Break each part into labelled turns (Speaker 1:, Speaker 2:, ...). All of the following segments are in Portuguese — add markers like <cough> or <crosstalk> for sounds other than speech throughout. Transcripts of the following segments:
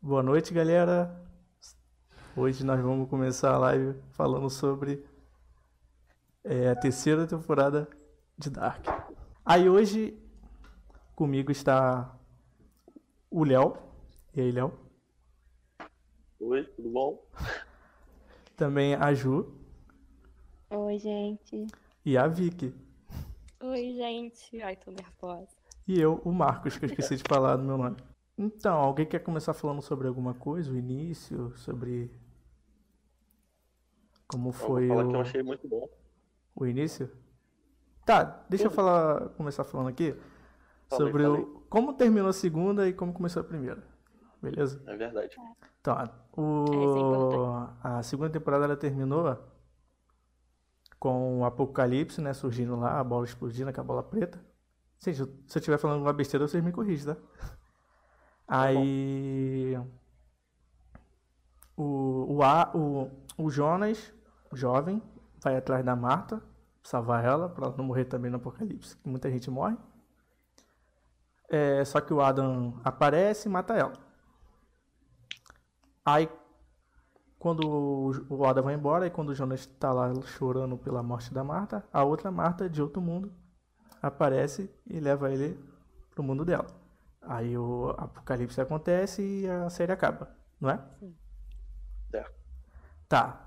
Speaker 1: Boa noite, galera. Hoje nós vamos começar a live falando sobre é, a terceira temporada de Dark. Aí hoje comigo está o Léo. E aí, Léo?
Speaker 2: Oi, tudo bom?
Speaker 1: Também a Ju
Speaker 3: Oi, gente.
Speaker 1: e a Vicky.
Speaker 3: Oi, gente. Ai, tô nervosa.
Speaker 1: E eu, o Marcos, que eu esqueci de falar do meu nome. Então, alguém quer começar falando sobre alguma coisa? O início? Sobre. Como foi
Speaker 2: eu vou falar
Speaker 1: o...
Speaker 2: que é eu achei muito bom.
Speaker 1: O início? Tá, deixa eu falar, começar falando aqui
Speaker 2: Fala aí,
Speaker 1: sobre
Speaker 2: fala
Speaker 1: o, como terminou a segunda e como começou a primeira. Beleza?
Speaker 2: É verdade.
Speaker 1: Então, a- o, a segunda temporada ela terminou com o Apocalipse, né, surgindo lá, a bola explodindo, com a bola preta. Gente, eu- se eu estiver falando uma besteira, vocês me corrigem, tá? Aí o, o, a, o, o Jonas, jovem, vai atrás da Marta, salvar ela, pra ela não morrer também no Apocalipse, que muita gente morre. É, só que o Adam aparece e mata ela. Aí, quando o- o Adam vai embora, e quando o Jonas tá lá chorando pela morte da Marta, a outra Marta de outro mundo aparece e leva ele pro mundo dela. Aí o apocalipse acontece e a série acaba, não é?
Speaker 2: Certo.
Speaker 1: Tá.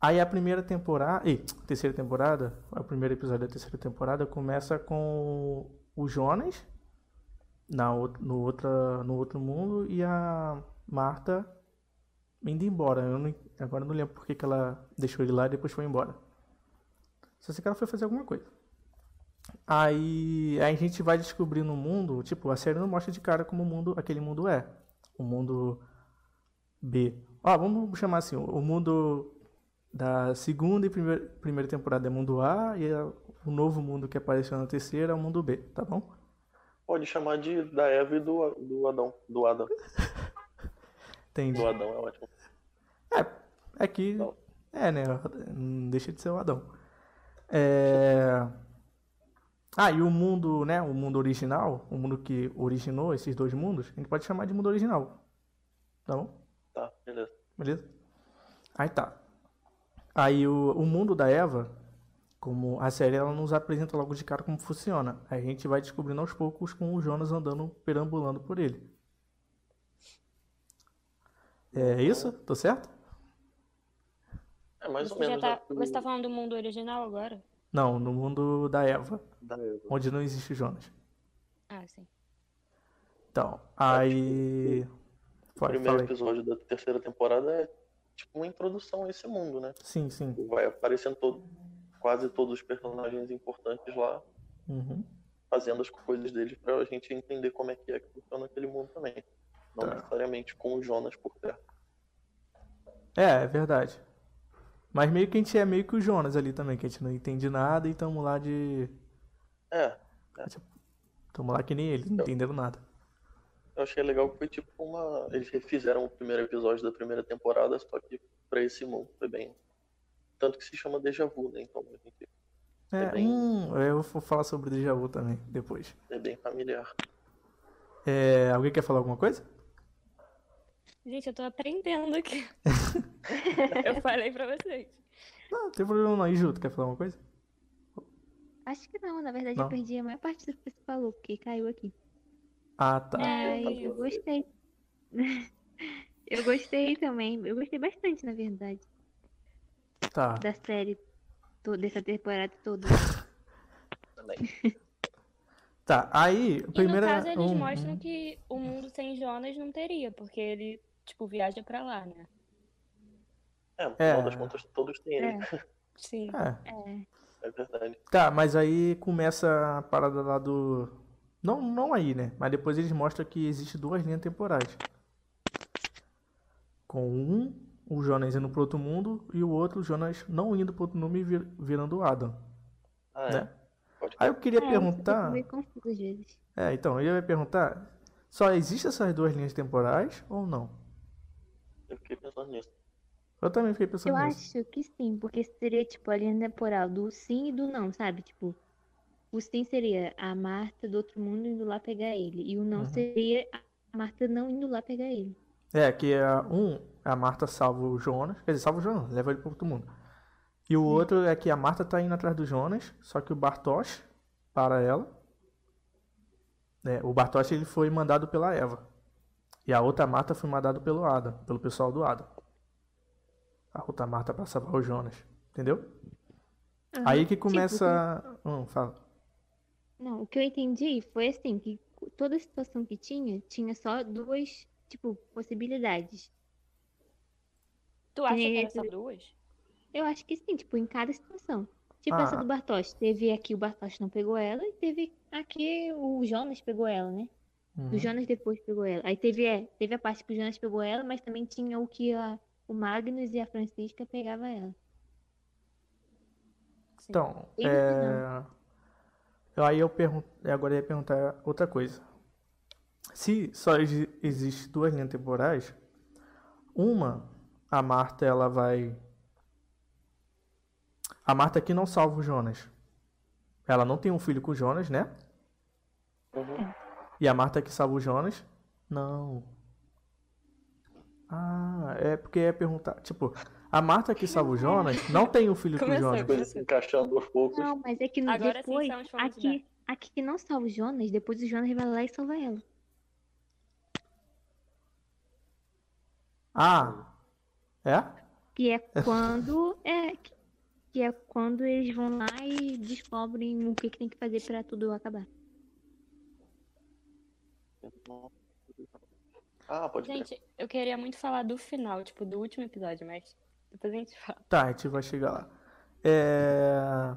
Speaker 1: Aí a primeira temporada. Ih, terceira temporada. O primeiro episódio da terceira temporada começa com o Jonas na, ou- no, outra, no outro mundo e a Marta indo embora. Eu não, agora eu não lembro por que que ela deixou ele lá e depois foi embora. Só sei que ela foi fazer alguma coisa. Aí, aí a gente vai descobrir no mundo, tipo, a série não mostra de cara como o mundo, aquele mundo é. O mundo B. Ó, vamos chamar assim, o- o mundo da segunda e primeira, primeira temporada é mundo A e a- o novo mundo que apareceu na terceira é o mundo B, tá bom?
Speaker 2: Pode chamar de da Eva e do, do Adão. Do Adam.
Speaker 1: Entendi.
Speaker 2: Do Adão é ótimo.
Speaker 1: É que.
Speaker 2: Não.
Speaker 1: É, né? Não deixa de ser o Adão. É. Ah, e o mundo, né? O mundo original, o mundo que originou esses dois mundos, a gente pode chamar de mundo original. Tá bom?
Speaker 2: Tá, beleza.
Speaker 1: Beleza? Aí tá. Aí o, o mundo da Eva, como a série ela nos apresenta logo de cara como funciona. Aí a gente vai descobrindo aos poucos com o Jonas andando, perambulando por ele. É isso? Tô certo?
Speaker 2: É mais ou
Speaker 3: Você já
Speaker 2: menos.
Speaker 3: tá.
Speaker 2: é o que
Speaker 3: Você tá falando do mundo original agora?
Speaker 1: Não, no mundo da Eva,
Speaker 2: Da Eva.
Speaker 1: onde não existe o Jonas.
Speaker 3: Ah, sim.
Speaker 1: Então, aí.
Speaker 2: É tipo O
Speaker 1: Pode,
Speaker 2: primeiro
Speaker 1: fala aí.
Speaker 2: episódio da terceira temporada é tipo uma introdução a esse mundo, né?
Speaker 1: Sim, sim.
Speaker 2: Vai aparecendo todo, quase todos os personagens importantes lá,
Speaker 1: Uhum.
Speaker 2: fazendo as coisas deles pra gente entender como é que é que funciona aquele mundo também. Não
Speaker 1: Tá.
Speaker 2: necessariamente com o Jonas por perto.
Speaker 1: É, é verdade. Mas meio que a gente é meio que o Jonas ali também, que a gente não entende nada e tamo lá de.
Speaker 2: É,
Speaker 1: Tamo lá que nem ele, não entenderam nada.
Speaker 2: Eu achei legal que foi tipo uma. Eles refizeram o primeiro episódio da primeira temporada, só que pra esse mundo foi bem. Tanto que se chama Deja Vu, né? Então a gente
Speaker 1: É,
Speaker 2: bem-
Speaker 1: hum, eu vou falar sobre o Deja Vu também, depois.
Speaker 2: é bem familiar.
Speaker 1: É, alguém quer falar alguma coisa?
Speaker 3: Gente, eu tô aprendendo aqui. <laughs> eu falei pra vocês.
Speaker 1: Não, não tem problema não. E Ju, tu quer falar alguma coisa?
Speaker 4: Acho que não, na verdade
Speaker 1: Não?
Speaker 4: eu perdi a maior parte do que você falou, porque caiu aqui.
Speaker 1: Ah, tá.
Speaker 4: Mas
Speaker 3: Ai,
Speaker 4: eu gostei. <laughs> eu gostei também, eu gostei bastante, na verdade,
Speaker 1: Tá.
Speaker 3: É.
Speaker 4: da série, to- dessa temporada toda.
Speaker 2: Também.
Speaker 1: Tá. Aí,
Speaker 3: E no
Speaker 1: primeira.
Speaker 3: caso, eles
Speaker 1: um-
Speaker 3: mostram que o mundo sem Jonas não teria, porque ele, tipo, viaja pra lá, né?
Speaker 2: É, no final
Speaker 1: É.
Speaker 2: das contas, todos têm ele, né?
Speaker 4: É,
Speaker 3: Sim.
Speaker 1: É.
Speaker 2: é verdade.
Speaker 1: Tá, mas aí começa a parada lá do. Não, não aí, né? Mas depois eles mostram que existe duas linhas temporais. Com um, o Jonas indo pro outro mundo, e o outro, o Jonas não indo pro outro mundo e vir- virando o Adam,
Speaker 2: Ah, é.
Speaker 1: né?
Speaker 2: Pode
Speaker 1: Aí eu queria
Speaker 4: é, Eu
Speaker 1: perguntar.
Speaker 4: fico meio confuso às vezes.
Speaker 1: É, então, eu ia perguntar. Só existem essas duas linhas temporais ou não?
Speaker 2: Eu fiquei pensando nisso.
Speaker 1: Eu também fiquei pensando
Speaker 4: Eu
Speaker 1: nisso.
Speaker 4: acho que sim, porque seria tipo a linha temporal do sim e do não, sabe? Tipo, o sim seria a Marta do outro mundo indo lá pegar ele, e o não
Speaker 1: Uhum.
Speaker 4: seria a Marta não indo lá pegar ele.
Speaker 1: É, que a, um, a Marta salva o Jonas. Quer dizer, salva o Jonas, leva ele pro outro mundo. E o outro é que a Marta tá indo atrás do Jonas, só que o Bartosz para ela. É, o Bartosz ele foi mandado pela Eva. E a outra Marta foi mandada pelo Adam, pelo pessoal do Adam. A outra Marta pra salvar o Jonas. Entendeu? Aí
Speaker 4: Tipo,
Speaker 1: que começa. Hum, fala.
Speaker 4: Não, o que eu entendi foi assim, que toda situação que tinha, tinha só duas, tipo, possibilidades.
Speaker 3: Tu acha que
Speaker 4: É,
Speaker 3: eram só duas?
Speaker 4: Eu acho que sim, tipo, em cada situação. Tipo
Speaker 1: Ah.
Speaker 4: essa do Bartosz. Teve aqui o Bartosz não pegou ela e teve aqui o Jonas pegou ela, né?
Speaker 1: Uhum.
Speaker 4: O Jonas depois pegou ela. Aí teve, é, teve a parte que o Jonas pegou ela, mas também tinha o que a- o Magnus e a Francisca pegava ela.
Speaker 3: Sim.
Speaker 1: Então,
Speaker 4: Ele que
Speaker 1: é... eu- Então, aí eu pergunto, agora eu ia perguntar outra coisa. Se só exi- existe duas linhas temporais, uma, a Marta ela vai a Marta aqui não salva o Jonas. Ela não tem um filho com o Jonas, né?
Speaker 2: Uhum.
Speaker 1: E a Marta que salva o Jonas? Não. Ah, é porque ia perguntar, tipo, a Marta que salva o Jonas não tem um filho com o
Speaker 3: Começou.
Speaker 1: Jonas.
Speaker 2: Coisa se encaixando aos poucos.
Speaker 4: Não, mas é que no
Speaker 3: Agora sim
Speaker 4: depois,
Speaker 3: estamos falando de
Speaker 4: aqui, aqui que não salva o Jonas, depois o Jonas vai lá e salva ela.
Speaker 1: Ah, é?
Speaker 4: Que é quando é que- que é quando eles vão lá e descobrem o que, que tem que fazer pra tudo acabar.
Speaker 2: Ah, pode ver.
Speaker 3: Gente, eu queria muito falar do final, tipo, do último episódio, mas depois a gente fala.
Speaker 1: Tá, a gente vai chegar lá. É...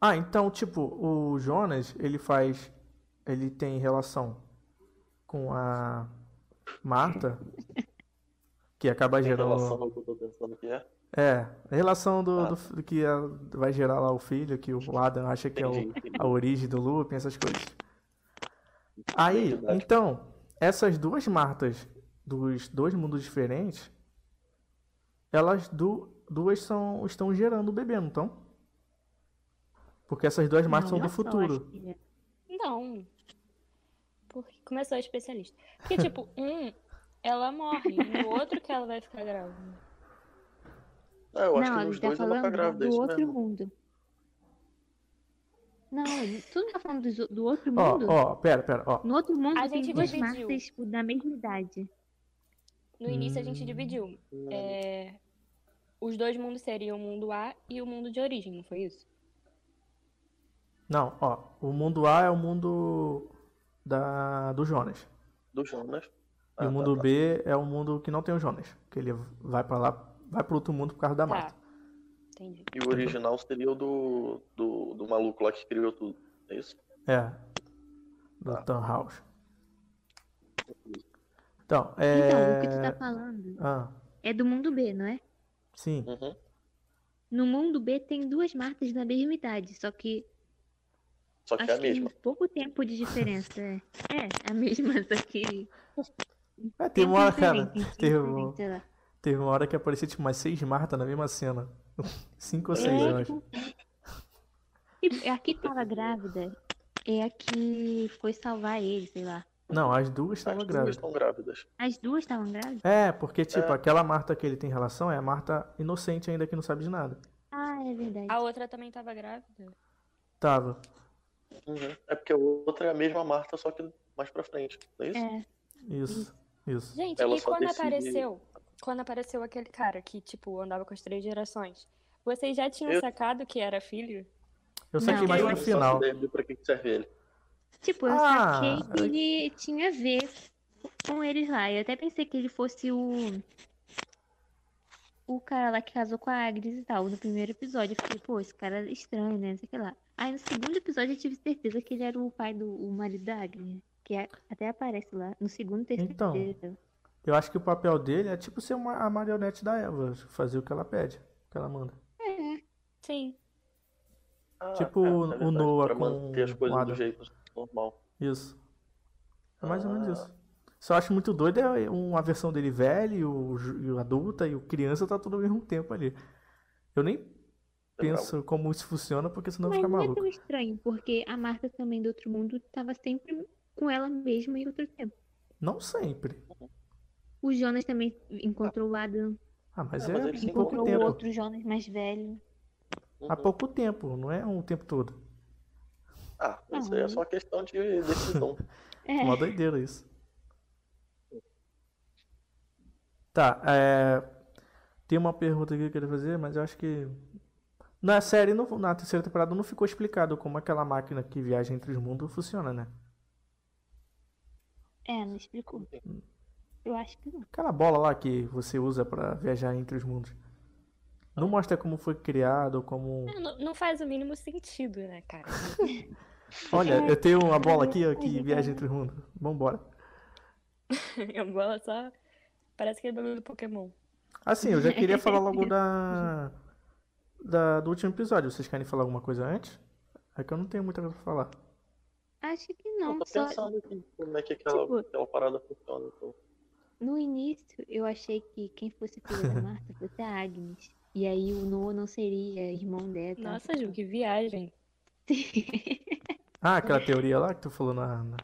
Speaker 1: Ah, então, tipo, o Jonas, ele faz. Ele tem relação com a
Speaker 2: <laughs>
Speaker 1: Marta, que acaba
Speaker 2: Em relação
Speaker 1: gerando.
Speaker 2: ao que eu tô pensando que é.
Speaker 1: É, a relação do,
Speaker 2: Ah.
Speaker 1: do- do que a- vai gerar lá o filho, que o Adam acha que é o,
Speaker 2: Entendi, entendi.
Speaker 1: a origem do looping, essas coisas. Aí,
Speaker 2: Verdade.
Speaker 1: então, essas duas Martas dos dois mundos diferentes, elas du- duas são, estão gerando o bebê, não estão? Porque essas duas Martas são
Speaker 4: Não,
Speaker 1: do
Speaker 4: olha só,
Speaker 1: futuro.
Speaker 4: acho que é.
Speaker 3: Não. Porque começou a especialista.
Speaker 2: <laughs>
Speaker 3: Porque, tipo, um, ela morre, e no outro que ela vai ficar grávida.
Speaker 2: Ah, eu acho
Speaker 4: não,
Speaker 2: que
Speaker 4: ele
Speaker 2: nos
Speaker 4: tá
Speaker 2: dois ela tá
Speaker 4: falando
Speaker 2: grávida, é
Speaker 4: do
Speaker 2: isso
Speaker 4: outro
Speaker 2: mesmo.
Speaker 4: mundo. Não, ele- tu não tá falando dos- do, outro
Speaker 1: Ó,
Speaker 4: mundo?
Speaker 1: ó, pera, pera, ó.
Speaker 4: No outro mundo
Speaker 3: A
Speaker 4: tem
Speaker 3: gente
Speaker 4: duas
Speaker 3: dividiu.
Speaker 4: massas tipo, da mesma idade.
Speaker 3: No início a
Speaker 2: Hum.
Speaker 3: gente dividiu.
Speaker 2: Não,
Speaker 3: É, Os dois mundos seriam o mundo A e o mundo de origem, não foi isso?
Speaker 1: Não, ó. O mundo A é o mundo da, do Jonas.
Speaker 2: Do Jonas.
Speaker 1: E o mundo B é o mundo que não tem o Jonas. Que ele vai pra lá, vai pro outro mundo por causa da Marta.
Speaker 3: Tá. Entendi.
Speaker 2: E o original seria o do, do, do maluco lá que criou tudo. É isso?
Speaker 1: É. Do
Speaker 2: Tá.
Speaker 1: Tannhaus. Então, é.
Speaker 4: Então, o que tu tá falando
Speaker 1: Ah,
Speaker 4: é do mundo B, não é?
Speaker 1: sim.
Speaker 2: Uhum.
Speaker 4: No mundo B tem duas martas da mesma idade, só que
Speaker 2: Só que é a
Speaker 4: acho que
Speaker 2: mesma.
Speaker 4: tem pouco tempo de diferença. é. É, a mesma, <laughs> só que.
Speaker 1: É, teve uma hora, cara.
Speaker 4: diferente,
Speaker 1: Teve,
Speaker 4: tempo
Speaker 1: um-
Speaker 4: diferente, sei lá.
Speaker 1: teve uma hora que aparecia tipo umas seis Marta na mesma cena. <laughs> Cinco ou seis, eu
Speaker 4: É,
Speaker 1: acho.
Speaker 4: tipo, tipo, é a que tava grávida, é a que foi salvar ele, sei lá.
Speaker 1: Não, as duas
Speaker 2: As
Speaker 1: estavam
Speaker 2: duas
Speaker 1: grávidas.
Speaker 2: estão grávidas.
Speaker 4: As duas estavam grávidas?
Speaker 1: É, porque, tipo,
Speaker 2: É.
Speaker 1: aquela Marta que ele tem relação é a Marta inocente ainda que não sabe de nada.
Speaker 4: Ah, é verdade.
Speaker 3: A outra também tava grávida?
Speaker 1: Tava.
Speaker 2: Uhum. É porque a outra é a mesma Marta, só que mais pra frente. Não é isso?
Speaker 4: É.
Speaker 1: Isso. Isso.
Speaker 3: Gente,
Speaker 2: Ela
Speaker 3: e
Speaker 2: só
Speaker 3: quando
Speaker 2: decide-
Speaker 3: apareceu, quando apareceu aquele cara que, tipo, andava com as três gerações, vocês já tinham
Speaker 2: Eu-
Speaker 3: sacado que era filho?
Speaker 1: Eu saquei
Speaker 4: Não.
Speaker 1: mais
Speaker 2: Eu
Speaker 1: pro
Speaker 2: só
Speaker 1: final.
Speaker 2: lembro pra que que serve ele.
Speaker 4: Tipo, eu
Speaker 1: Ah,
Speaker 4: saquei que ele tinha a ver com eles lá. Eu até pensei que ele fosse o. O cara lá que casou com a Agnes e tal, no primeiro episódio. Eu fiquei, pô, esse cara é estranho, né? Não sei o que lá. Aí no segundo episódio eu tive certeza que ele era o pai do o marido da Agnes. Que a- até aparece lá. No segundo, terceiro.
Speaker 1: Então.
Speaker 4: terceiro.
Speaker 1: Eu acho que o papel dele é tipo ser uma, a marionete da Eva, fazer o que ela pede, o que ela manda.
Speaker 4: É,
Speaker 3: Sim.
Speaker 2: Ah,
Speaker 1: Tipo
Speaker 2: é, é
Speaker 1: o
Speaker 2: verdade,
Speaker 1: Noah
Speaker 2: pra
Speaker 1: com
Speaker 2: manter as
Speaker 1: o
Speaker 2: coisas
Speaker 1: Adam.
Speaker 2: do jeito normal.
Speaker 1: Isso. É mais ou menos
Speaker 2: Ah.
Speaker 1: isso. Só acho muito doido é uma versão dele velho, e o, ju- e o adulta e o criança tá tudo ao mesmo tempo ali. Eu nem
Speaker 2: Ah,
Speaker 1: penso como isso funciona, porque senão eu
Speaker 4: Mas
Speaker 1: vou ficar
Speaker 4: não é
Speaker 1: maluco.
Speaker 4: tão estranho, porque a Marta também do outro mundo tava sempre com ela mesma em outro tempo.
Speaker 1: Não sempre.
Speaker 4: O Jonas também encontrou o Adam.
Speaker 1: Ah, mas
Speaker 2: Ah,
Speaker 1: é,
Speaker 2: mas eles se
Speaker 1: em pouco
Speaker 4: Encontrou o
Speaker 1: tempo.
Speaker 4: outro Jonas mais velho.
Speaker 1: Há pouco tempo, não é um tempo todo.
Speaker 2: Ah, mas
Speaker 4: Uhum.
Speaker 2: aí é só questão de decisão.
Speaker 1: <laughs>
Speaker 4: É.
Speaker 1: Uma doideira isso. Tá, é... Tem uma pergunta aqui que eu queria fazer, mas eu acho que... Na série, não- na terceira temporada, não ficou explicado como aquela máquina que viaja entre os mundos funciona, né?
Speaker 4: É, não explicou. Eu acho que não.
Speaker 1: Aquela bola lá que você usa pra viajar entre os mundos. Não mostra como foi criado, ou como...
Speaker 3: É, Não, não faz o mínimo sentido, né, cara? <laughs>
Speaker 1: Olha, eu tenho uma bola aqui ó,
Speaker 4: Ai,
Speaker 1: que viaja entre os mundos. Vambora.
Speaker 3: Angola É só. Parece que é bagulho do Pokémon.
Speaker 1: Assim, eu já queria falar logo da, da- do último episódio. Vocês querem falar alguma coisa antes? É que eu não tenho muita coisa pra falar.
Speaker 4: Acho que
Speaker 2: Eu
Speaker 4: não.
Speaker 2: tô
Speaker 4: Só
Speaker 2: pensando aqui como é que aquela,
Speaker 4: Tipo-
Speaker 2: aquela parada funciona. Então.
Speaker 4: no início eu achei que quem fosse filha da Marta fosse a Agnes. E aí o Noah não seria irmão dela. tá?
Speaker 3: Nossa, Ju, que viagem.
Speaker 1: Ah, aquela teoria lá que tu falou na. na-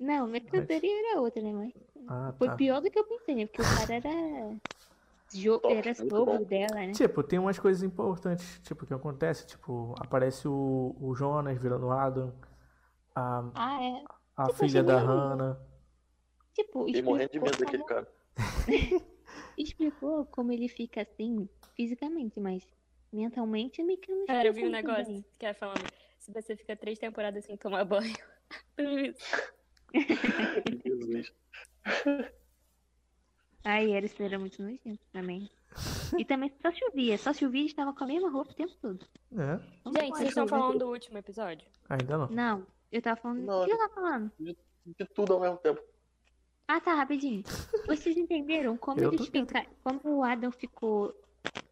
Speaker 4: Não, minha cantoria era outra, né? Mas
Speaker 1: Ah,
Speaker 4: foi
Speaker 1: tá.
Speaker 4: pior do que eu pensei, né? Porque o cara era. Jo...
Speaker 2: Top,
Speaker 4: Era
Speaker 2: muito
Speaker 4: sogro
Speaker 2: bom.
Speaker 4: dela, né?
Speaker 1: Tipo, tem umas coisas importantes, tipo, que acontece. Tipo, aparece o, o Jonas virando Adam, a,
Speaker 4: Ah, é.
Speaker 1: a
Speaker 4: Tipo,
Speaker 1: filha da
Speaker 4: achei legal.
Speaker 1: Hannah.
Speaker 4: Tipo,
Speaker 2: Fiquei morrendo de
Speaker 4: explicou
Speaker 2: medo daquele
Speaker 4: como-
Speaker 2: cara.
Speaker 4: explicou como ele fica assim fisicamente, mas mentalmente meio que não
Speaker 3: Cara, eu vi
Speaker 4: explicou
Speaker 3: um
Speaker 4: muito
Speaker 3: negócio
Speaker 4: bem.
Speaker 3: que era falando. Se você fica três temporadas sem tomar banho. <laughs> Tudo isso.
Speaker 2: Jesus.
Speaker 4: Ai, era, isso era muito nojento também. E também só chovia, só chovia e estava com a mesma roupa o tempo todo.
Speaker 1: É,
Speaker 4: Não
Speaker 3: Gente,
Speaker 4: pode
Speaker 3: vocês estão
Speaker 4: chover.
Speaker 3: falando do último episódio?
Speaker 1: ainda não.
Speaker 4: Não, eu tava falando.
Speaker 2: Não,
Speaker 4: O que eu tava falando?
Speaker 2: De tudo ao mesmo tempo.
Speaker 4: Ah, tá, rapidinho. Vocês entenderam como
Speaker 1: Eu
Speaker 4: eles
Speaker 1: tô tentando.
Speaker 4: fica... como o Adam ficou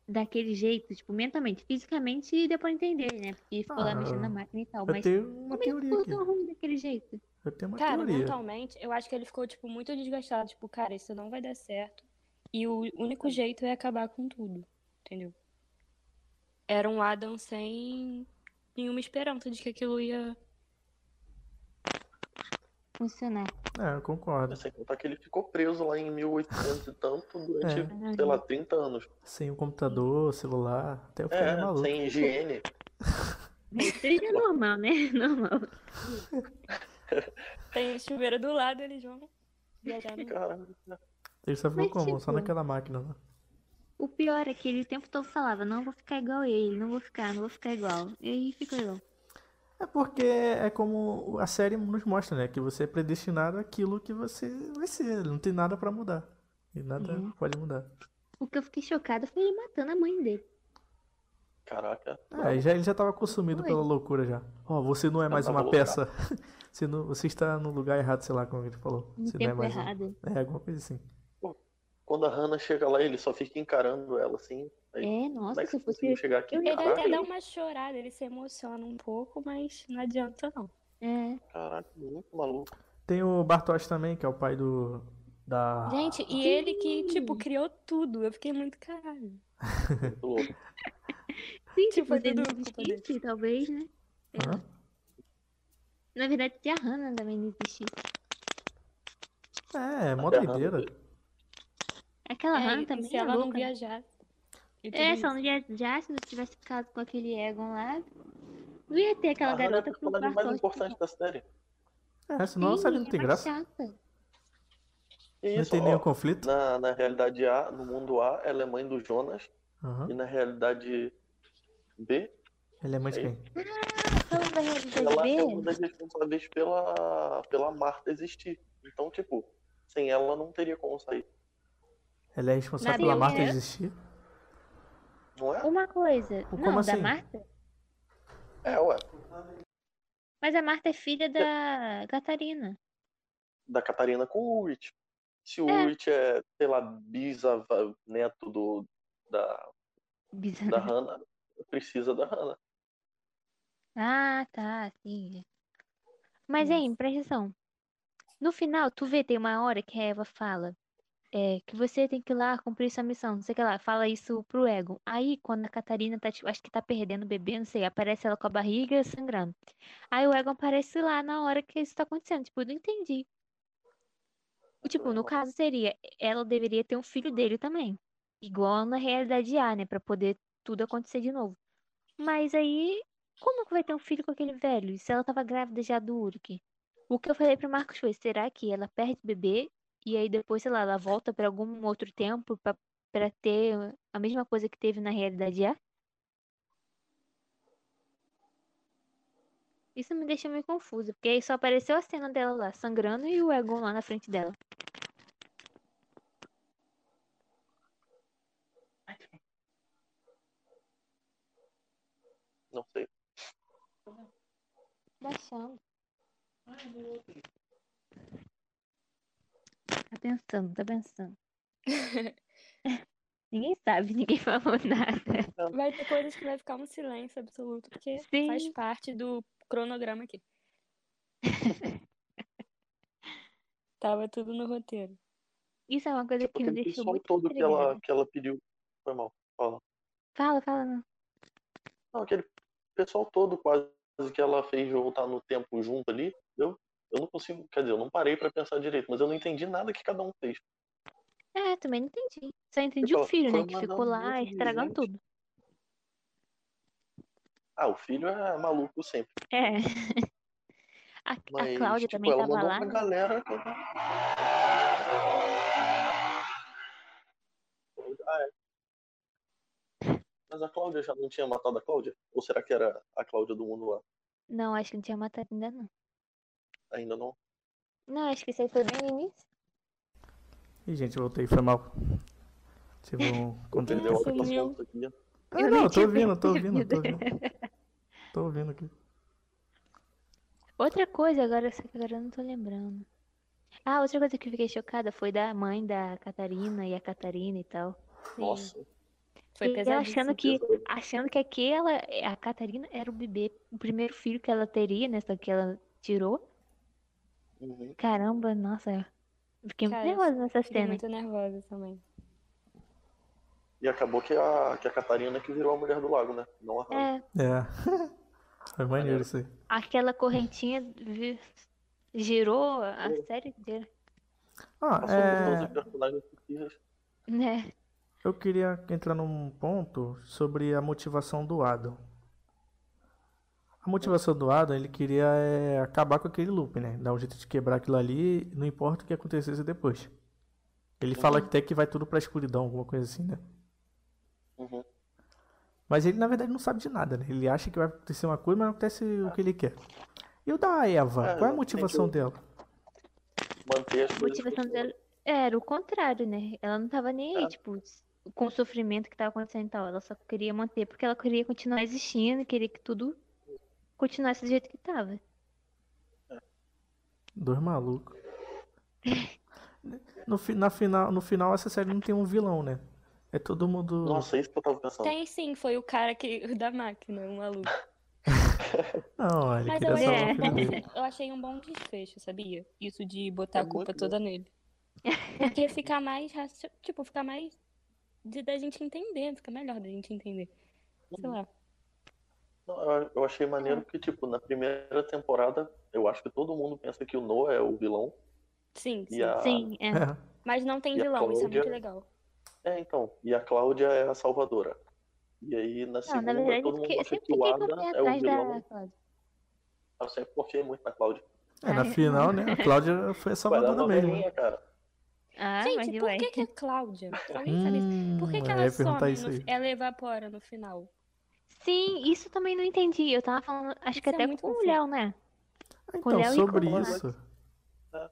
Speaker 4: daquele jeito, tipo, mentalmente, fisicamente, e deu pra entender, né? Porque ficou
Speaker 1: Ah,
Speaker 4: lá mexendo na máquina e tal,
Speaker 1: Eu
Speaker 4: mas
Speaker 1: tenho uma
Speaker 4: como é ele
Speaker 1: teoria
Speaker 4: ficou
Speaker 1: aqui.
Speaker 4: tão ruim daquele jeito?
Speaker 1: Eu tenho uma
Speaker 3: Cara,
Speaker 1: teoria.
Speaker 4: então.
Speaker 3: mentalmente, eu acho que ele ficou, tipo, muito desgastado. Tipo, cara, isso não vai dar certo. E o único jeito é acabar com tudo. Entendeu? Era um Adam sem nenhuma esperança de que aquilo ia.
Speaker 4: Funcionar.
Speaker 1: É, eu concordo.
Speaker 2: Sem contar que ele ficou preso lá em 1800 e tanto durante,
Speaker 1: É.
Speaker 2: sei lá, 30 anos.
Speaker 1: Sem o
Speaker 4: Hum.
Speaker 1: computador, celular, até eu ficar
Speaker 2: É,
Speaker 1: maluco.
Speaker 2: sem higiene.
Speaker 4: Seja normal, né? <laughs> Normal.
Speaker 3: Tem chuveiro do lado, eles vão viajar no
Speaker 2: Caramba.
Speaker 1: Ele só ficou
Speaker 4: Mas,
Speaker 1: como? Só
Speaker 4: tipo,
Speaker 1: naquela máquina né? lá.
Speaker 4: O pior é que ele o tempo todo falava, não vou ficar igual a ele, não vou ficar, não vou ficar igual. E aí ficou igual.
Speaker 1: É porque é como a série nos mostra, né? Que você é predestinado àquilo que você vai ser. Não tem nada pra mudar. E nada
Speaker 4: Uhum.
Speaker 1: pode mudar.
Speaker 4: O que eu fiquei chocada foi ele matando a mãe dele.
Speaker 2: Caraca.
Speaker 1: Ah, ele já, ele já tava consumido
Speaker 4: Oi.
Speaker 1: pela loucura já. Ó, você não é mais
Speaker 2: tava
Speaker 1: uma peça. <laughs> Você, não- você está no lugar errado, sei lá como ele falou.
Speaker 4: No
Speaker 1: Você não é
Speaker 4: tempo
Speaker 1: mais um-
Speaker 4: errado.
Speaker 1: É, alguma coisa assim.
Speaker 2: Quando a Hannah chega lá, ele só fica encarando ela assim.
Speaker 4: É,
Speaker 2: Como
Speaker 4: nossa,
Speaker 2: é que
Speaker 4: se eu
Speaker 2: você
Speaker 4: fosse.
Speaker 2: conseguiu chegar aqui?
Speaker 4: eu ia um
Speaker 3: Ele até dá
Speaker 2: Caraca,
Speaker 3: uma chorada, ele se emociona um pouco, mas não adianta não.
Speaker 4: É.
Speaker 2: caraca, muito maluco.
Speaker 1: Tem o Bartosz também, que é o pai do. Da.
Speaker 3: Gente, e ele que, tipo, criou tudo. Eu fiquei muito caralho.
Speaker 2: Muito louco.
Speaker 4: Sim,
Speaker 3: Tipo,
Speaker 4: tipo, ele
Speaker 3: tudo
Speaker 4: não
Speaker 3: culpa dele.
Speaker 4: existisse, talvez, né?
Speaker 1: Hã?
Speaker 4: Na verdade, se a Hannah também não existisse.
Speaker 1: É, é mó
Speaker 2: Tá errado.
Speaker 1: doideira.
Speaker 4: Aquela
Speaker 3: É,
Speaker 4: Hannah
Speaker 3: e
Speaker 4: também
Speaker 3: se
Speaker 4: é
Speaker 3: ela
Speaker 4: louca.
Speaker 3: não viajasse. e tudo
Speaker 4: É, se
Speaker 3: isso.
Speaker 4: ela não viajasse, se não tivesse ficado com aquele Egon lá, não ia ter
Speaker 2: A
Speaker 4: aquela
Speaker 2: Hannah é a
Speaker 4: garota né? pro
Speaker 2: personagem mais
Speaker 4: Bartosz.
Speaker 2: importante da série.
Speaker 1: É, senão a série não
Speaker 4: Sim,
Speaker 1: tem
Speaker 4: é mais
Speaker 1: graça.
Speaker 4: chata.
Speaker 2: E
Speaker 1: Não
Speaker 2: isso,
Speaker 1: tem
Speaker 2: ó,
Speaker 1: nenhum conflito.
Speaker 2: na, na realidade A, no mundo A, ela é mãe do Jonas.
Speaker 1: Aham.
Speaker 2: E na realidade B,
Speaker 1: Ele é mãe de quem?
Speaker 4: Falando da realidade
Speaker 2: ela é
Speaker 4: dele,
Speaker 2: uma das responsáveis pela, pela Marta existir. Então, tipo, sem ela não teria como sair.
Speaker 1: Ele é responsável
Speaker 4: Na
Speaker 1: pela
Speaker 4: Bíblia.
Speaker 1: Marta existir.
Speaker 2: Não é?
Speaker 4: Uma coisa.
Speaker 1: Como
Speaker 4: não, da
Speaker 1: assim?
Speaker 4: Marta?
Speaker 2: É, ué.
Speaker 4: Mas a Marta é filha da Catarina.
Speaker 2: Da Catarina com o Ulrich. Se o
Speaker 4: É.
Speaker 2: Ulrich é, sei lá, bisavó, neto do, da, da
Speaker 4: <laughs> Bizarro.
Speaker 2: Hannah, precisa da Hannah.
Speaker 4: Ah, tá, sim. Mas, hein, presta atenção. No final, tu vê, tem uma hora que a Eva fala é, que você tem que ir lá cumprir sua missão, não sei o que lá. Fala isso pro Egon. Aí, quando a Catarina tá, tipo, acho que tá perdendo o bebê, não sei, aparece ela com a barriga sangrando. Aí o Egon aparece lá na hora que isso tá acontecendo. Tipo, eu não entendi. E, tipo, no caso seria, ela deveria ter um filho dele também. Igual na realidade A, né? Pra poder tudo acontecer de novo. Mas aí, como que vai ter um filho com aquele velho? Se ela tava grávida já do Uruk? O que eu falei pro Marcos foi, será que ela perde o bebê e aí depois, sei lá, ela volta pra algum outro tempo pra, pra ter a mesma coisa que teve na realidade A? Isso me deixa meio confusa, porque aí só apareceu a cena dela lá, sangrando, e o Egon lá na frente dela.
Speaker 2: Não sei.
Speaker 4: Baixando. Tá pensando, tá <laughs> pensando. ninguém sabe, ninguém <laughs> falou nada.
Speaker 3: Vai ter coisas que vai ficar um silêncio absoluto, porque
Speaker 4: Sim.
Speaker 3: faz parte do cronograma <laughs> aqui. Tava tudo no roteiro.
Speaker 4: Isso é uma coisa
Speaker 2: Tipo,
Speaker 4: que me
Speaker 2: aquele
Speaker 4: deixou
Speaker 2: pessoal
Speaker 4: muito
Speaker 2: todo que ela,
Speaker 4: intrigada.
Speaker 2: que ela pediu. Foi mal.
Speaker 4: Fala, fala, não.
Speaker 2: Não, aquele pessoal todo quase que ela fez voltar no tempo junto ali. Eu, eu não consigo. Quer dizer, eu não parei pra pensar direito, mas eu não entendi nada que cada um fez.
Speaker 4: É, também não entendi. Só entendi
Speaker 2: Tipo,
Speaker 4: o filho,
Speaker 2: foi
Speaker 4: né? Que
Speaker 2: uma
Speaker 4: ficou lá
Speaker 2: dança de
Speaker 4: estragando
Speaker 2: gente.
Speaker 4: tudo.
Speaker 2: Ah, o filho é maluco sempre.
Speaker 4: É. <laughs> A, a
Speaker 2: Mas,
Speaker 4: Cláudia
Speaker 2: tipo,
Speaker 4: também
Speaker 2: ela
Speaker 4: tava
Speaker 2: mandou
Speaker 4: lá.
Speaker 2: pra
Speaker 4: né?
Speaker 2: galera. Ah, é. Mas a Cláudia já não tinha matado a Cláudia? Ou será que era a Cláudia do mundo lá?
Speaker 4: Não, acho que não tinha matado ainda, não.
Speaker 2: Ainda não?
Speaker 4: Não, acho que isso aí foi bem no início.
Speaker 1: Ih, gente, voltei, foi mal. Tive
Speaker 4: <laughs>
Speaker 1: um. contra-
Speaker 2: Perdeu a outra
Speaker 3: sumiu.
Speaker 2: ponta aqui.
Speaker 1: Ah, não,
Speaker 4: Eu nem
Speaker 1: tô
Speaker 4: tinha
Speaker 1: ouvindo, tô ouvindo, tô
Speaker 4: percebido.
Speaker 1: ouvindo. Tô ouvindo
Speaker 2: <laughs>
Speaker 1: aqui.
Speaker 4: Outra coisa, agora só que agora eu não tô lembrando. Ah, outra coisa que eu fiquei chocada foi da mãe da Catarina e a Catarina e tal.
Speaker 2: Nossa.
Speaker 3: Foi
Speaker 4: e eu
Speaker 3: pesadíssimo.
Speaker 4: achando que, achando que aquela, a Catarina era o bebê, o primeiro filho que ela teria, né? Só que ela tirou.
Speaker 2: Uhum.
Speaker 4: Caramba, nossa. eu Fiquei muito
Speaker 3: Cara, eu
Speaker 4: nervosa nessa
Speaker 3: Fiquei
Speaker 4: cena.
Speaker 3: muito nervosa também.
Speaker 2: E acabou que a, que a Catarina que virou a mulher do lago, né? Não a Hannah.
Speaker 4: É,
Speaker 1: É. <laughs> Foi maneiro isso aí.
Speaker 4: Aquela correntinha vi- girou a série inteira,
Speaker 1: Ah,
Speaker 2: Passou né? por todos
Speaker 1: é.
Speaker 2: os personagens possíveis.
Speaker 4: né?
Speaker 1: Eu queria entrar num ponto sobre a motivação do Adam. A motivação do Adam, ele queria é, acabar com aquele loop, né? Dar um jeito de quebrar aquilo ali, não importa o que acontecesse depois. Ele fala até que vai tudo pra escuridão, alguma coisa assim, né?
Speaker 2: Uhum.
Speaker 1: Mas ele, na verdade, não sabe de nada, né? Ele acha que vai acontecer uma coisa, mas não acontece o que ele quer. E o da Eva? Qual é
Speaker 2: É,
Speaker 1: a
Speaker 2: exatamente,
Speaker 1: motivação
Speaker 2: o-
Speaker 1: dela?
Speaker 2: Manter as
Speaker 4: A
Speaker 2: coisas.
Speaker 4: motivação dela era o contrário, né? Ela não tava nem aí,
Speaker 2: É.
Speaker 4: tipo, s- com o sofrimento que tava acontecendo e tal. Ela só queria manter, porque ela queria continuar existindo, queria que tudo continuasse do jeito que tava.
Speaker 1: Dois malucos. No, fi- na final, no final, essa série não tem um vilão, né? É todo mundo.
Speaker 2: Nossa, isso que eu tava pensando.
Speaker 3: Tem sim, foi o cara que <laughs> o da máquina, o maluco.
Speaker 1: Não, ele
Speaker 3: Mas eu
Speaker 1: Ah, queria
Speaker 3: achei,
Speaker 1: salvar o
Speaker 4: é.
Speaker 3: um
Speaker 1: filho dele.
Speaker 3: bom, eu achei um bom desfecho, sabia? Isso de botar
Speaker 2: É
Speaker 3: a culpa
Speaker 2: muito
Speaker 3: toda nele. Porque fica mais, raci- tipo, fica mais de, da gente entender, fica melhor da gente entender. Sei lá.
Speaker 2: Não, eu- Eu achei
Speaker 4: Hum.
Speaker 2: maneiro que, tipo, na primeira temporada, eu acho que todo mundo pensa que o Noah é o vilão.
Speaker 3: Sim,
Speaker 2: E
Speaker 3: sim.
Speaker 2: a-
Speaker 4: Sim, é.
Speaker 1: <laughs> É.
Speaker 3: Mas não tem
Speaker 2: e a
Speaker 3: vilão, isso é muito
Speaker 2: Cláudia-
Speaker 3: legal.
Speaker 2: É, então. E a Cláudia é a salvadora. E aí, na
Speaker 4: Não, na
Speaker 2: segunda,
Speaker 4: verdade, eu
Speaker 2: todo mundo
Speaker 4: fiquei- eu
Speaker 2: acha
Speaker 4: sempre
Speaker 2: que o
Speaker 4: fiquei com o
Speaker 2: Ada
Speaker 4: pé
Speaker 2: é o
Speaker 4: atrás
Speaker 2: vilão.
Speaker 4: da Ah, Cláudia.
Speaker 2: Eu sempre confiei muito na Cláudia.
Speaker 1: É, na
Speaker 4: Ah, é.
Speaker 1: final, né? A Cláudia foi a
Speaker 2: Vai dar
Speaker 1: salvadora
Speaker 2: uma
Speaker 1: mesmo.
Speaker 4: né?
Speaker 2: velhinha, cara.
Speaker 4: Ah, mas
Speaker 3: gente, por
Speaker 4: ué.
Speaker 3: que, que a Cláudia?
Speaker 2: <laughs>
Speaker 3: Alguém sabe isso?
Speaker 1: Hum,
Speaker 3: Por que, que
Speaker 1: eu
Speaker 3: ela
Speaker 1: ia perguntar
Speaker 3: some,
Speaker 1: isso
Speaker 3: no-
Speaker 1: aí.
Speaker 3: ela evapora no final?
Speaker 4: Sim, isso também não entendi. Eu tava falando, acho que
Speaker 3: Isso é
Speaker 4: até
Speaker 3: muito
Speaker 4: com o
Speaker 3: confuso.
Speaker 4: Léo, né?
Speaker 1: Então,
Speaker 4: Léo e
Speaker 1: sobre
Speaker 4: Cláudia.
Speaker 1: isso.
Speaker 2: É.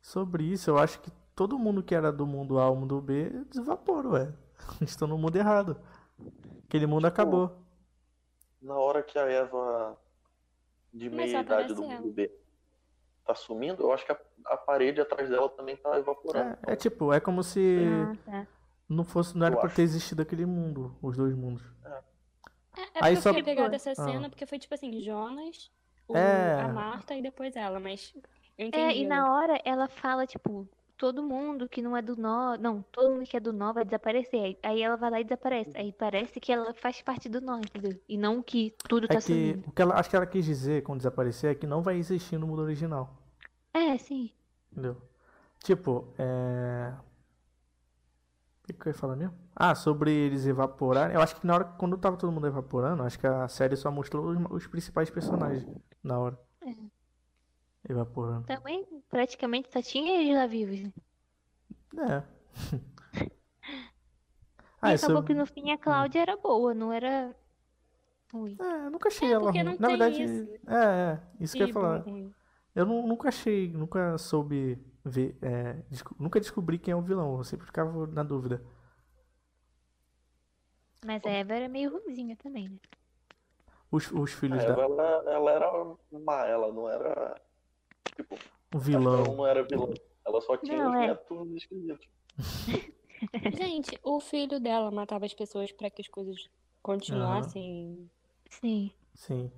Speaker 1: Sobre isso, eu acho que todo mundo que era do mundo A ao mundo B desevaporou, ué. <laughs> Estão no mundo errado. Aquele mundo acabou.
Speaker 2: Na hora que a Eva, de
Speaker 3: Mas
Speaker 2: meia
Speaker 3: só
Speaker 2: idade
Speaker 4: assim,
Speaker 2: do
Speaker 3: aparece
Speaker 2: mundo B, tá sumindo, eu acho que a, a parede atrás dela também tá evaporando.
Speaker 1: É, é tipo, é como se
Speaker 4: Ah, tá.
Speaker 1: não fosse, não era
Speaker 2: Eu
Speaker 1: pra
Speaker 2: acho.
Speaker 1: ter existido aquele mundo, os dois mundos.
Speaker 3: É, é
Speaker 1: Aí
Speaker 3: porque
Speaker 1: só-
Speaker 3: eu fiquei pegada essa
Speaker 1: Ah.
Speaker 3: cena, porque foi tipo assim, Jonas, o-
Speaker 1: É.
Speaker 3: a Marta e depois ela, mas eu
Speaker 4: É,
Speaker 3: entendi.
Speaker 4: e na hora ela fala, tipo, todo mundo que não é do nó, não, todo mundo que é do nó vai desaparecer. Aí- Aí ela vai lá e desaparece. Aí parece que ela faz parte do nó, entendeu? E não que tudo
Speaker 1: É
Speaker 4: tá
Speaker 1: que
Speaker 4: sumindo.
Speaker 1: o que ela, acho que ela quis dizer quando desaparecer é que não vai existir no mundo original.
Speaker 4: É, sim.
Speaker 1: Entendeu? Tipo, é. O que, que eu ia falar mesmo? Ah, sobre eles evaporarem. Eu acho que na hora, quando tava todo mundo evaporando, acho que a série só mostrou os, os principais personagens na hora.
Speaker 3: É.
Speaker 1: Evaporando.
Speaker 4: Também, praticamente, só tinha eles lá vivos. né?
Speaker 1: É. <laughs>
Speaker 4: e
Speaker 1: Ah, é
Speaker 4: acabou
Speaker 1: sobre...
Speaker 4: que no fim a Cláudia era boa, não era ruim.
Speaker 1: É, eu nunca achei
Speaker 3: É,
Speaker 1: ela
Speaker 3: porque
Speaker 1: ruim.
Speaker 3: não
Speaker 1: Na
Speaker 3: tem
Speaker 1: verdade,
Speaker 3: isso.
Speaker 1: é, é, isso que eu ia
Speaker 3: Tipo,
Speaker 1: falar.
Speaker 3: ruim.
Speaker 1: Eu nu- nunca achei, nunca soube ver, é, desco- nunca descobri quem é o vilão, eu sempre ficava na dúvida.
Speaker 4: Mas a Eva era meio ruimzinha também, né?
Speaker 1: Os, os
Speaker 2: A
Speaker 1: filhos
Speaker 2: Eva,
Speaker 1: da.
Speaker 2: ela, ela era má, ela não era. Tipo,
Speaker 1: O
Speaker 2: ela
Speaker 1: vilão.
Speaker 2: não era vilã. Ela só tinha
Speaker 4: Não,
Speaker 2: os
Speaker 4: é.
Speaker 2: netos esquisitos.
Speaker 3: Gente, o filho dela matava as pessoas pra que as coisas continuassem.
Speaker 4: Sim.
Speaker 1: Sim.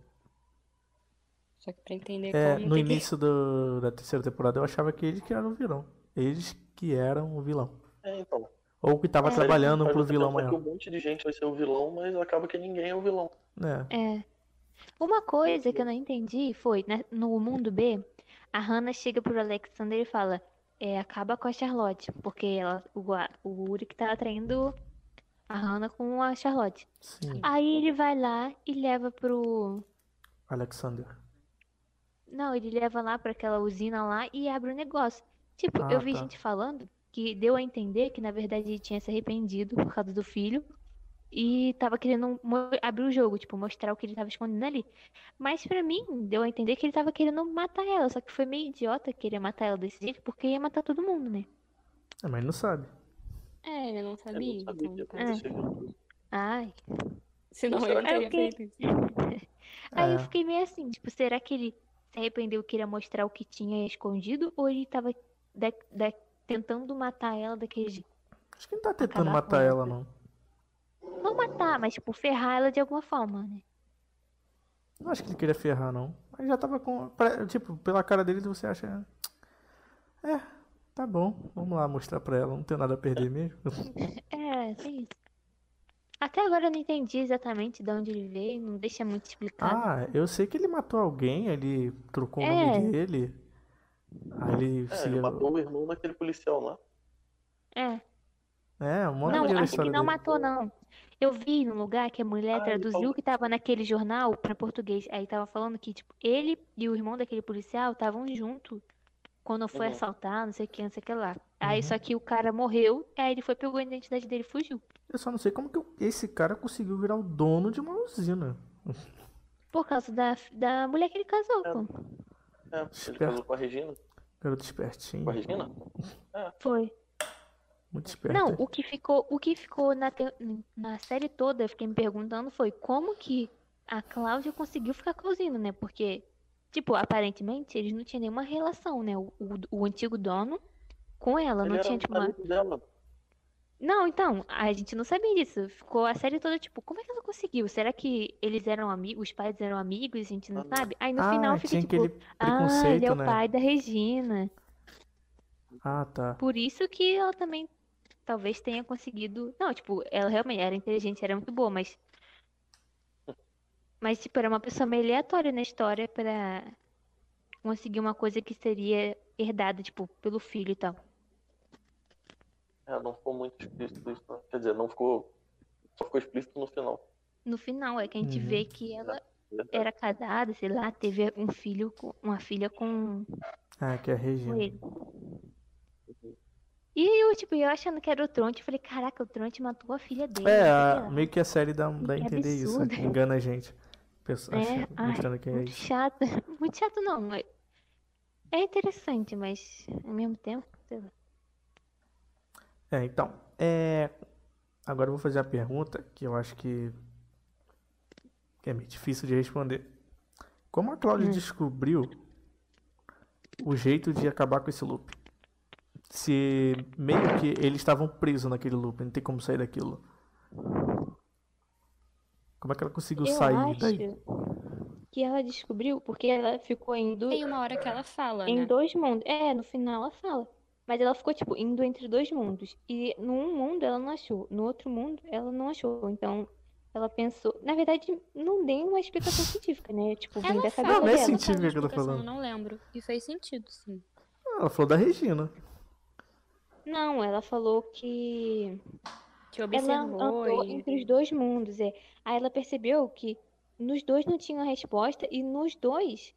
Speaker 3: Só que pra entender
Speaker 1: É,
Speaker 3: como.
Speaker 1: no
Speaker 3: tem que-
Speaker 1: início do- da terceira temporada eu achava que eles que eram o vilão. Eles que eram o vilão.
Speaker 2: É, então.
Speaker 1: Ou que tava
Speaker 4: É.
Speaker 1: Tá trabalhando
Speaker 2: Mas
Speaker 1: pro
Speaker 2: você
Speaker 1: vilão
Speaker 2: pensa que
Speaker 1: maior.
Speaker 2: um monte de gente vai ser o vilão, mas acaba que ninguém é o vilão.
Speaker 1: É.
Speaker 4: É. Uma coisa que eu não entendi foi, né, no mundo B, a Hannah chega pro Alexander e fala, é, acaba com a Charlotte, porque ela, o, a- o Uric tá traindo a Hannah com a Charlotte.
Speaker 1: Sim,
Speaker 4: Aí ele vai lá e leva pro.
Speaker 1: Alexander.
Speaker 4: Não, ele leva lá pra aquela usina lá e abre o negócio. Tipo, eu
Speaker 1: Ah,
Speaker 4: vi
Speaker 1: tá.
Speaker 4: gente falando que deu a entender que na verdade ele tinha se arrependido por causa do filho e tava querendo mo- abrir o jogo, tipo, mostrar o que ele tava escondendo ali. Mas pra mim, deu a entender que ele tava querendo matar ela, só que foi meio idiota querer matar ela desse jeito, porque ia matar todo mundo, né?
Speaker 1: É, mas não sabe.
Speaker 3: É, ele não
Speaker 2: Eu
Speaker 3: sabia.
Speaker 2: não sabia
Speaker 3: Então,
Speaker 4: É.
Speaker 2: que ia
Speaker 3: tá.
Speaker 2: acontecer isso.
Speaker 4: Ai.
Speaker 3: Senão
Speaker 2: Será
Speaker 3: ele
Speaker 2: que-
Speaker 3: não teria
Speaker 4: É, ok.
Speaker 3: feito isso.
Speaker 4: Aí eu
Speaker 1: É.
Speaker 4: fiquei meio assim, tipo, será que ele se arrependeu, queria mostrar o que tinha escondido, ou ele tava da- da- tentando matar ela daquele jeito?
Speaker 1: Acho que não tá tentando
Speaker 4: Acabar com
Speaker 1: matar
Speaker 4: ela.
Speaker 1: ela, não.
Speaker 4: Não matar, mas tipo, ferrar ela de alguma forma, né?
Speaker 1: Não acho que ele queria ferrar, não. Mas já tava com. pare- Tipo, pela cara dele você acha. É, tá bom. Vamos lá mostrar pra ela. Não tem nada a perder mesmo.
Speaker 4: <laughs> É, tem isso. Até agora eu não entendi exatamente de onde ele veio, não deixa muito explicado.
Speaker 1: Ah, eu sei que ele matou alguém, ele trocou o
Speaker 4: É.
Speaker 1: nome dele. Aí ele
Speaker 2: É,
Speaker 1: se.
Speaker 2: ele matou o irmão daquele policial lá.
Speaker 4: É.
Speaker 1: É, um monte
Speaker 4: Não,
Speaker 1: de
Speaker 4: acho que
Speaker 1: história
Speaker 4: não
Speaker 1: dele.
Speaker 4: matou, não. Eu vi num lugar que a mulher
Speaker 2: Ah, ele
Speaker 4: traduziu
Speaker 2: falou.
Speaker 4: o que tava naquele jornal pra português. Aí tava falando que, tipo, ele e o irmão daquele policial estavam junto quando foi
Speaker 2: Uhum.
Speaker 4: assaltar, não sei o que, não sei o que lá. Aí
Speaker 1: Uhum.
Speaker 4: só que o cara morreu, aí ele foi, pegou a identidade dele e fugiu.
Speaker 1: Eu só não sei como que eu- esse cara conseguiu virar o dono de uma usina.
Speaker 4: Por causa da, da mulher que ele casou,
Speaker 2: É.
Speaker 4: pô.
Speaker 2: É, ele
Speaker 1: Esperto.
Speaker 2: casou com a Regina.
Speaker 1: Garoto espertinho.
Speaker 2: Com a Regina?
Speaker 4: Foi.
Speaker 1: Muito esperto.
Speaker 4: Não, o que ficou, o que ficou na, te- na série toda, eu fiquei me perguntando foi como que a Cláudia conseguiu ficar com o Zino, né? Porque, tipo, aparentemente eles não tinham nenhuma relação, né? O, o- o antigo dono com ela,
Speaker 2: Ele
Speaker 4: não
Speaker 2: era
Speaker 4: tinha,
Speaker 2: um
Speaker 4: tipo, uma...
Speaker 2: amigo dela.
Speaker 4: Não, então, a gente não sabia disso. Ficou a série toda, tipo, como é que ela conseguiu? Será que eles eram amigos, os pais eram amigos, a gente não
Speaker 2: Ah.
Speaker 4: sabe? Aí no
Speaker 1: ah,
Speaker 4: final fica,
Speaker 1: tinha
Speaker 4: tipo,
Speaker 1: aquele
Speaker 4: ah, ele é
Speaker 1: preconceito,
Speaker 4: o
Speaker 1: né?
Speaker 4: pai da Regina.
Speaker 1: Ah, tá.
Speaker 4: Por isso que ela também talvez tenha conseguido. Não, tipo, ela realmente era inteligente, era muito boa, mas. Mas, tipo, era uma pessoa meio aleatória na história pra conseguir uma coisa que seria herdada, tipo, pelo filho e tal.
Speaker 2: É, não ficou muito explícito isso, né? Quer dizer, não ficou. Só ficou explícito no final.
Speaker 4: No final, é que a gente
Speaker 1: Uhum.
Speaker 4: vê que ela
Speaker 2: Verdade.
Speaker 4: era casada, sei lá, teve um filho, com- uma filha com,
Speaker 1: Ah, que é a
Speaker 4: com
Speaker 1: Regina.
Speaker 4: ele. E eu, tipo, eu achando que era o Tronte, eu falei, caraca, o Tronte matou a filha dele. né,
Speaker 1: É,
Speaker 4: sei
Speaker 1: a-
Speaker 4: lá.
Speaker 1: meio que a série dá, dá a
Speaker 4: Que
Speaker 1: entender isso.
Speaker 4: absurdo.
Speaker 1: Engana a gente. Pensa,
Speaker 4: É,
Speaker 1: acha-
Speaker 4: ai,
Speaker 1: mostrando que é
Speaker 4: Muito
Speaker 1: isso.
Speaker 4: chato. <laughs> Muito chato não. mas- É interessante, mas ao mesmo tempo. sei lá.
Speaker 1: É, então. É... Agora eu vou fazer a pergunta que eu acho que... que é meio difícil de responder. Como a Cláudia
Speaker 4: Hum.
Speaker 1: descobriu o jeito de acabar com esse loop? Se meio que eles estavam presos naquele loop, não tem como sair daquilo. Como é que ela conseguiu
Speaker 4: Eu
Speaker 1: sair
Speaker 4: acho
Speaker 1: daí?
Speaker 4: que ela descobriu porque ela ficou indo
Speaker 3: Tem uma hora que ela fala,
Speaker 4: em
Speaker 3: né?
Speaker 4: dois mundos. É, no final ela fala. Mas ela ficou, tipo, indo entre dois mundos. E num mundo ela não achou. No outro mundo ela não achou. Então ela pensou. Na verdade, não tem uma explicação científica, né? Tipo, vem
Speaker 3: Ela
Speaker 4: da
Speaker 3: fala, Tipo
Speaker 1: Não,
Speaker 4: cabeça
Speaker 1: não é
Speaker 4: dela.
Speaker 1: científico
Speaker 3: faz uma
Speaker 1: que eu tô
Speaker 3: explicação,
Speaker 1: falando.
Speaker 3: eu não lembro. E fez sentido, sim.
Speaker 1: Ela falou da Regina. assim
Speaker 4: Não, ela falou que
Speaker 3: Que
Speaker 4: ela
Speaker 3: observou
Speaker 4: andou
Speaker 3: e...
Speaker 4: entre os dois mundos, é. Aí ela percebeu que nos dois não tinha resposta e nos dois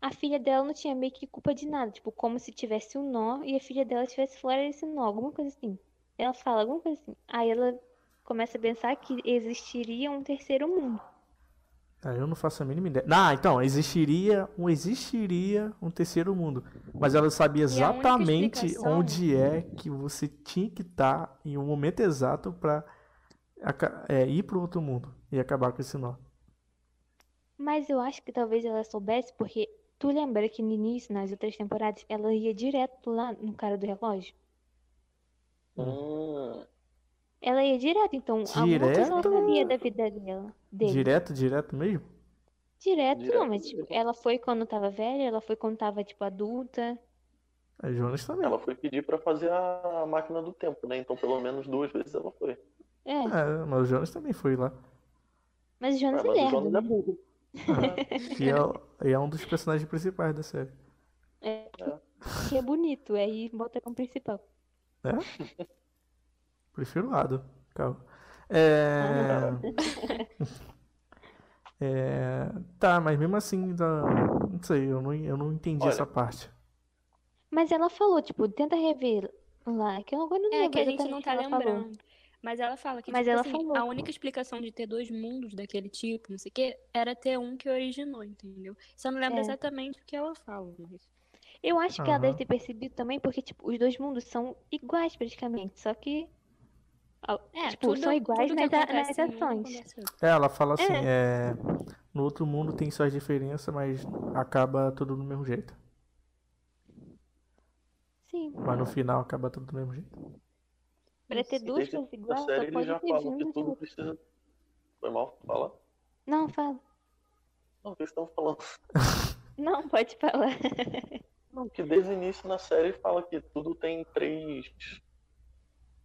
Speaker 4: a filha dela não tinha meio que culpa de nada, tipo, como se tivesse um nó e a filha dela estivesse fora desse nó, alguma coisa assim. Ela fala alguma coisa assim. Aí ela começa a pensar que existiria um terceiro mundo.
Speaker 1: Ah, eu não faço a mínima ideia. Ah, então, existiria um, existiria um terceiro mundo. Mas ela sabia
Speaker 3: E é a única
Speaker 1: exatamente
Speaker 3: explicação-
Speaker 1: onde é que você tinha que estar em um momento exato pra aca- é, ir pro outro mundo e acabar com esse nó.
Speaker 4: Mas eu acho que talvez ela soubesse, porque tu lembra que no início, nas outras temporadas, ela ia direto lá no cara do relógio?
Speaker 2: Hum,
Speaker 4: Ela ia direto, então alguma coisa ela
Speaker 1: Direto?
Speaker 4: sabia da vida dela, dele.
Speaker 1: Direto, direto mesmo?
Speaker 4: Direto, não,
Speaker 2: Direto,
Speaker 4: mas tipo,
Speaker 2: direto.
Speaker 4: ela foi quando tava velha, ela foi quando tava, tipo, adulta.
Speaker 1: A Jonas também. é
Speaker 2: ela foi pedir pra fazer a máquina do tempo, né? Então pelo menos duas vezes ela foi.
Speaker 4: É,
Speaker 1: É, mas o Jonas também foi lá.
Speaker 4: mas o
Speaker 2: Ah,
Speaker 4: Jonas
Speaker 2: mas
Speaker 4: é
Speaker 2: o Jonas
Speaker 4: lerdo,
Speaker 2: é
Speaker 4: né? <laughs>
Speaker 2: burro.
Speaker 1: E é, e é um dos personagens principais da série.
Speaker 4: Que é bonito, aí bota como principal.
Speaker 1: Prefiro o Adam. Calma. É...
Speaker 3: Ah.
Speaker 1: É, Tá, mas mesmo assim, dá- não sei, eu não, eu não entendi
Speaker 2: Olha.
Speaker 1: essa parte.
Speaker 4: Mas ela falou, tipo, tenta rever lá, que eu agora não
Speaker 3: É,
Speaker 4: lembro
Speaker 3: que a gente não
Speaker 4: exatamente o
Speaker 3: tá
Speaker 4: ela falou.
Speaker 3: lembrando. Mas ela fala que,
Speaker 4: Mas
Speaker 3: tipo
Speaker 4: ela
Speaker 3: assim,
Speaker 4: falou.
Speaker 3: a única explicação de ter dois mundos daquele tipo, não sei o quê, era ter um que originou, entendeu? Só não lembro
Speaker 4: É.
Speaker 3: exatamente o que ela fala, mas...
Speaker 4: Eu acho que ela deve
Speaker 1: Aham.
Speaker 4: ter percebido também, porque, tipo, os dois mundos são iguais praticamente, só que,
Speaker 3: É,
Speaker 4: tipo, são iguais
Speaker 3: tudo que
Speaker 4: nas a-
Speaker 3: acontece
Speaker 4: nas
Speaker 3: em um
Speaker 4: ações.
Speaker 3: acontece em outro.
Speaker 1: É, Ela fala assim, é, no outro mundo tem suas diferenças, mas acaba tudo do mesmo jeito.
Speaker 4: sim,
Speaker 1: Mas no final acaba tudo do mesmo jeito.
Speaker 4: pra ter
Speaker 2: E
Speaker 4: duas
Speaker 2: desde
Speaker 4: coisas
Speaker 2: a
Speaker 4: iguais, só
Speaker 2: série eles
Speaker 4: pode
Speaker 2: já
Speaker 4: ter
Speaker 2: falam
Speaker 4: vindo
Speaker 2: que
Speaker 4: de
Speaker 2: tudo
Speaker 4: outro.
Speaker 2: precisa. Foi mal? Fala?
Speaker 4: Não, fala.
Speaker 2: Não, o que estão falando?
Speaker 4: Não, pode falar.
Speaker 2: Não, que desde o início na série fala que tudo tem três.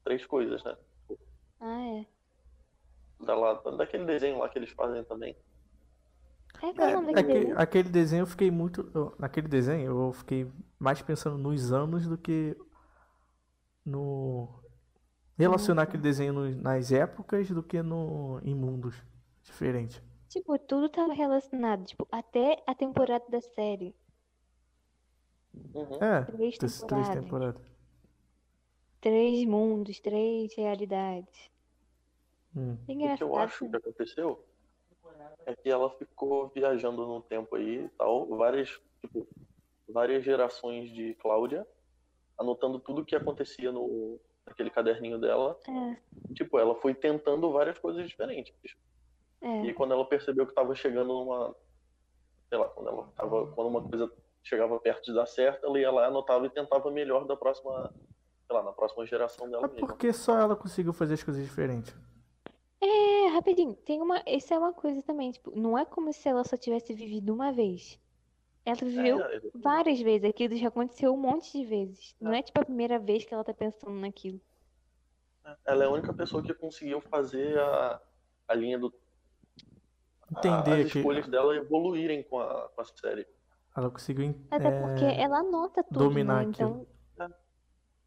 Speaker 2: Três coisas, né?
Speaker 4: Ah, é.
Speaker 2: Da lá, daquele desenho lá que eles fazem também.
Speaker 4: É, qual é o nome
Speaker 1: Aque-
Speaker 4: daquele
Speaker 1: aquele,
Speaker 4: desenho?
Speaker 1: desenho eu fiquei muito. eu- Naquele desenho eu fiquei mais pensando nos anos do que no. Relacionar aquele desenho no- nas épocas do que no, em mundos diferentes.
Speaker 4: Tipo, tudo tava relacionado, tipo, até a temporada da série.
Speaker 2: Uhum.
Speaker 1: É,
Speaker 4: Três
Speaker 1: três
Speaker 4: temporadas,
Speaker 1: três temporadas.
Speaker 4: três mundos, três realidades.
Speaker 1: Hum.
Speaker 2: O que
Speaker 4: Engraçado.
Speaker 2: eu acho que
Speaker 4: né?
Speaker 2: aconteceu é que ela ficou viajando no tempo aí e tal, várias, tipo, várias gerações de Cláudia, anotando tudo o que acontecia no naquele caderninho dela. Tipo, ela foi tentando várias coisas diferentes.
Speaker 4: É,
Speaker 2: E
Speaker 4: é.
Speaker 2: quando ela percebeu que tava chegando numa. Sei lá, quando ela tava. Quando uma coisa chegava perto de dar certo, ela ia lá, anotava e tentava melhor da próxima. Sei lá, na próxima geração dela
Speaker 1: Mas
Speaker 2: mesma.
Speaker 1: por que É só ela conseguiu fazer as coisas diferentes?
Speaker 4: É, rapidinho, tem uma. Isso é uma coisa também, tipo, não é como se ela só tivesse vivido uma vez. Ela viveu
Speaker 2: É,
Speaker 4: várias vezes aquilo, já aconteceu um monte de vezes. Não é tipo a primeira vez que ela tá pensando naquilo.
Speaker 2: Ela é a única pessoa que conseguiu fazer a, a linha do. a-
Speaker 1: Entender
Speaker 2: Ah, as
Speaker 1: que
Speaker 2: escolhas dela evoluírem com a, com a série.
Speaker 1: ela conseguiu en-
Speaker 4: Até porque
Speaker 1: é,
Speaker 4: ela anota tudo, né?
Speaker 1: dominar
Speaker 4: Então,
Speaker 2: aquilo.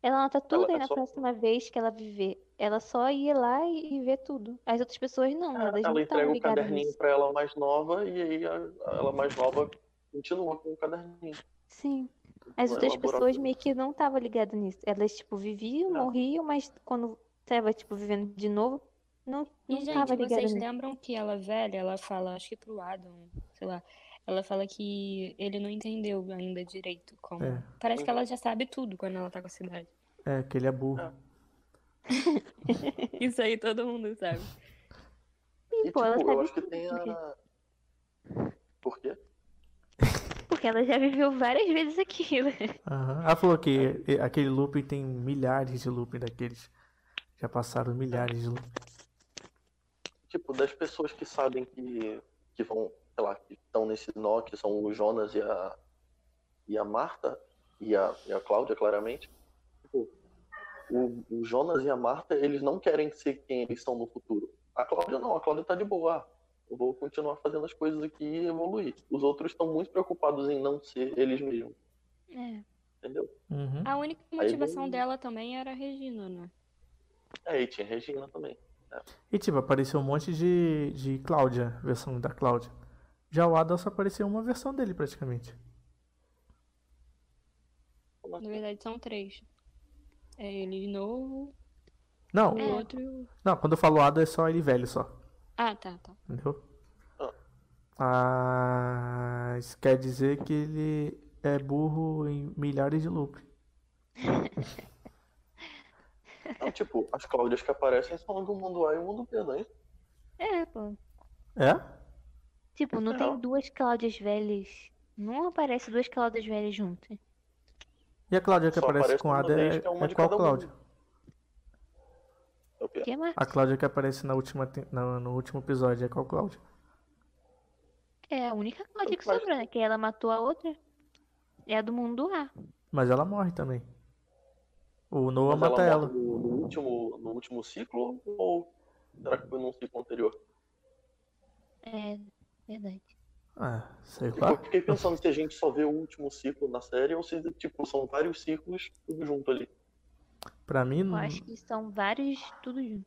Speaker 4: ela anota tudo
Speaker 2: Ela-
Speaker 4: aí
Speaker 2: é
Speaker 4: na
Speaker 2: só-
Speaker 4: próxima vez que ela viver. Ela só ia lá e, e vê tudo. As outras pessoas não, Ah, elas não
Speaker 2: ela
Speaker 4: estão
Speaker 2: entrega o
Speaker 4: ligadas
Speaker 2: caderninho
Speaker 4: nisso.
Speaker 2: pra ela mais nova e aí a, ela mais nova continua com o caderninho.
Speaker 4: Sim. As
Speaker 2: Não é
Speaker 4: outras
Speaker 2: elaborou
Speaker 4: pessoas
Speaker 2: tudo.
Speaker 4: meio que não estavam ligadas nisso. Elas, tipo, viviam,
Speaker 2: É.
Speaker 4: morriam, mas quando tava, tipo, vivendo de novo, não,
Speaker 3: E,
Speaker 4: não
Speaker 3: gente,
Speaker 4: tava ligada
Speaker 3: vocês
Speaker 4: nisso.
Speaker 3: lembram que ela velha, ela fala, acho que pro Adam, sei lá, ela fala que ele não entendeu ainda direito como.
Speaker 1: É.
Speaker 3: Parece que ela já sabe tudo quando ela tá com a cidade.
Speaker 4: <laughs>
Speaker 1: é que ele é burro.
Speaker 2: É.
Speaker 3: Isso aí todo mundo sabe.
Speaker 4: E,
Speaker 2: E,
Speaker 4: pô, ela tá
Speaker 2: tipo, eu
Speaker 4: sabe
Speaker 2: acho que
Speaker 4: tudo,
Speaker 2: tem
Speaker 4: porque-
Speaker 2: a. Por quê?
Speaker 4: Porque ela já viveu várias vezes aquilo.
Speaker 1: Aham. Ela falou que e- aquele looping tem milhares de looping daqueles. Já passaram milhares de looping.
Speaker 2: tipo, das pessoas que sabem que, que vão, sei lá, que estão nesse nó, que são o Jonas e a, e a Marta, e a, e a Cláudia, claramente, tipo, o, o Jonas e a Marta, eles não querem ser quem eles são no futuro. A Cláudia não, a Cláudia tá de boa. Ah, eu vou continuar fazendo as coisas aqui e evoluir. Os outros estão muito preocupados em não ser eles mesmos.
Speaker 4: É.
Speaker 2: entendeu?
Speaker 1: Uhum.
Speaker 3: A única motivação
Speaker 2: vem-
Speaker 3: dela também era a Regina, né?
Speaker 2: É, e tinha Regina também.
Speaker 1: E tipo, apareceu um monte de, de Cláudia, versão da Cláudia. Já o Adam só apareceu uma versão dele praticamente.
Speaker 2: Como
Speaker 3: Na
Speaker 2: assim?
Speaker 3: verdade, são três. É ele novo,
Speaker 1: Não,
Speaker 3: o
Speaker 4: É.
Speaker 3: outro.
Speaker 1: não, quando eu falo Adam é só ele velho só,
Speaker 3: Ah, tá, tá.
Speaker 1: entendeu?
Speaker 2: Ah.
Speaker 1: Ah, isso quer dizer que ele é burro em milhares de loop.
Speaker 2: Então, tipo, as Cláudias que aparecem são do mundo A e do mundo B, não é? isso?
Speaker 4: <laughs> É, pô.
Speaker 1: É?
Speaker 4: Tipo, não tem
Speaker 2: Não.
Speaker 4: duas Cláudias velhas. Não aparece duas Cláudias velhas juntas.
Speaker 1: E a Cláudia que
Speaker 2: Só
Speaker 1: aparece
Speaker 2: aparece
Speaker 1: com
Speaker 2: uma
Speaker 1: Adam
Speaker 2: vez,
Speaker 1: é,
Speaker 2: que é uma
Speaker 1: é
Speaker 2: de
Speaker 1: qual
Speaker 2: cada um.
Speaker 1: Cláudia?
Speaker 2: É o quê?
Speaker 4: Que mais?
Speaker 1: A Cláudia que aparece na última, tem- na- no último episódio é qual Cláudia?
Speaker 4: É a única Cláudia que
Speaker 2: Mas-
Speaker 4: sobrou, né? Que ela matou a outra. É a do mundo A.
Speaker 1: Mas ela morre também. O Noah
Speaker 2: Mas ela
Speaker 1: mata
Speaker 2: morre
Speaker 1: ela.
Speaker 2: No, no último, no último ciclo ou será que foi num ciclo anterior?
Speaker 4: É, verdade.
Speaker 1: Ah, sei
Speaker 2: Tipo,
Speaker 1: lá.
Speaker 2: eu fiquei pensando se a gente só vê o último ciclo na série ou se tipo, são vários ciclos tudo junto ali.
Speaker 1: Pra mim,
Speaker 4: Eu
Speaker 1: não-
Speaker 4: acho que são vários, tudo junto.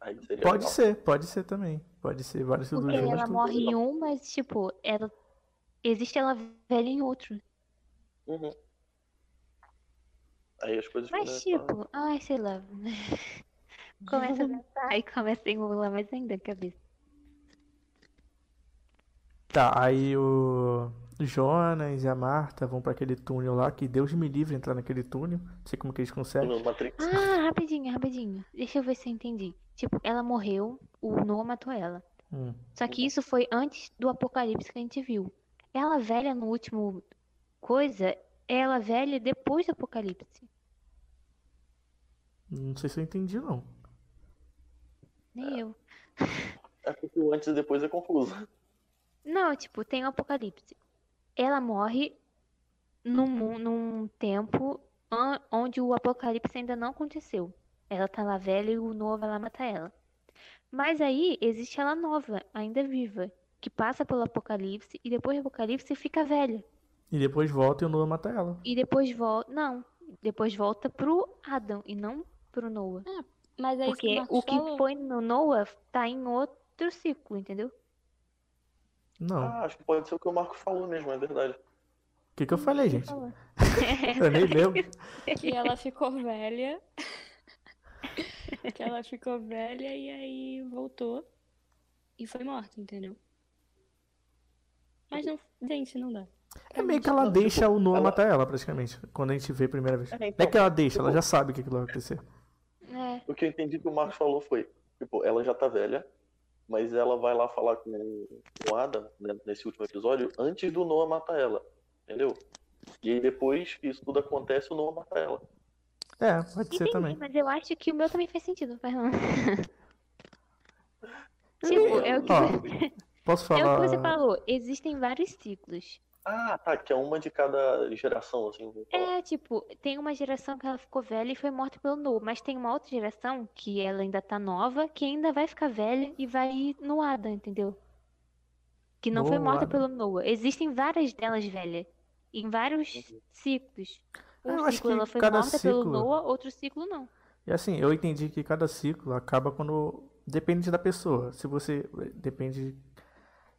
Speaker 2: Aí seria
Speaker 1: pode
Speaker 2: legal.
Speaker 1: ser, pode ser também. Pode ser vários do
Speaker 4: Porque
Speaker 2: junto.
Speaker 4: ela morre em um, mas, tipo, ela. Existe ela velha em outro.
Speaker 2: Uhum. Aí as coisas
Speaker 4: Mas,
Speaker 2: começam a-
Speaker 4: tipo, ai, sei lá. né? <laughs> começa a dançar e começa a enrolar mais ainda a cabeça.
Speaker 1: Tá, aí o Jonas e a Marta vão pra aquele túnel lá, que Deus me livre entrar naquele túnel. Não sei como que eles conseguem.
Speaker 2: No Matrix.
Speaker 4: Ah, rapidinho, rapidinho. Deixa eu ver se eu entendi. Tipo, ela morreu, o Noah matou ela.
Speaker 1: Hum.
Speaker 4: Só que isso foi antes do apocalipse que a gente viu. Ela velha no último coisa, ela velha depois do apocalipse.
Speaker 1: Não sei se eu entendi, não.
Speaker 4: Nem eu.
Speaker 2: É porque o antes e depois é confuso.
Speaker 4: Não, tipo, tem o apocalipse. Ela morre num, mu- num tempo an- onde o apocalipse ainda não aconteceu. Ela tá lá velha e o novo vai lá matar ela. Mas aí existe ela nova, ainda viva, que passa pelo apocalipse e depois do apocalipse fica velha.
Speaker 1: E depois volta e o Noah mata ela.
Speaker 4: E depois volta. Não, depois volta pro Adam e não pro Noah.
Speaker 3: Mas é isso que o
Speaker 4: Porque
Speaker 3: Marcos
Speaker 4: o que
Speaker 3: falou.
Speaker 4: foi no Noah tá em outro ciclo, entendeu?
Speaker 1: Não. O
Speaker 2: Ah, acho que pode ser o que o Marcos falou mesmo, é verdade.
Speaker 1: que que eu falei, gente? <laughs> É
Speaker 4: Fala.
Speaker 1: Eu nem lembro.
Speaker 4: <laughs>
Speaker 3: Que ela ficou velha. que ela ficou velha e aí voltou. E foi morta, entendeu? Mas não. Gente, não dá.
Speaker 1: É meio que ela
Speaker 2: Não, tipo,
Speaker 1: deixa o Noah
Speaker 2: ela-
Speaker 1: matar ela, praticamente. Quando a gente vê a primeira vez.
Speaker 2: É,
Speaker 1: Não
Speaker 2: então,
Speaker 1: é que ela deixa, ela
Speaker 2: tipo-
Speaker 1: já sabe o que, que vai acontecer.
Speaker 4: É,
Speaker 2: O que eu entendi que o Marcos falou foi, tipo, ela já tá velha, mas ela vai lá falar com com o Adam, né, nesse último episódio, antes do Noah matar ela, entendeu? E aí depois que isso tudo acontece, o Noah mata ela.
Speaker 1: É, pode ser
Speaker 4: Entendi,
Speaker 1: também.
Speaker 4: mas eu acho que o meu também faz sentido,
Speaker 1: <laughs>
Speaker 4: Fernando. tipo, é o que,
Speaker 1: Ó,
Speaker 4: você-
Speaker 1: Posso
Speaker 4: é o que você
Speaker 1: falar?
Speaker 4: falou. Existem vários ciclos.
Speaker 2: Ah, tá, que é uma de cada geração, assim. vamos falar.
Speaker 4: É, tipo, tem uma geração que ela ficou velha e foi morta pelo Noah, mas tem uma outra geração que ela ainda tá nova, que ainda vai ficar velha e vai ir no Adam, entendeu? Que não foi
Speaker 1: No
Speaker 4: morta
Speaker 1: Adam.
Speaker 4: pelo Noah. Existem várias delas velhas, em vários ciclos. Um
Speaker 1: Ah, Eu acho
Speaker 4: ciclo
Speaker 1: que
Speaker 4: ela foi
Speaker 1: cada
Speaker 4: morta pelo
Speaker 1: ciclo-
Speaker 4: Noah, outro ciclo não.
Speaker 1: E assim, eu entendi que cada ciclo acaba quando. Depende da pessoa. Se você. Depende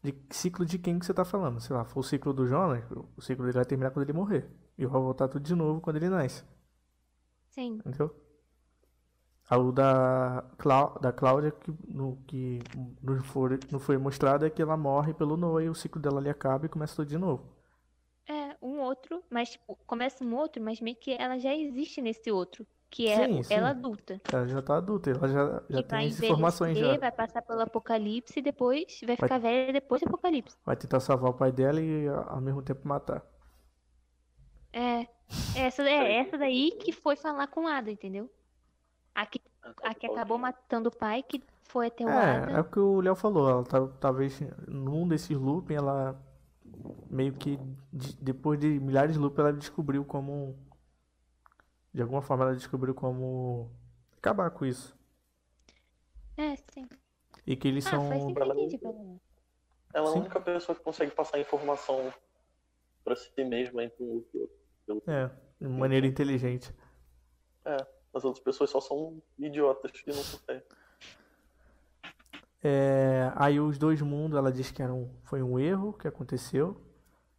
Speaker 1: de que ciclo de quem que você tá falando. Sei lá, for o ciclo do Jonas, o ciclo dele vai terminar quando ele morrer. E vai voltar tudo de novo quando ele nasce.
Speaker 4: Sim.
Speaker 1: Entendeu? A o da, Clá da Cláudia, que, no, que não, for, não foi mostrado, é que ela morre pelo Noah e o ciclo dela ali acaba e começa tudo de novo.
Speaker 4: É, um outro, mas tipo, começa um outro, mas meio que ela já existe nesse outro, que é
Speaker 1: Sim,
Speaker 4: o-
Speaker 1: sim.
Speaker 4: ela adulta,
Speaker 1: Ela já tá adulta, ela já, já
Speaker 4: que
Speaker 1: tem
Speaker 4: vai
Speaker 1: as informações já.
Speaker 4: envelhecer, vai passar pelo apocalipse e depois vai ficar velha e depois do apocalipse.
Speaker 1: Vai tentar salvar o pai dela e a- ao mesmo tempo matar.
Speaker 4: É, essa é essa daí que foi falar com o Ada, entendeu? A que,
Speaker 2: Ah, tá,
Speaker 4: a que
Speaker 2: tá,
Speaker 4: acabou
Speaker 2: tá.
Speaker 4: matando o pai, que foi até o
Speaker 1: É, é
Speaker 4: Ada.
Speaker 1: o que o Léo falou. Ela tá, talvez num desses looping, ela meio que de- depois de milhares de looping, ela descobriu como. De alguma forma, ela descobriu como acabar com isso.
Speaker 4: É, sim.
Speaker 1: E que eles
Speaker 4: Ah,
Speaker 1: são.
Speaker 4: faz sentido,
Speaker 2: Ela-
Speaker 4: entendi, pelo menos.
Speaker 2: Ela é
Speaker 1: Sim.
Speaker 2: a única pessoa que consegue passar informação pra si mesma entre um e outro.
Speaker 1: É, de maneira inteligente.
Speaker 2: As outras pessoas só são idiotas que não conseguem.
Speaker 1: É, aí os dois mundos, ela diz que era um, foi um erro que aconteceu.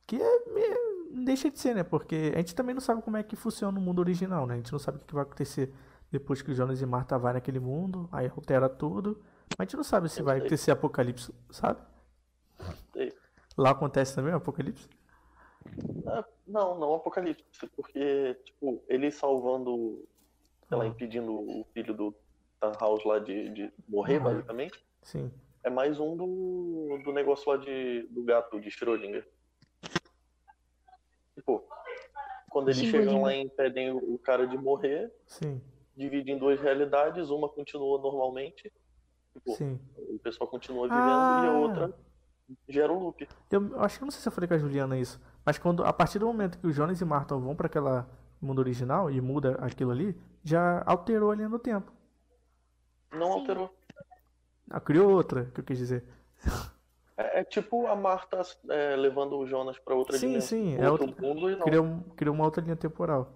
Speaker 1: Que é, me- deixa de ser, né? Porque a gente também não sabe como é que funciona o mundo original, né? A gente não sabe o que que vai acontecer depois que o Jonas e Marta vai naquele mundo, aí altera tudo. Mas a gente não sabe se
Speaker 2: Eu
Speaker 1: vai
Speaker 2: sei.
Speaker 1: acontecer apocalipse, sabe?
Speaker 2: Sei.
Speaker 1: Lá acontece também o apocalipse?
Speaker 2: Não, não apocalipse, porque, tipo, ele salvando, sei lá, impedindo o filho do House lá de, de morrer,
Speaker 1: Ah.
Speaker 2: basicamente,
Speaker 1: Sim.
Speaker 2: é mais um do, do negócio lá de, do gato, de Schrödinger. Tipo, quando eles chegam lá e impedem o o cara de morrer,
Speaker 1: Sim,
Speaker 2: divide em duas realidades, uma continua normalmente, tipo,
Speaker 1: sim.
Speaker 2: o pessoal continua vivendo, e
Speaker 1: Ah.
Speaker 2: a outra gera um loop.
Speaker 1: Eu, eu acho que eu não sei se eu falei com a Juliana isso, mas quando a partir do momento que o Jonas e Martin vão para aquela mundo original e muda aquilo ali, já alterou a linha do tempo.
Speaker 2: Não
Speaker 4: Sim.
Speaker 2: alterou.
Speaker 1: Ah, criou outra, que eu quis dizer.
Speaker 2: É, é tipo a Marta é, levando o Jonas pra outra
Speaker 1: Sim,
Speaker 2: dimensão,
Speaker 1: sim, é
Speaker 2: outro
Speaker 1: outra-
Speaker 2: mundo, e não,
Speaker 1: Criou, um- criou uma outra linha temporal.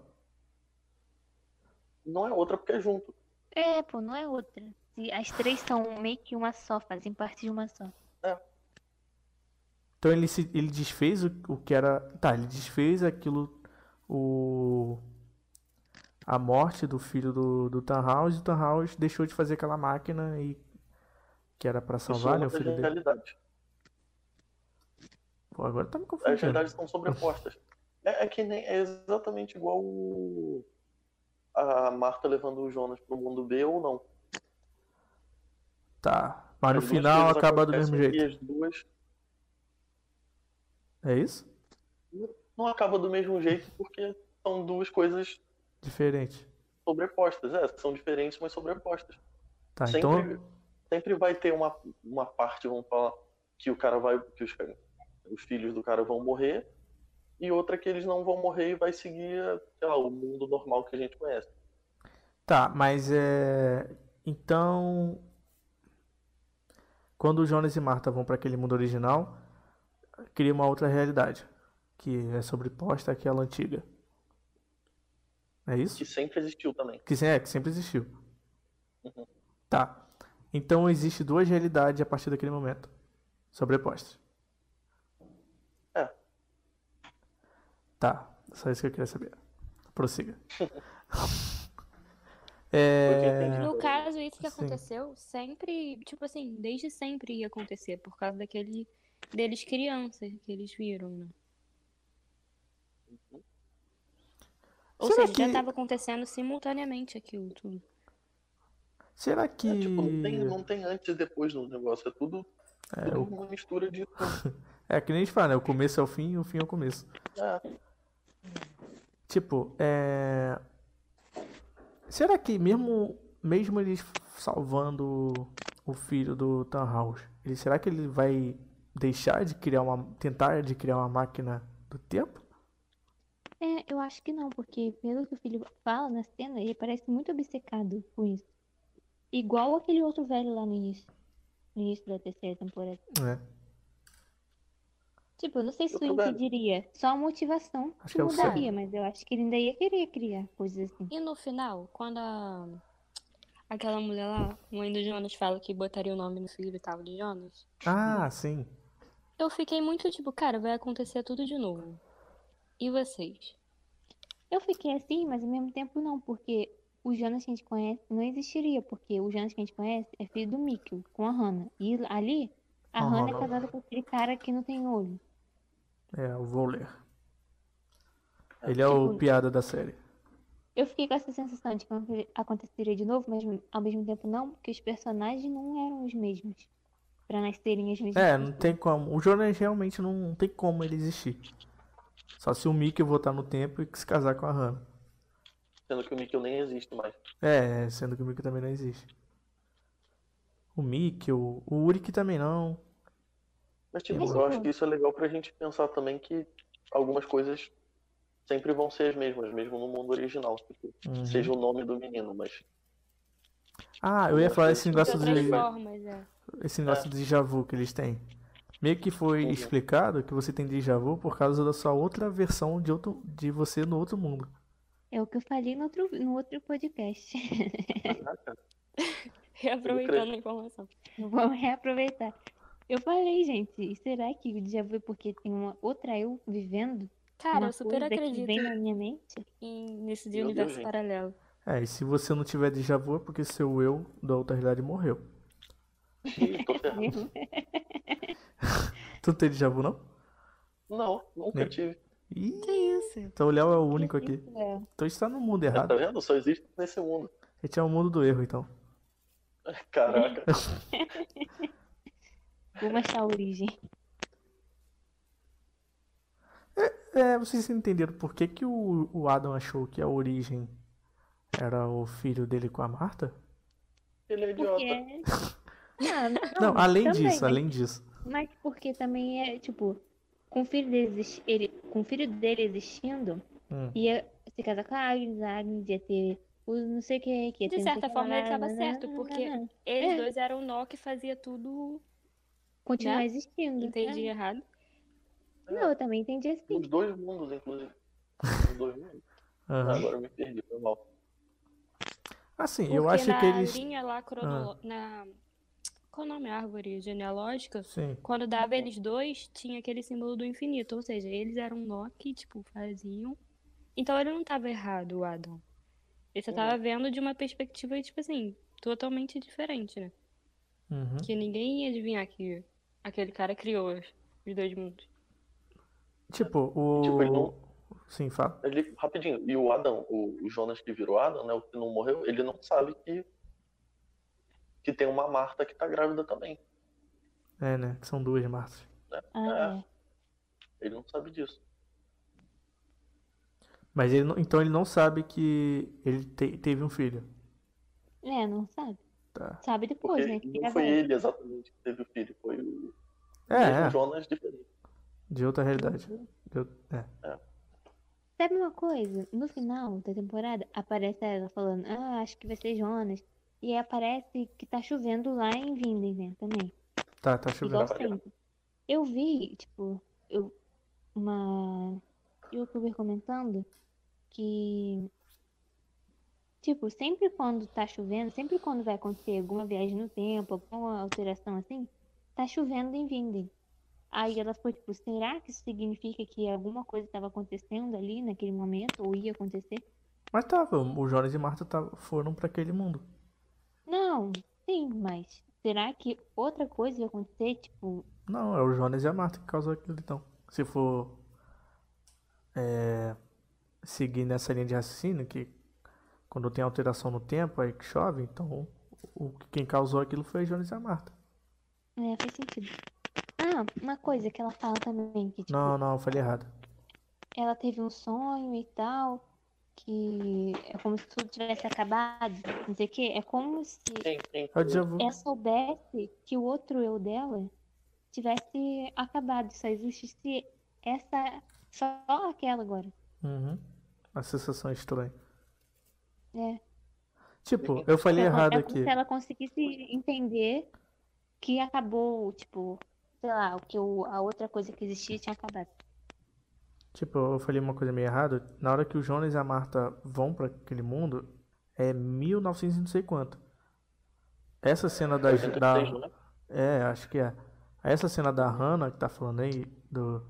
Speaker 2: não é outra porque é junto.
Speaker 4: É, pô, não é outra. Se As três são meio que uma só, fazem parte de uma só.
Speaker 1: Então ele, se, ele desfez o, o que era. Tá, ele desfez aquilo. O. A morte do filho do, do Tannhaus. E o Tannhaus deixou de fazer aquela máquina e. Que era pra
Speaker 2: Isso
Speaker 1: salvar,
Speaker 2: é
Speaker 1: né? O
Speaker 2: outra
Speaker 1: filho dele.
Speaker 2: realidade.
Speaker 1: Pô, agora tá me
Speaker 2: As
Speaker 1: confundindo.
Speaker 2: realidades estão sobrepostas. É, é que nem é exatamente igual o- a Marta levando o Jonas pro mundo B ou não.
Speaker 1: Tá. Mas no
Speaker 2: As duas
Speaker 1: final
Speaker 2: coisas
Speaker 1: acaba do mesmo
Speaker 2: acontecem
Speaker 1: jeito.
Speaker 2: E as duas
Speaker 1: É isso?
Speaker 2: não acaba do mesmo jeito porque são duas coisas
Speaker 1: Diferente.
Speaker 2: sobrepostas. É, são diferentes, mas sobrepostas.
Speaker 1: Tá,
Speaker 2: sempre,
Speaker 1: então.
Speaker 2: sempre vai ter uma, uma parte, vamos falar, que o cara vai. que os, os filhos do cara vão morrer, e outra que eles não vão morrer e vai seguir, sei lá, o mundo normal que a gente conhece.
Speaker 1: Tá, mas é. Então. Quando o Jonas e Marta vão pra aquele mundo original, cria uma outra realidade. Que é sobreposta àquela antiga. É isso?
Speaker 2: Que sempre existiu também.
Speaker 1: Que, se- é, que sempre existiu.
Speaker 2: Uhum.
Speaker 1: Tá. Então existe duas realidades a partir daquele momento. Sobrepostas.
Speaker 2: É.
Speaker 1: Tá. Só isso que eu queria saber.
Speaker 2: <laughs>
Speaker 1: Prossiga.
Speaker 2: Foi o que eu
Speaker 1: é...
Speaker 2: entendi.
Speaker 3: No caso, isso que
Speaker 1: Sim.
Speaker 3: aconteceu sempre, tipo assim, desde sempre ia acontecer, por causa daquele deles crianças que eles viram, né? Ou
Speaker 1: Será
Speaker 3: seja, já
Speaker 1: que-
Speaker 3: estava acontecendo simultaneamente aquilo tudo.
Speaker 1: Será que.
Speaker 2: É, tipo, não tem, não tem antes e depois no negócio, é tudo,
Speaker 1: É,
Speaker 2: tudo
Speaker 1: o-
Speaker 2: uma mistura de tudo.
Speaker 1: é que nem a gente fala, né? O começo é o fim e o fim é o começo.
Speaker 2: É,
Speaker 1: Tipo, é... Será que mesmo, mesmo eles salvando o filho do Tannhaus, ele, será que ele vai deixar de criar uma... tentar de criar uma máquina do tempo?
Speaker 4: É, eu acho que não, porque pelo que o filho fala na cena, ele parece muito obcecado com isso. Igual aquele outro velho lá no início. No início da terceira temporada.
Speaker 1: É.
Speaker 4: Tipo, eu não sei se isso
Speaker 2: Outro velho.
Speaker 4: impediria. Só a motivação
Speaker 1: Acho
Speaker 4: que
Speaker 1: que é o Sam.
Speaker 4: mudaria, mas eu acho que ele ainda ia querer criar coisas assim.
Speaker 3: E no final, quando a... aquela mulher lá, mãe do Jonas, fala que botaria o nome no filho e tal de Jonas,
Speaker 1: Ah, sim.
Speaker 3: eu fiquei muito tipo, cara, vai acontecer tudo de novo. E vocês?
Speaker 4: Eu fiquei assim, mas ao mesmo tempo não, porque o Jonas que a gente conhece não existiria, porque o Jonas que a gente conhece é filho do Mikkel, com a Hannah. E ali, a
Speaker 1: Ah,
Speaker 4: Hannah é
Speaker 1: não.
Speaker 4: casada com aquele cara que não tem olho.
Speaker 1: É, o Voller. Ele é o
Speaker 4: Tipo-
Speaker 1: piada da série.
Speaker 4: Eu fiquei com essa sensação de que aconteceria de novo, mas ao mesmo tempo não, porque os personagens não eram os mesmos. Pra nascerem as mesmas
Speaker 1: É, não
Speaker 4: pessoas.
Speaker 1: tem como. O Jonas realmente não, não tem como ele existir. Só se o Mickey voltar no tempo e se casar com a Hannah.
Speaker 2: sendo que o Mikkel nem existe mais.
Speaker 1: É, sendo que o Mickey também não existe. O Mickey, o, o Uric também não.
Speaker 2: Mas, tipo,
Speaker 4: Mas,
Speaker 2: eu acho
Speaker 4: pô.
Speaker 2: que isso é legal pra gente pensar também que algumas coisas sempre vão ser as mesmas, mesmo no mundo original. Tipo,
Speaker 1: Uhum.
Speaker 2: Seja o nome do menino, mas
Speaker 1: Ah, eu ia falar esse
Speaker 2: De
Speaker 3: De
Speaker 1: negócio
Speaker 3: outras
Speaker 1: de,
Speaker 3: formas, é. <laughs>
Speaker 1: esse negócio de déjà vu que eles têm. Meio que foi
Speaker 2: Entendi.
Speaker 1: explicado que você tem déjà vu por causa da sua outra versão de, outro, de você no outro mundo.
Speaker 4: É o que eu falei no outro, no outro podcast.
Speaker 2: Caraca.
Speaker 3: Reaproveitando a informação.
Speaker 4: <laughs> Vamos reaproveitar. Eu falei, gente, será que o déjà vu é porque tem uma outra eu vivendo?
Speaker 3: Cara,
Speaker 4: uma
Speaker 3: eu super
Speaker 4: coisa que vem
Speaker 3: acredito
Speaker 4: na minha mente?
Speaker 3: em, nesse
Speaker 2: Meu Deus,
Speaker 3: universo
Speaker 2: gente.
Speaker 3: paralelo.
Speaker 1: É, e se você não tiver déjà vu é porque seu eu da outra realidade morreu.
Speaker 2: E tô ferrado.
Speaker 1: Tu não tem déjà vu, não?
Speaker 2: Não, nunca
Speaker 1: Nem-
Speaker 2: tive.
Speaker 1: Ih,
Speaker 3: Que isso?
Speaker 1: então o Léo é o único aqui.
Speaker 4: É.
Speaker 1: Então está no mundo
Speaker 2: Ah, tá
Speaker 1: errado.
Speaker 2: vendo? Só existe nesse mundo.
Speaker 1: A gente é o mundo do erro, então. <laughs>
Speaker 2: Caraca.
Speaker 4: Vamos achar a origem.
Speaker 1: É, vocês entenderam por que, que o, o Adam achou que a origem era o filho dele com a Marta?
Speaker 2: Ele é
Speaker 4: Porque
Speaker 1: <laughs>
Speaker 2: idiota.
Speaker 4: é. Ah,
Speaker 1: Não, além
Speaker 4: também,
Speaker 1: disso,
Speaker 4: né?
Speaker 1: além disso.
Speaker 4: Mas porque também é, tipo, com o filho dele, exis- ele, com o filho dele existindo,
Speaker 1: Hum.
Speaker 4: ia se casar com a Agnes, a Agnes ia ter o não sei o que, que ia
Speaker 3: De
Speaker 4: ter não sei o
Speaker 3: certa
Speaker 4: que
Speaker 3: forma,
Speaker 4: lá,
Speaker 3: ele tava
Speaker 4: nananã,
Speaker 3: certo, porque
Speaker 4: nananã.
Speaker 3: Eles
Speaker 4: É.
Speaker 3: dois eram o nó que fazia tudo.
Speaker 4: Continuar
Speaker 3: né?
Speaker 4: existindo.
Speaker 3: Entendi errado.
Speaker 4: É. Não, eu também entendi assim.
Speaker 2: Os dois mundos, inclusive. Os dois mundos.
Speaker 1: Aham.
Speaker 2: Agora eu me perdi, foi mal.
Speaker 1: Assim,
Speaker 3: Porque
Speaker 1: eu acho
Speaker 3: na
Speaker 1: que eles. Ah.
Speaker 3: linha lá cronolo... na qual o nome? Árvore genealógica.
Speaker 1: Sim.
Speaker 3: Quando dava eles dois, tinha aquele símbolo do infinito. Ou seja, eles eram um nó que, tipo, faziam. Então ele não tava errado, o Adam. Ele só tava vendo de uma perspectiva, tipo assim, totalmente diferente, né?
Speaker 1: Uhum.
Speaker 3: Que ninguém ia adivinhar que aquele cara criou os os dois mundos.
Speaker 1: Tipo, o.
Speaker 2: Tipo, ele não-
Speaker 1: Sim, fala.
Speaker 2: Ele, rapidinho, e o Adam, o, o Jonas que virou Adam, né? O que não morreu, ele não sabe que. Que tem uma Marta que tá grávida também.
Speaker 1: É, né? Que são duas Martas.
Speaker 4: Ah,
Speaker 2: Ele não sabe disso.
Speaker 1: Mas ele não... então ele não sabe que ele te- teve um filho.
Speaker 4: é. É, não sabe.
Speaker 1: Tá.
Speaker 4: Sabe
Speaker 2: Porque
Speaker 4: depois, né? Que
Speaker 2: não
Speaker 4: fica
Speaker 2: foi
Speaker 4: velho.
Speaker 2: ele exatamente que teve o filho, foi o
Speaker 1: É,
Speaker 2: mesmo
Speaker 1: é.
Speaker 2: Jonas diferente.
Speaker 1: De outra realidade. De out- É.
Speaker 4: Sabe uma coisa? No final da temporada, aparece ela falando, ah, acho que vai ser Jonas. E aí aparece que tá chovendo lá em Vinden, né? Também.
Speaker 1: Tá, tá
Speaker 4: Igual
Speaker 1: chovendo.
Speaker 4: sempre. Eu vi, tipo, eu, uma youtuber comentando que, tipo, sempre quando tá chovendo, sempre quando vai acontecer alguma viagem no tempo, alguma alteração assim, tá chovendo em Vinden. Aí ela ficou tipo, será que isso significa que alguma coisa estava acontecendo ali naquele momento, ou ia acontecer?
Speaker 1: Mas tava, o Jonas e Marta tava- foram pra aquele mundo.
Speaker 4: Não, sim, mas será que outra coisa ia acontecer, tipo,
Speaker 1: Não, é o Jonas e a Marta que causou aquilo, então. Se for é, seguir nessa linha de raciocínio, que quando tem alteração no tempo, aí que chove, então o, quem causou aquilo foi o Jonas e a Marta.
Speaker 4: É, faz sentido. Ah, uma coisa que ela fala também, que tipo,
Speaker 1: Não, não, eu falei errado.
Speaker 4: ela teve um sonho e tal, que é como se tudo tivesse acabado, não sei o quê. É como se
Speaker 2: Quem, quem,
Speaker 1: É o déjà vu.
Speaker 4: ela soubesse que o outro eu dela tivesse acabado, só existisse essa, só aquela agora.
Speaker 1: Uhum. Uma sensação estranha.
Speaker 4: É.
Speaker 1: Tipo, eu falei
Speaker 4: É como-
Speaker 1: errado
Speaker 4: é como
Speaker 1: aqui.
Speaker 4: se ela conseguisse entender que acabou, tipo, sei lá, o que o- a outra coisa que existia tinha acabado.
Speaker 1: Tipo, eu falei uma coisa meio errada. Na hora que o Jonas e a Marta vão pra aquele mundo, é 1900 e não sei quanto. Essa cena da, da,
Speaker 2: 83, né?
Speaker 1: É, acho que é. Essa cena da Hannah que tá falando aí, do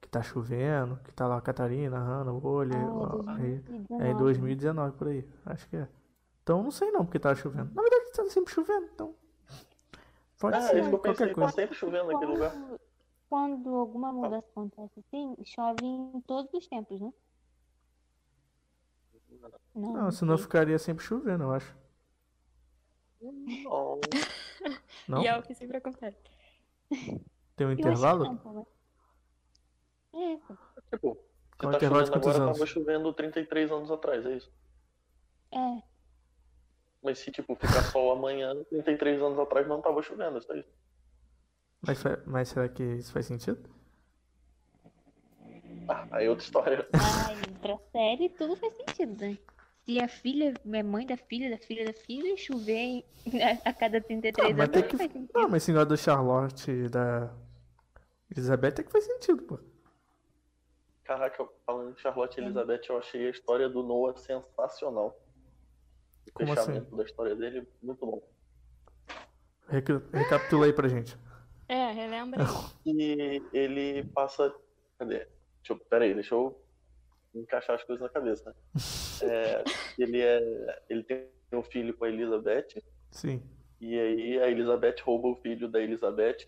Speaker 1: que tá chovendo, que tá lá a Catarina, a Hannah, o olho,
Speaker 4: Ah,
Speaker 1: aí, é
Speaker 4: 2019,
Speaker 1: em 2019 por aí, acho que é. Então não sei não porque tá chovendo. Na verdade tá sempre chovendo, então. Pode
Speaker 2: Ah,
Speaker 1: ser
Speaker 2: isso que eu
Speaker 1: qualquer
Speaker 2: pensei, tá
Speaker 1: coisa.
Speaker 2: sempre chovendo naquele lugar.
Speaker 4: Quando- Quando alguma mudança acontece assim, chove em todos os tempos, né? Não,
Speaker 1: Não, senão
Speaker 4: sei.
Speaker 1: ficaria sempre chovendo, eu acho.
Speaker 2: Não,
Speaker 1: Não?
Speaker 3: E é o que sempre acontece.
Speaker 1: Tem um
Speaker 4: Eu acho que
Speaker 1: intervalo?
Speaker 4: não, pô, mas- É, pô.
Speaker 2: tipo, se
Speaker 1: Um
Speaker 2: tá
Speaker 1: intervalo de
Speaker 2: chovendo
Speaker 1: quantos
Speaker 2: agora,
Speaker 1: anos?
Speaker 2: tava chovendo 33 anos atrás, é isso.
Speaker 4: é.
Speaker 2: Mas se, tipo, ficar sol amanhã, 33 anos atrás não tava chovendo, é só isso.
Speaker 1: Mas, fa- mas será que isso faz sentido?
Speaker 2: Ah, aí é outra história.
Speaker 4: Ai, pra série tudo faz sentido, né? Se a filha é mãe da filha, da filha da filha, e chover em- <laughs> a cada 33
Speaker 1: Ah, mas
Speaker 4: anos,
Speaker 1: tem
Speaker 4: não
Speaker 1: que-
Speaker 4: faz sentido.
Speaker 1: Não, mas esse negócio do Charlotte, da Elizabeth é que faz sentido, pô.
Speaker 2: Caraca, falando em Charlotte e Elizabeth, eu achei a história do Noah sensacional. O
Speaker 1: Como assim?
Speaker 2: fechamento da história dele, muito bom.
Speaker 1: Reca- Recapitula aí pra gente.
Speaker 3: É, relembra. aí.
Speaker 2: E ele passa. Cadê? Deixa eu... Peraí, deixa eu encaixar as coisas na
Speaker 1: <laughs>
Speaker 2: cabeça. né? É, ele, é... ele tem um filho com a Elizabeth,
Speaker 1: Sim.
Speaker 2: e aí a Elizabeth rouba o filho da Elizabeth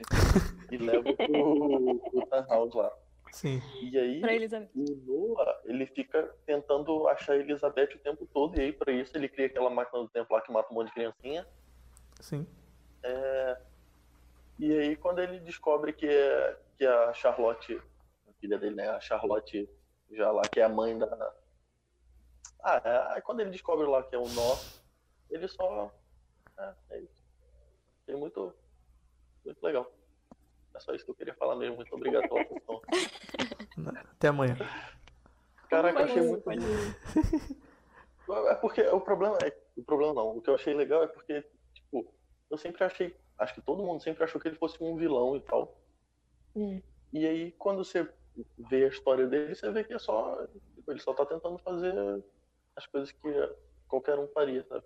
Speaker 2: e leva pro, pro House lá.
Speaker 1: Sim. <laughs>
Speaker 2: E aí.
Speaker 3: pra Elizabeth.
Speaker 2: o Noah, ele fica tentando achar a Elizabeth o tempo todo, e aí pra isso ele cria aquela máquina do tempo lá que mata um monte de criancinha.
Speaker 1: Sim.
Speaker 2: E aí quando ele descobre que, é, que a Charlotte, a filha dele, né, a Charlotte já lá, que é a mãe da... Ah, é, aí quando ele descobre lá que é o nó, ele só... É, é isso. Achei muito, muito legal. É só isso que eu queria falar mesmo. Muito obrigado pela atenção.
Speaker 1: Até amanhã.
Speaker 2: Caraca, eu achei
Speaker 3: Mas-
Speaker 2: muito É porque o problema é. O problema não. O que eu achei legal é porque, tipo, eu sempre achei. Acho que todo mundo sempre achou que ele fosse um vilão e tal.
Speaker 4: Hum.
Speaker 2: E aí, quando você vê a história dele, você vê que é só. tipo, ele só tá tentando fazer as coisas que qualquer um faria,
Speaker 4: <laughs>
Speaker 2: sabe?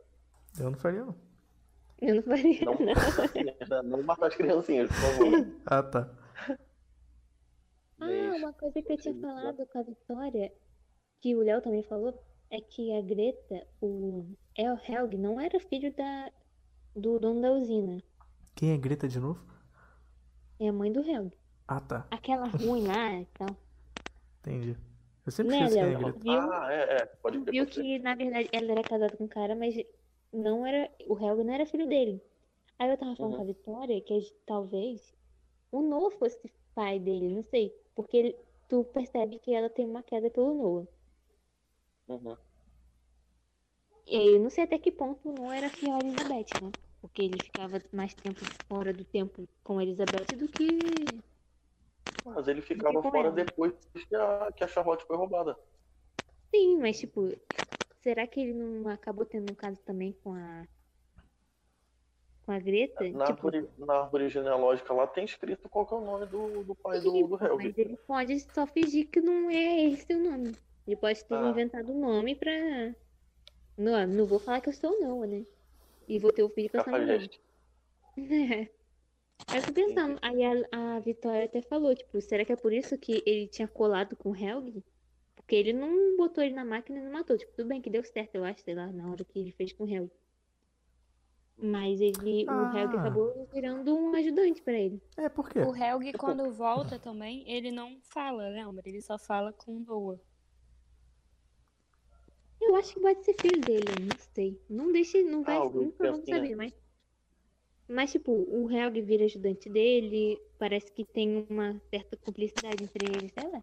Speaker 1: Eu não faria, não.
Speaker 4: Eu não faria,
Speaker 2: Não,
Speaker 4: não.
Speaker 2: né? não matar as criancinhas, por favor.
Speaker 1: Ah, tá.
Speaker 4: Ah,
Speaker 2: Mas-
Speaker 4: uma coisa que eu tinha
Speaker 2: Sim, claro.
Speaker 4: falado com a Vitória, que o Léo também falou, é que a Greta, o El Helg, não era filho da, do dono da usina.
Speaker 1: Quem é Greta de novo?
Speaker 4: É a mãe do Helg.
Speaker 1: Ah, tá.
Speaker 4: Aquela ruim lá e tal.
Speaker 1: Entendi. Eu sempre
Speaker 4: Né,
Speaker 1: esqueço quem é
Speaker 4: Léo?
Speaker 1: Greta.
Speaker 4: Viu?
Speaker 2: Ah, é, é. Pode
Speaker 4: Viu
Speaker 2: crer. pode crer.
Speaker 4: que, na verdade, ela era casada com um cara, mas não era. O Helg não era filho dele. Aí eu tava falando
Speaker 2: Uhum.
Speaker 4: com a Vitória que a gente- talvez o Noah fosse pai dele, não sei. Porque ele- tu percebe que ela tem uma queda pelo Noah.
Speaker 2: Uhum.
Speaker 4: E eu não sei até que ponto o Noah era fiel a Elizabeth, né? Porque ele ficava mais tempo fora do tempo com a Elizabeth do que.
Speaker 2: Mas ele ficava
Speaker 4: Fica
Speaker 2: fora
Speaker 4: mesmo.
Speaker 2: depois que a, que a Charlotte foi roubada.
Speaker 4: Sim, mas tipo, será que ele não acabou tendo um caso também com a. Com a Greta?
Speaker 2: Na,
Speaker 4: Tipo,
Speaker 2: árvore, na árvore genealógica lá tem escrito qual que é o nome do, do pai do,
Speaker 4: Sim,
Speaker 2: do
Speaker 4: pô,
Speaker 2: Helg.
Speaker 4: Mas ele pode só fingir que não é esse o nome. Ele pode ter
Speaker 2: Ah.
Speaker 4: inventado o nome pra. Não, não vou falar que eu sou não, né? E vou ter o
Speaker 2: é
Speaker 4: filho com essa mulher.
Speaker 2: Cafajeste.
Speaker 4: Aí eu tô pensando, aí a, a Vitória até falou, tipo, será que é por isso que ele tinha colado com o Helg? Porque ele não botou ele na máquina e não matou. Tipo, tudo bem que deu certo, eu acho, sei lá, na hora que ele fez com o Helg. Mas ele, o Helg
Speaker 1: Ah.
Speaker 4: acabou virando um ajudante pra ele.
Speaker 1: É, por quê?
Speaker 3: O Helg, quando volta também, ele não fala, lembra? Ele só fala com o Noah.
Speaker 4: Eu acho que pode ser filho dele, eu não sei. Não deixe, não vai,
Speaker 2: Ah, o
Speaker 4: nunca vamos
Speaker 2: criancinha.
Speaker 4: saber, mas. Mas, tipo, o Helg vira ajudante dele, parece que tem uma certa cumplicidade entre eles, sei lá.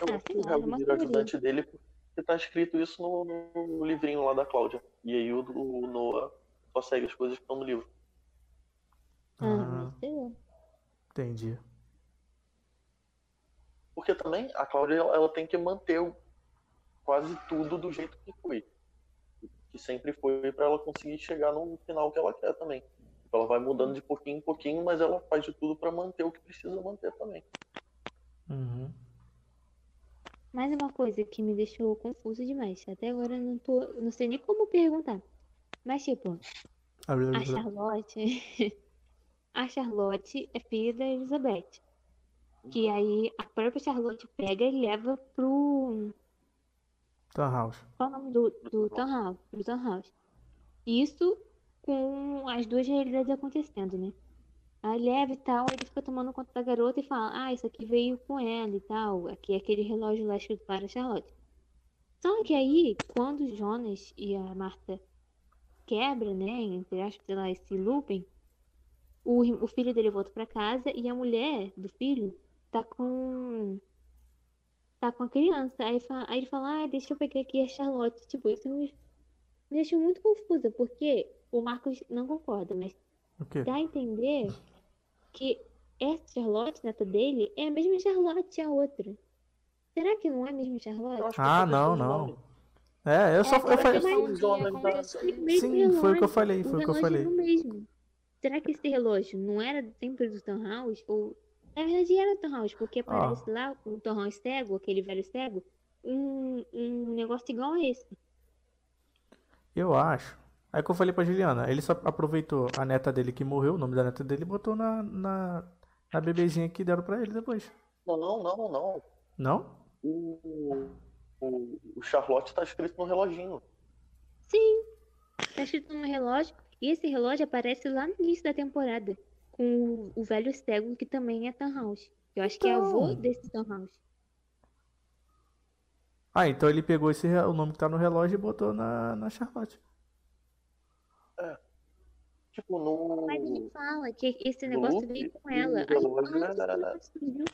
Speaker 2: Eu
Speaker 4: Ah,
Speaker 2: acho que
Speaker 4: sei
Speaker 2: o
Speaker 4: lá,
Speaker 2: Helg
Speaker 4: era uma
Speaker 2: vira
Speaker 4: teoria.
Speaker 2: ajudante dele porque tá escrito isso no, no livrinho lá da Cláudia. E aí o, o Noah só segue as coisas que estão no livro.
Speaker 1: Ah,
Speaker 4: Ah, sei lá.
Speaker 1: entendi.
Speaker 2: Porque também a Cláudia ela, ela tem que manter o- quase tudo do jeito que foi. Que sempre foi pra ela conseguir chegar no final que ela quer também. Tipo, Ela vai mudando de pouquinho em pouquinho, mas ela faz de tudo pra manter o que precisa manter também.
Speaker 1: Uhum.
Speaker 4: Mais uma coisa que me deixou confusa demais. Até agora eu não tô. Não sei nem como perguntar. Mas, tipo,
Speaker 1: Ah, blá, blá, blá.
Speaker 4: a Charlotte. <laughs> A Charlotte é filha da Elizabeth. Que aí a própria Charlotte pega e leva pro.
Speaker 1: Tom Então, House.
Speaker 4: Qual o nome do, do Tom House? Do Tom House. Isso com as duas realidades acontecendo, né? A leva e tal, ele fica tomando conta da garota e fala, ah, isso aqui veio com ela e tal. Aqui é aquele relógio lá escrito para Charlotte. Só que aí, quando o Jonas e a Marta quebra, né, entre aspas, sei lá, esse looping, o, ir- o filho dele volta pra casa e a mulher do filho tá com tá com a criança. Aí, fa- aí ele fala, ah, deixa eu pegar aqui a Charlotte. Tipo, isso me, me deixou muito confusa, porque o Marcos não concorda, mas
Speaker 1: O quê?
Speaker 4: dá a entender que essa Charlotte, neta dele, é a mesma Charlotte a outra. Será que não é a mesma
Speaker 2: Eu
Speaker 4: Charlotte?
Speaker 2: acho que
Speaker 1: Ah,
Speaker 2: é só
Speaker 1: não,
Speaker 2: questão de nome.
Speaker 1: não. É, eu só.
Speaker 4: É,
Speaker 1: Eu
Speaker 4: mas-
Speaker 1: falei...
Speaker 3: é
Speaker 2: Questão de nome da-
Speaker 4: O mesmo
Speaker 1: Sim, foi o que eu
Speaker 4: relógio,
Speaker 1: falei, foi o que eu
Speaker 4: relógio
Speaker 1: falei.
Speaker 4: é o mesmo. Será que esse relógio não era sempre do Tom House? Ou. Na verdade era do Tom House,
Speaker 1: Ah.
Speaker 4: porque aparece lá o Tom House cego, aquele velho cego, um, um negócio igual a esse.
Speaker 1: Eu acho. Aí que eu falei pra Juliana, ele só aproveitou a neta dele que morreu, o nome da neta dele, e botou na, na, na bebezinha que deram pra ele depois.
Speaker 2: Não, não, não, não.
Speaker 1: Não?
Speaker 2: O, o, o Charlotte tá escrito no reloginho.
Speaker 4: Sim. Tá escrito no relógio. E esse relógio aparece lá no início da temporada. Com o, o velho cego que também é Tom House. Eu acho que é avô desse Tom House.
Speaker 1: Ah, então ele pegou esse, re- o nome que tá no relógio e botou na, na Charlotte.
Speaker 2: Tipo, no.
Speaker 4: Mas ele fala que esse
Speaker 2: no
Speaker 4: negócio
Speaker 2: look,
Speaker 4: veio com
Speaker 2: o
Speaker 4: ela. Aí
Speaker 2: relógio
Speaker 4: fala assim, que
Speaker 2: era-
Speaker 4: ela construiu.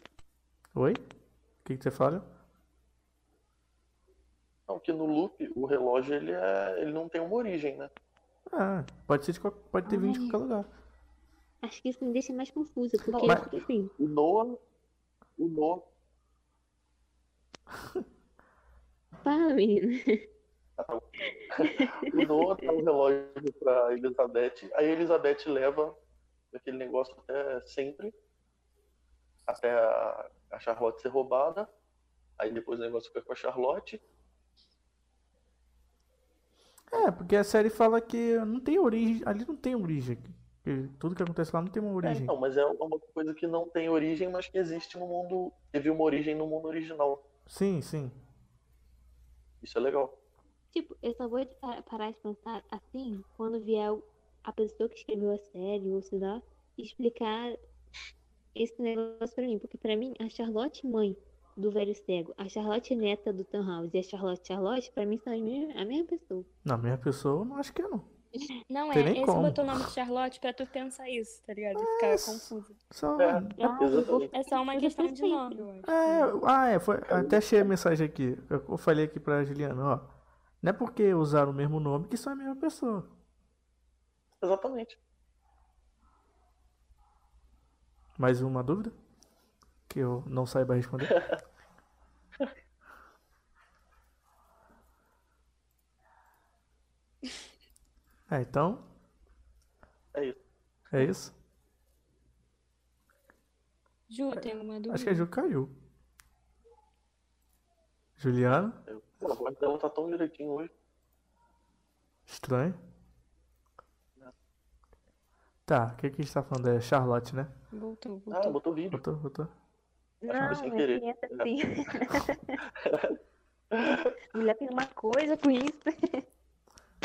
Speaker 1: Oi? O que, que você fala?
Speaker 2: Não, que no loop o relógio ele, é... ele não tem uma origem, né?
Speaker 1: Ah, pode ser de qual- pode ter vindo de
Speaker 4: Ai.
Speaker 1: qualquer lugar.
Speaker 4: Acho que isso me deixa mais confusa, porque, assim,
Speaker 1: mas-
Speaker 4: enfim,
Speaker 2: O Noah. O Noah.
Speaker 4: fala, menina.
Speaker 2: O Noah dá o relógio pra Elizabeth. Aí a Elizabeth leva aquele negócio até sempre. Até a, a Charlotte ser roubada. Aí depois o negócio fica com a Charlotte.
Speaker 1: É, porque a série fala que não tem origem. Ali não tem origem. Que Tudo que acontece lá não tem uma
Speaker 2: É,
Speaker 1: origem.
Speaker 2: então, mas é uma coisa que não tem origem, mas que existe no mundo. Teve uma origem no mundo original.
Speaker 1: Sim, sim.
Speaker 2: Isso é legal.
Speaker 4: Tipo, eu só vou pa- parar de pensar assim quando vier o- a pessoa que escreveu a série, ou sei lá, explicar esse negócio pra mim. Porque pra mim, a Charlotte mãe do velho cego, a Charlotte neta do Tom House e a Charlotte Charlotte, pra mim são as mesmas- a mesma pessoa.
Speaker 1: Na minha pessoa, eu não acho que é, não.
Speaker 3: Não
Speaker 1: Tem
Speaker 3: é,
Speaker 1: nem
Speaker 3: esse
Speaker 1: como.
Speaker 3: botou o nome de Charlotte pra tu pensar isso, tá ligado? E ficar
Speaker 1: Nossa.
Speaker 3: confuso.
Speaker 1: Só.
Speaker 2: É.
Speaker 4: Ah, eu vou
Speaker 2: Exatamente.
Speaker 3: É só uma
Speaker 4: Eu
Speaker 3: questão de
Speaker 4: pensei.
Speaker 3: nome, eu acho.
Speaker 1: É, ah, é, foi, até achei a mensagem aqui. Eu, eu falei aqui pra Juliana, ó. Não é porque usaram o mesmo nome que são a mesma pessoa.
Speaker 2: Exatamente.
Speaker 1: Mais uma dúvida? Que eu não saiba responder. É, então,
Speaker 2: É isso.
Speaker 1: é isso.
Speaker 3: Ju, tem alguma dúvida?
Speaker 1: Acho que a Ju caiu. Juliana?
Speaker 2: Eu- É Pô, a voz dela tá tão direitinho hoje.
Speaker 1: Estranho. Tá, o que, que a gente tá falando? É Charlotte, né?
Speaker 3: Voltou, voltou.
Speaker 2: Ah, botou vídeo.
Speaker 1: Botou, botou.
Speaker 2: Não, sem é querer.
Speaker 4: essa sim. é Mulher tem uma coisa com isso.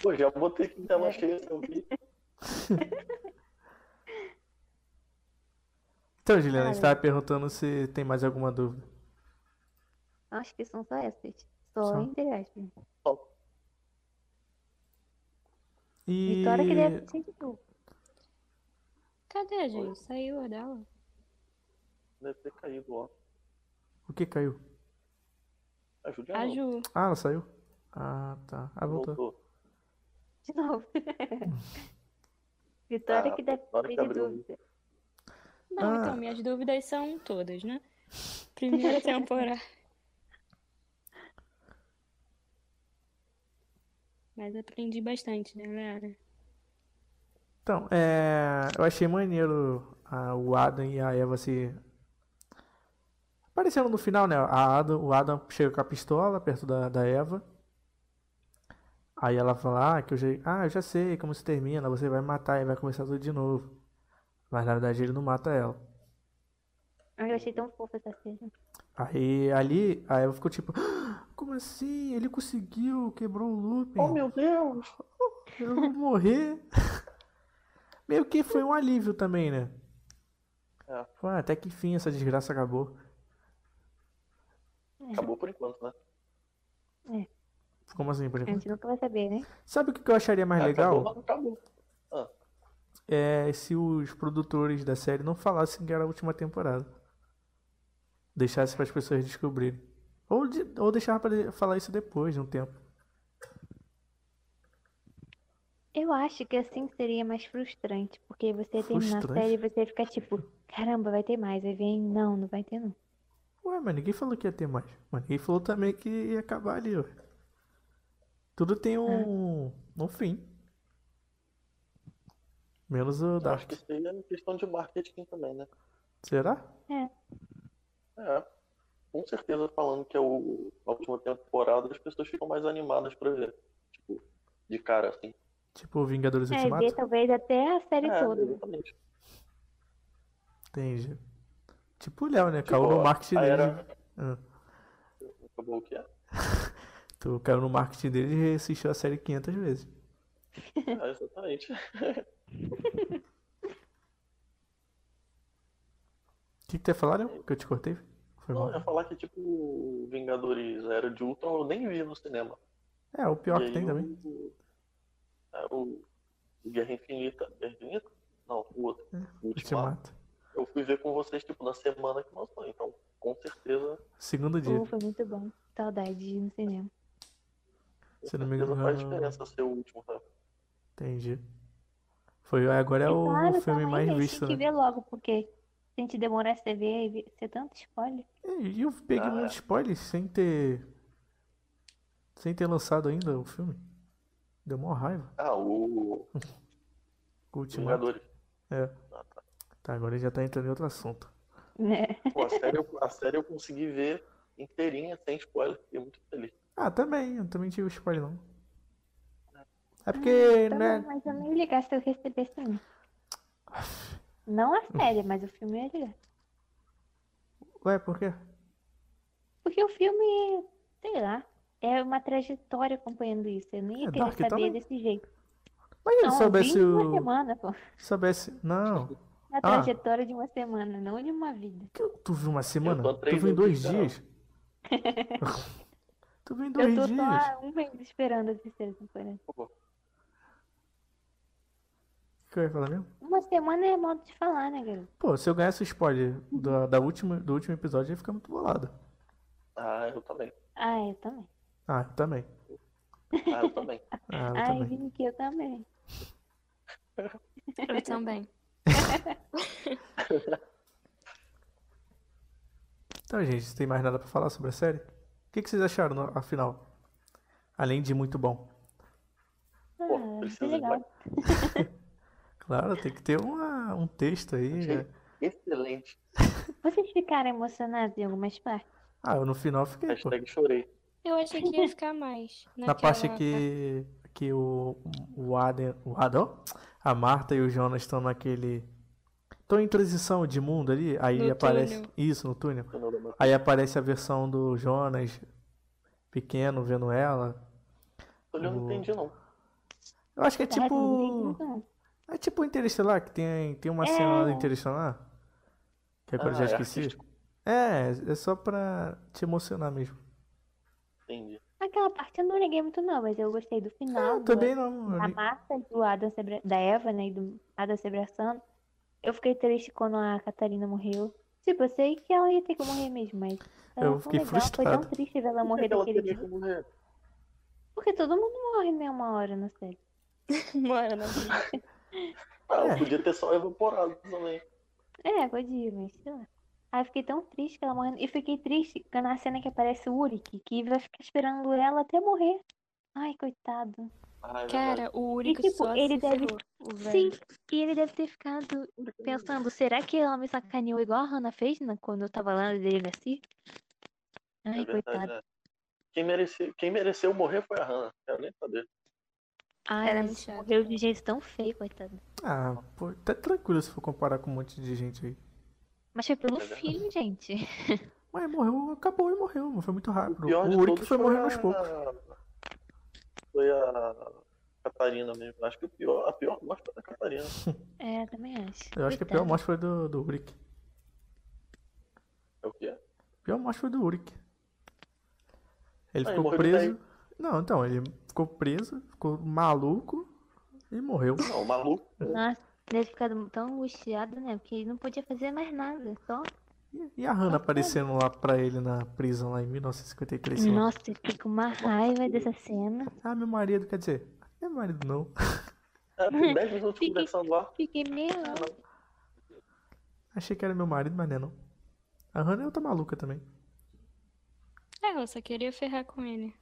Speaker 2: Pô, já botei aqui em
Speaker 4: É.
Speaker 2: tela cheia seu vídeo.
Speaker 1: Então, Juliana, a gente tava perguntando se tem mais alguma dúvida.
Speaker 4: Acho que são só essas. Só,
Speaker 1: Só.
Speaker 4: entre aspas.
Speaker 1: E...
Speaker 4: Vitória que deve ser de novo.
Speaker 3: Cadê, Ju? Saiu a dela?
Speaker 2: Deve ter caído, ó.
Speaker 1: O que caiu?
Speaker 2: A Juliana
Speaker 3: A Ju.
Speaker 1: Ah, ela saiu? Ah, tá. Ah, voltou.
Speaker 2: voltou.
Speaker 4: De
Speaker 1: <laughs>
Speaker 4: novo. Vitória
Speaker 2: Ah,
Speaker 4: Tá, que deve
Speaker 2: hora
Speaker 4: ser
Speaker 2: que
Speaker 4: de
Speaker 2: abriu.
Speaker 4: dúvida.
Speaker 3: Não,
Speaker 1: Ah.
Speaker 3: então, minhas dúvidas são todas, né? <laughs> Primeira temporada. Mas aprendi bastante, né, galera?
Speaker 1: Então, é... eu achei maneiro a- o Adam e a Eva se. Aparecendo no final, né? A Adam, o Adam chega com a pistola perto da, da Eva. Aí ela fala: ah, que eu já... ah, eu já sei como se termina, você vai matar e vai começar tudo de novo. Mas na verdade ele não mata ela.
Speaker 4: Ai, Ah, Eu achei tão fofa essa cena.
Speaker 1: Aí ali a Eva ficou tipo: "Ah, como assim? Ele conseguiu, quebrou o looping.
Speaker 2: Oh, meu Deus!
Speaker 1: Eu vou morrer. <laughs> Meio que foi um alívio também, né?
Speaker 2: É.
Speaker 1: Pô, até que fim essa desgraça acabou.
Speaker 4: É.
Speaker 2: Acabou por enquanto, né?
Speaker 1: Como assim, por
Speaker 4: A
Speaker 1: exemplo? <laughs>
Speaker 4: gente nunca vai saber, né?
Speaker 1: Sabe o que que eu acharia
Speaker 4: Ah,
Speaker 1: mais
Speaker 2: Acabou,
Speaker 1: legal?
Speaker 2: mas não acabou.
Speaker 1: É se os produtores da série não falassem que era a última temporada. Deixasse para as pessoas descobrirem. Ou, de, ou deixar para falar isso depois de um tempo.
Speaker 4: Eu acho que assim seria mais frustrante, porque você ia terminar a
Speaker 1: Frustrante?
Speaker 4: série e você ia ficar tipo, caramba, vai ter mais. Aí vem, não, não vai ter não.
Speaker 1: Ué, mas ninguém falou que ia ter mais. Mas ninguém falou também que ia acabar ali, ué.
Speaker 4: É.
Speaker 1: Tudo tem um, um fim. Menos o
Speaker 2: Eu acho
Speaker 1: Dark.
Speaker 2: que isso aí é questão de marketing também, né?
Speaker 1: Será?
Speaker 2: É. Com certeza, falando que é o, a última temporada, as pessoas ficam mais animadas pra ver. Tipo, de cara, assim.
Speaker 1: Tipo Vingadores
Speaker 4: É,
Speaker 1: Ultimato?
Speaker 4: ver talvez até a série
Speaker 2: É,
Speaker 4: toda.
Speaker 2: exatamente.
Speaker 1: Entendi. Tipo o Léo, né?
Speaker 2: Tipo,
Speaker 1: Caiu no
Speaker 2: a
Speaker 1: marketing
Speaker 2: era-
Speaker 1: dele. Ah,
Speaker 2: Acabou o que é.
Speaker 1: tu caiu no marketing dele e assistiu a série 500 vezes.
Speaker 2: É, exatamente.
Speaker 4: Uhum.
Speaker 1: O que, que tu ia falar, Léo? Que eu te cortei? Foi
Speaker 2: Não,
Speaker 1: mal.
Speaker 2: eu ia falar que, tipo, Vingadores Era de Ultron eu nem vi no cinema.
Speaker 1: É, o pior
Speaker 2: E
Speaker 1: que
Speaker 2: aí
Speaker 1: tem
Speaker 2: o-
Speaker 1: também.
Speaker 2: um é, o Guerra Infinita. Guerra Infinita? Não, o outro.
Speaker 1: É,
Speaker 2: O Ultimato.
Speaker 1: Ultimato.
Speaker 2: Eu fui ver com vocês, tipo, na semana que lançou. Então, com certeza,
Speaker 1: Segundo dia.
Speaker 4: Oh, foi muito bom. Saudade de ir no cinema.
Speaker 2: com
Speaker 1: Se não me
Speaker 2: certeza faz
Speaker 1: engano-
Speaker 2: diferença ser o último, sabe?
Speaker 1: Entendi. Foi, agora é
Speaker 4: E
Speaker 1: o filme
Speaker 4: claro, também,
Speaker 1: mais
Speaker 4: a gente
Speaker 1: visto,
Speaker 4: tem que
Speaker 1: né?
Speaker 4: ver logo, porque se a gente demorar essa ver, aí vê- ser tanto spoiler.
Speaker 1: É, E eu peguei
Speaker 2: Ah.
Speaker 1: um spoiler sem ter. Sem ter lançado ainda o filme. Deu mó raiva.
Speaker 2: Ah, o
Speaker 1: O Ultimato.
Speaker 2: Vingadores.
Speaker 1: É.
Speaker 2: Ah, tá.
Speaker 1: Tá, agora já tá entrando em outro assunto.
Speaker 4: Né?
Speaker 2: Pô, a série, eu, a série eu consegui ver inteirinha, sem spoiler. Fiquei muito feliz.
Speaker 1: Ah, também. Eu também tive spoiler, não. É
Speaker 4: Ah,
Speaker 1: porque,
Speaker 4: tá
Speaker 1: né?
Speaker 4: bom, mas eu nem ligar se eu recebesse um. Não a série, mas o filme é eu ia ligar.
Speaker 1: Ué, por quê?
Speaker 4: Porque o filme, sei lá, é uma trajetória acompanhando isso. Eu nem ia
Speaker 1: É,
Speaker 4: querer
Speaker 1: Dark
Speaker 4: saber
Speaker 1: também.
Speaker 4: desse jeito.
Speaker 1: Mas se
Speaker 4: Não,
Speaker 1: ele
Speaker 4: eu
Speaker 1: soubesse
Speaker 4: vi uma
Speaker 1: o. Ah.
Speaker 4: semana, pô.
Speaker 1: Soubesse. Não.
Speaker 4: Uma trajetória de uma semana, não de uma vida.
Speaker 1: Que- Tu viu uma semana?
Speaker 2: tô há
Speaker 1: Tu
Speaker 2: três
Speaker 1: viu em dois
Speaker 2: meses,
Speaker 4: <laughs>
Speaker 1: dias? Tu viu em
Speaker 4: Eu
Speaker 1: dois
Speaker 4: tô só
Speaker 1: dias?
Speaker 4: há um mês esperando a terceira temporada.
Speaker 1: O que eu ia falar mesmo?
Speaker 4: Uma semana é modo de falar, né, garoto?
Speaker 1: Pô, se eu ganhasse o spoiler da, da última, do último episódio, eu ia ficar muito bolado.
Speaker 2: Ah, eu também.
Speaker 4: Ah, eu também.
Speaker 1: Ah, eu também.
Speaker 2: Ah, eu
Speaker 1: <laughs>
Speaker 2: também.
Speaker 1: Ah, eu
Speaker 4: Ai,
Speaker 1: também.
Speaker 4: Vini, que eu também.
Speaker 3: Eu também.
Speaker 1: Então, gente, tem mais nada pra falar sobre a série? O que, que vocês acharam, no- afinal? Além de muito bom.
Speaker 4: Ah,
Speaker 2: Pô,
Speaker 4: que
Speaker 2: precisa de
Speaker 4: legal.
Speaker 2: mais.
Speaker 1: Claro, tem que ter uma, um texto aí.
Speaker 2: Achei.
Speaker 1: né?
Speaker 2: Excelente.
Speaker 4: Vocês ficaram emocionados em algumas partes?
Speaker 1: Ah, eu no final fiquei, pô.
Speaker 2: Hashtag chorei.
Speaker 3: Eu achei que ia ficar mais.
Speaker 1: Na parte
Speaker 3: naquela-
Speaker 1: que, que o, o Adam, o Adam, ó, a Marta e o Jonas estão naquele. Estão em transição de mundo ali, aí
Speaker 3: No
Speaker 1: aparece.
Speaker 3: túnel.
Speaker 1: Isso, no túnel.
Speaker 2: Eu não lembro.
Speaker 1: Aí aparece a versão do Jonas pequeno vendo ela.
Speaker 2: Eu não entendi, não.
Speaker 1: Eu acho que é
Speaker 4: Caraca, não tem
Speaker 1: tipo.
Speaker 4: muito, não.
Speaker 1: É tipo o Interestelar, que tem, tem uma
Speaker 4: É.
Speaker 1: cena lá do Interestelar. Que agora eu já
Speaker 2: Ah, é
Speaker 1: esqueci.
Speaker 2: artístico.
Speaker 1: É, é só pra te emocionar mesmo.
Speaker 2: Entendi.
Speaker 4: Aquela parte eu não liguei muito, não, mas eu gostei do final.
Speaker 1: Ah, Eu
Speaker 4: do-
Speaker 1: também não. Tá eu
Speaker 4: da
Speaker 1: nem-
Speaker 4: Marta e do Adam se abra- da Eva, né? E do Adam se abraçando. Eu fiquei triste quando a Catarina morreu. Tipo, eu sei que ela ia ter que morrer mesmo, mas. ela
Speaker 1: Eu
Speaker 4: foi
Speaker 1: fiquei
Speaker 4: legal, Foi tão
Speaker 1: frustrado.
Speaker 4: triste ver ela
Speaker 2: Por que
Speaker 4: morrer
Speaker 2: que ela
Speaker 4: daquele
Speaker 2: teria
Speaker 4: jeito.
Speaker 2: que morrer?
Speaker 4: Porque todo mundo morre, né? Uma hora na série.
Speaker 3: Mora na vida.
Speaker 2: Ah,
Speaker 1: É.
Speaker 2: podia ter só evaporado também.
Speaker 4: É, podia, mas sei lá. Aí eu fiquei tão triste que ela morrendo. E fiquei triste que na cena que aparece o Urik, que vai ficar esperando ela até morrer. Ai, coitado.
Speaker 2: Ah, é verdade.
Speaker 3: Cara, o Único
Speaker 4: tipo,
Speaker 3: só
Speaker 4: ele
Speaker 3: se
Speaker 4: deve-
Speaker 3: ferrou, o
Speaker 4: Sim,
Speaker 3: velho.
Speaker 4: e ele deve ter ficado pensando, será que ela me sacaneou igual a Hannah fez né, quando eu tava lá dele assim?
Speaker 2: É
Speaker 4: Ai,
Speaker 2: verdade,
Speaker 4: coitado.
Speaker 2: é. Quem mereceu, quem mereceu morrer foi a Hannah. Quero nem saber.
Speaker 4: Ai,
Speaker 3: Era
Speaker 4: mas
Speaker 3: muito chato.
Speaker 4: morreu de jeito tão feio, coitado.
Speaker 1: Ah, pô, tá tranquilo se for comparar com um monte de gente aí.
Speaker 4: Mas foi pelo
Speaker 2: É verdade.
Speaker 4: filho, gente.
Speaker 1: Mas morreu, acabou e morreu, foi muito rápido.
Speaker 2: pior de
Speaker 1: Ah, O Uric
Speaker 2: todos
Speaker 1: foi morrendo
Speaker 2: a-
Speaker 1: aos poucos.
Speaker 2: Foi a Catarina mesmo. Acho que o pior, a pior morte foi da Catarina.
Speaker 4: É, também acho.
Speaker 1: Eu acho que a pior morte foi do, do Uric.
Speaker 2: É o quê?
Speaker 1: A pior morte foi do Uric. Ele
Speaker 2: Ah, ele
Speaker 1: ficou
Speaker 2: morreu
Speaker 1: preso. Não, então, ele ficou preso, ficou maluco e morreu.
Speaker 2: Não, o maluco.
Speaker 4: Nossa, deve ficar tão angustiado, né? Porque ele não podia fazer mais nada, só.
Speaker 1: E- E a Hannah aparecendo lá pra ele na prisão lá em 1953. sei lá.
Speaker 4: Nossa, eu fiquei com uma raiva dessa cena.
Speaker 1: Ah, meu marido, quer dizer, não é meu marido não.
Speaker 4: <laughs>
Speaker 2: É, tem 10 minutos
Speaker 4: Fiquei-
Speaker 2: conversando lá.
Speaker 4: Fiquei meio.
Speaker 1: Achei que era meu marido, mas não é não. A Hannah é outra maluca também.
Speaker 3: É, ela só queria ferrar
Speaker 1: <laughs>
Speaker 3: com ele.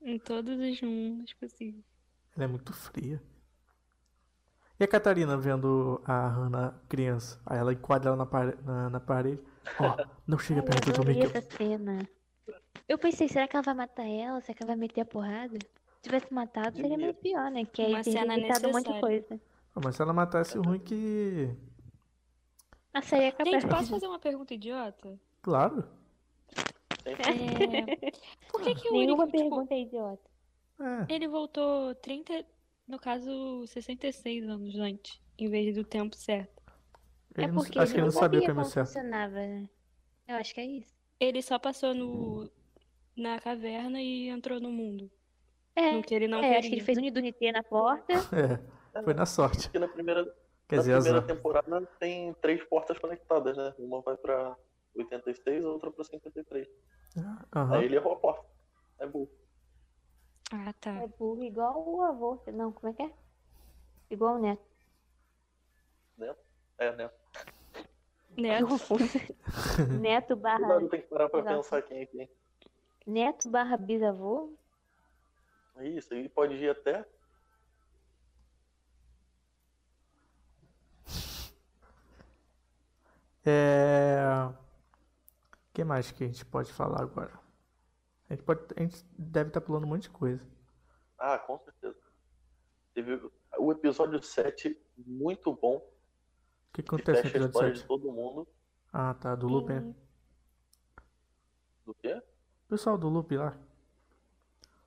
Speaker 3: em todos os mundos possíveis.
Speaker 1: Ela é muito fria. E a Catarina vendo a Hannah criança? Aí ela enquadra ela na, pare- na- na parede. Ó, <laughs> não chega perto do
Speaker 4: adorei
Speaker 1: Miguel.
Speaker 4: essa cena. Eu pensei, será que ela vai matar ela? Será que ela vai meter a porrada? Se tivesse matado, seria mais pior, né? Que aí
Speaker 3: Uma
Speaker 4: teria
Speaker 3: cena
Speaker 4: evitado um monte de
Speaker 3: necessária.
Speaker 4: coisa.
Speaker 1: Mas se ela matasse o ruim que...
Speaker 4: A série acaba.
Speaker 3: Gente, posso fazer uma pergunta idiota?
Speaker 1: Claro.
Speaker 2: Sempre.
Speaker 3: É... Por que que o
Speaker 4: Nenhuma
Speaker 3: único, tipo,
Speaker 4: pergunta é idiota.
Speaker 1: É.
Speaker 3: ele voltou 30, no caso, 66 anos antes, em vez do tempo certo?
Speaker 1: Ele
Speaker 4: é
Speaker 1: não-
Speaker 4: porque
Speaker 1: acho que ele não sabia o
Speaker 4: como
Speaker 1: caminho certo.
Speaker 4: funcionava. né? Eu acho que é isso.
Speaker 3: Ele só passou no na caverna e entrou no mundo,
Speaker 4: É,
Speaker 3: no que ele não Ah.
Speaker 4: é, acho que
Speaker 3: queria.
Speaker 4: ele fez unidunité na porta.
Speaker 1: <laughs> É, foi na sorte.
Speaker 2: Porque na primeira,
Speaker 1: Quer
Speaker 2: na
Speaker 1: dizer,
Speaker 2: primeira
Speaker 1: azar.
Speaker 2: temporada tem três portas conectadas, né? Uma vai pra 86, a outra pra 53.
Speaker 1: Aham.
Speaker 2: Aí ele errou a porta. É burro.
Speaker 3: Ah, tá.
Speaker 4: É burro, igual o avô. Não, como é que é? Igual
Speaker 1: <laughs>
Speaker 4: o neto.
Speaker 2: É, né?
Speaker 3: Né?
Speaker 4: Neto barra,
Speaker 2: Cuidado, tem que parar pra
Speaker 4: Exato.
Speaker 2: pensar quem é quem.
Speaker 4: neto barra bisavô. <laughs>
Speaker 2: É Isso, aí pode ir até.
Speaker 1: É... O que mais que a gente pode falar agora? A gente, pode... a gente deve estar pulando um monte de coisa.
Speaker 2: Ah, com certeza. Teve o episódio 7, muito bom,
Speaker 1: O que
Speaker 2: que
Speaker 1: acontece no
Speaker 2: fecha a história
Speaker 1: episódio
Speaker 2: de
Speaker 1: 7?
Speaker 2: todo mundo.
Speaker 1: Ah, tá, do loop, né?
Speaker 2: Do quê?
Speaker 1: O pessoal do loop lá.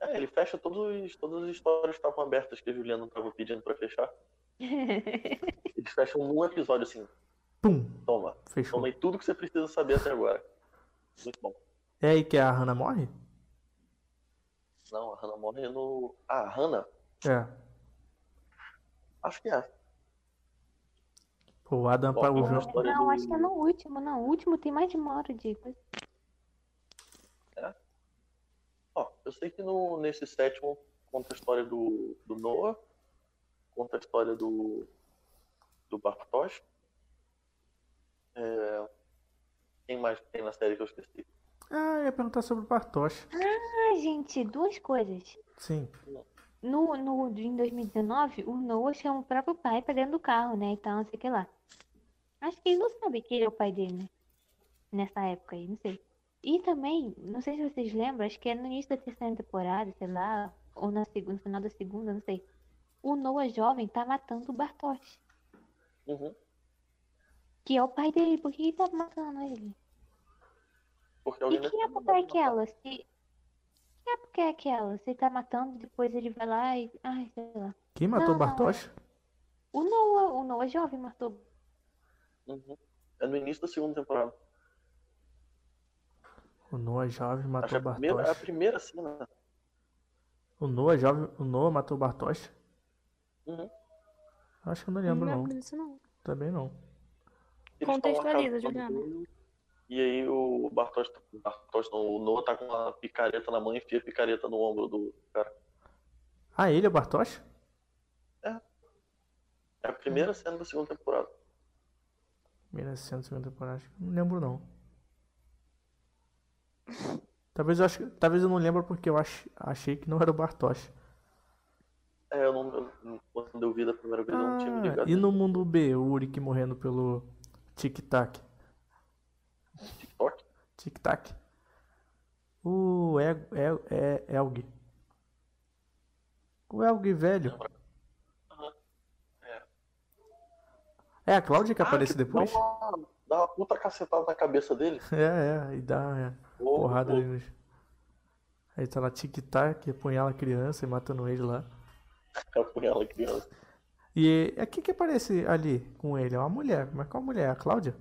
Speaker 2: É, ele fecha todos os, todas as histórias que estavam abertas que a Juliana estava pedindo pra fechar. Eles fecham num episódio assim,
Speaker 1: Pum!
Speaker 2: toma.
Speaker 1: Fechou.
Speaker 2: Tomei tudo que você precisa saber até agora. Muito bom.
Speaker 1: É aí que a Hannah morre?
Speaker 2: Não, a Hannah morre no. Ah, a Hannah?
Speaker 1: É.
Speaker 2: Acho que é.
Speaker 1: Pô, o Adam
Speaker 2: Bom,
Speaker 1: pa- o
Speaker 2: então-
Speaker 1: João-
Speaker 2: história
Speaker 4: Não,
Speaker 2: do-
Speaker 4: acho que é no último. Não, o último tem mais de uma hora de coisa.
Speaker 2: Ó, eu sei que no, nesse sétimo conta a história do, do Noah, conta a história do, do Bartosz. É, quem mais que tem na série que eu esqueci?
Speaker 1: Ah, eu ia perguntar sobre o Bartosz.
Speaker 4: Ah, gente, duas coisas.
Speaker 1: Sim.
Speaker 4: No, no, em 2019, o Noah chama o próprio pai pra dentro do carro, né? E tal, não sei o que lá. Acho que ele não sabe que ele é o pai dele, né? Nessa época aí, não sei. E também, não sei se vocês lembram, acho que é no início da terceira temporada, sei lá, ou na segunda, no final da segunda, não sei. O Noah jovem tá matando o Bartosz,
Speaker 2: Uhum.
Speaker 4: que é o pai dele. Por que ele tá matando ele?
Speaker 2: Porque
Speaker 4: E
Speaker 2: alguém
Speaker 4: que época é aquela? Se... Que época é aquela? Você tá matando, depois ele vai lá e. Ai, sei lá.
Speaker 1: Quem matou o
Speaker 4: Não, não,
Speaker 1: Bartosz?
Speaker 4: O Noah, o Noah jovem matou.
Speaker 2: Uhum. É no início da segunda temporada.
Speaker 1: O Noah jovem
Speaker 2: Acho que
Speaker 1: matou
Speaker 2: é
Speaker 1: o
Speaker 2: a primeira, é a
Speaker 1: Bartosz.
Speaker 2: primeira cena.
Speaker 1: O Noah jovem... O Noah matou o Bartosz?
Speaker 2: Uhum.
Speaker 1: Acho que eu não lembro,
Speaker 3: não <laughs>
Speaker 1: não.
Speaker 3: lembro disso, não.
Speaker 1: Também não.
Speaker 2: Eles estão lá
Speaker 3: Contextualiza,
Speaker 2: cavando
Speaker 3: Juliana.
Speaker 2: tudo, E aí o Bartosz, tá, Bartosz não, o Noah tá com uma picareta na mão e enfia a picareta no ombro do cara.
Speaker 1: Ah, ele é o Bartosz?
Speaker 2: É a primeira cena da segunda temporada.
Speaker 1: 1950 temporada, acho que não lembro não. Talvez eu acho, que- talvez eu não lembro porque eu ach, achei que não era o Bartosz.
Speaker 2: É, eu não, eu não- quando eu vi da primeira vez, eu não tinha me
Speaker 1: Ah,
Speaker 2: ligado.
Speaker 1: e no mundo B, o Uric morrendo pelo Tic Tac.
Speaker 2: TikTok?
Speaker 1: Tic Tac. O é é é Elg. O Elg velho.
Speaker 2: É.
Speaker 1: É a Cláudia que
Speaker 2: Ah,
Speaker 1: aparece
Speaker 2: que
Speaker 1: depois?
Speaker 2: Dá uma, dá uma puta cacetada na cabeça dele.
Speaker 1: <laughs> É, é, e dá é,
Speaker 2: Ô,
Speaker 1: porrada
Speaker 2: ô,
Speaker 1: ali nos. Aí tá lá Tic Tac, apunhala a criança e matando ele lá.
Speaker 2: cara, com ela, criança.
Speaker 1: E é que que aparece ali com ele? É uma mulher. Mas qual mulher? É A Cláudia?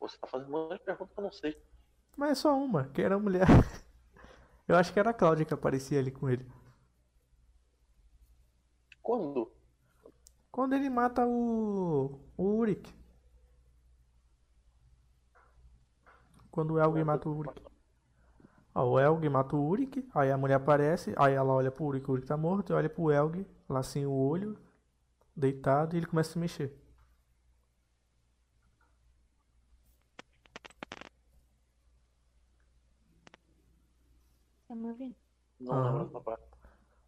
Speaker 2: Você tá fazendo uma pergunta que eu não sei.
Speaker 1: Mas é só uma, que era mulher. <laughs> Eu acho que era a Cláudia que aparecia ali com ele.
Speaker 2: Quando?
Speaker 1: Quando ele mata o. o Uric. Quando o Elg mata o Uric. Ó, o Elg mata o Uric, aí a mulher aparece, aí ela olha pro Uric, o Uric tá morto, e olha pro Elg, lá sem o olho, deitado, e ele começa a se mexer.
Speaker 4: Tá me ouvindo?
Speaker 2: Não
Speaker 1: Aham.
Speaker 4: Tá
Speaker 2: lembro dessa parte.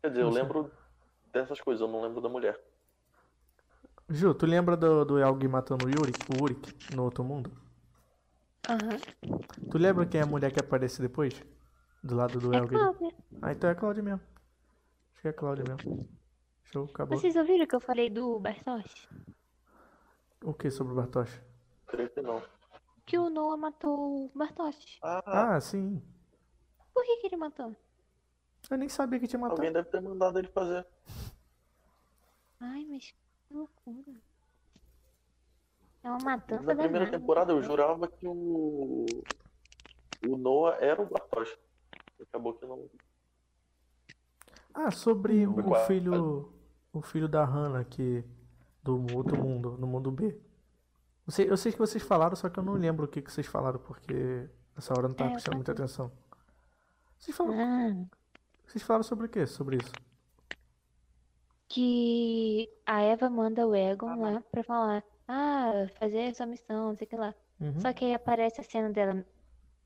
Speaker 2: Quer dizer, eu
Speaker 1: Não sei.
Speaker 2: lembro Tem essas coisas, eu não lembro da mulher.
Speaker 1: Ju, tu lembra do, do Elgin matando o Yurik, o Urik, no outro mundo?
Speaker 4: Aham.
Speaker 1: Tu lembra quem é a mulher que aparece depois? Do lado do
Speaker 4: É
Speaker 1: Elgin?
Speaker 4: Cláudia.
Speaker 1: Ah, então é a Cláudia mesmo. Acho que é a Cláudia mesmo. Show, acabou.
Speaker 4: Vocês ouviram que eu falei do Bartosz?
Speaker 1: O que sobre o Bartosz?
Speaker 2: Creio que não.
Speaker 4: Que o Noah matou o Bartosz.
Speaker 2: Ah,
Speaker 1: Ah, sim.
Speaker 4: Por que, que ele matou?
Speaker 1: Eu nem sabia que tinha matado.
Speaker 2: alguém deve ter mandado ele fazer.
Speaker 4: Ai, mas que loucura. É uma matança
Speaker 2: Na primeira
Speaker 4: danada.
Speaker 2: temporada eu jurava que o. O Noah era o Bartosz. Acabou que não.
Speaker 1: Ah, sobre o,
Speaker 2: Foi
Speaker 1: o
Speaker 2: quase.
Speaker 1: filho. O filho da Hannah que. Do outro mundo, no mundo B. Eu sei, eu sei que vocês falaram, só que eu não lembro o que, que vocês falaram, porque essa hora eu não tava
Speaker 4: É, eu
Speaker 1: prestando muita atenção. Vocês falaram,
Speaker 4: Ah,
Speaker 1: vocês falaram sobre o quê? Sobre isso?
Speaker 4: que a Eva manda o Egon lá pra falar, ah, fazer sua missão, não sei o que lá.
Speaker 1: Uhum.
Speaker 4: Só que aí aparece a cena dela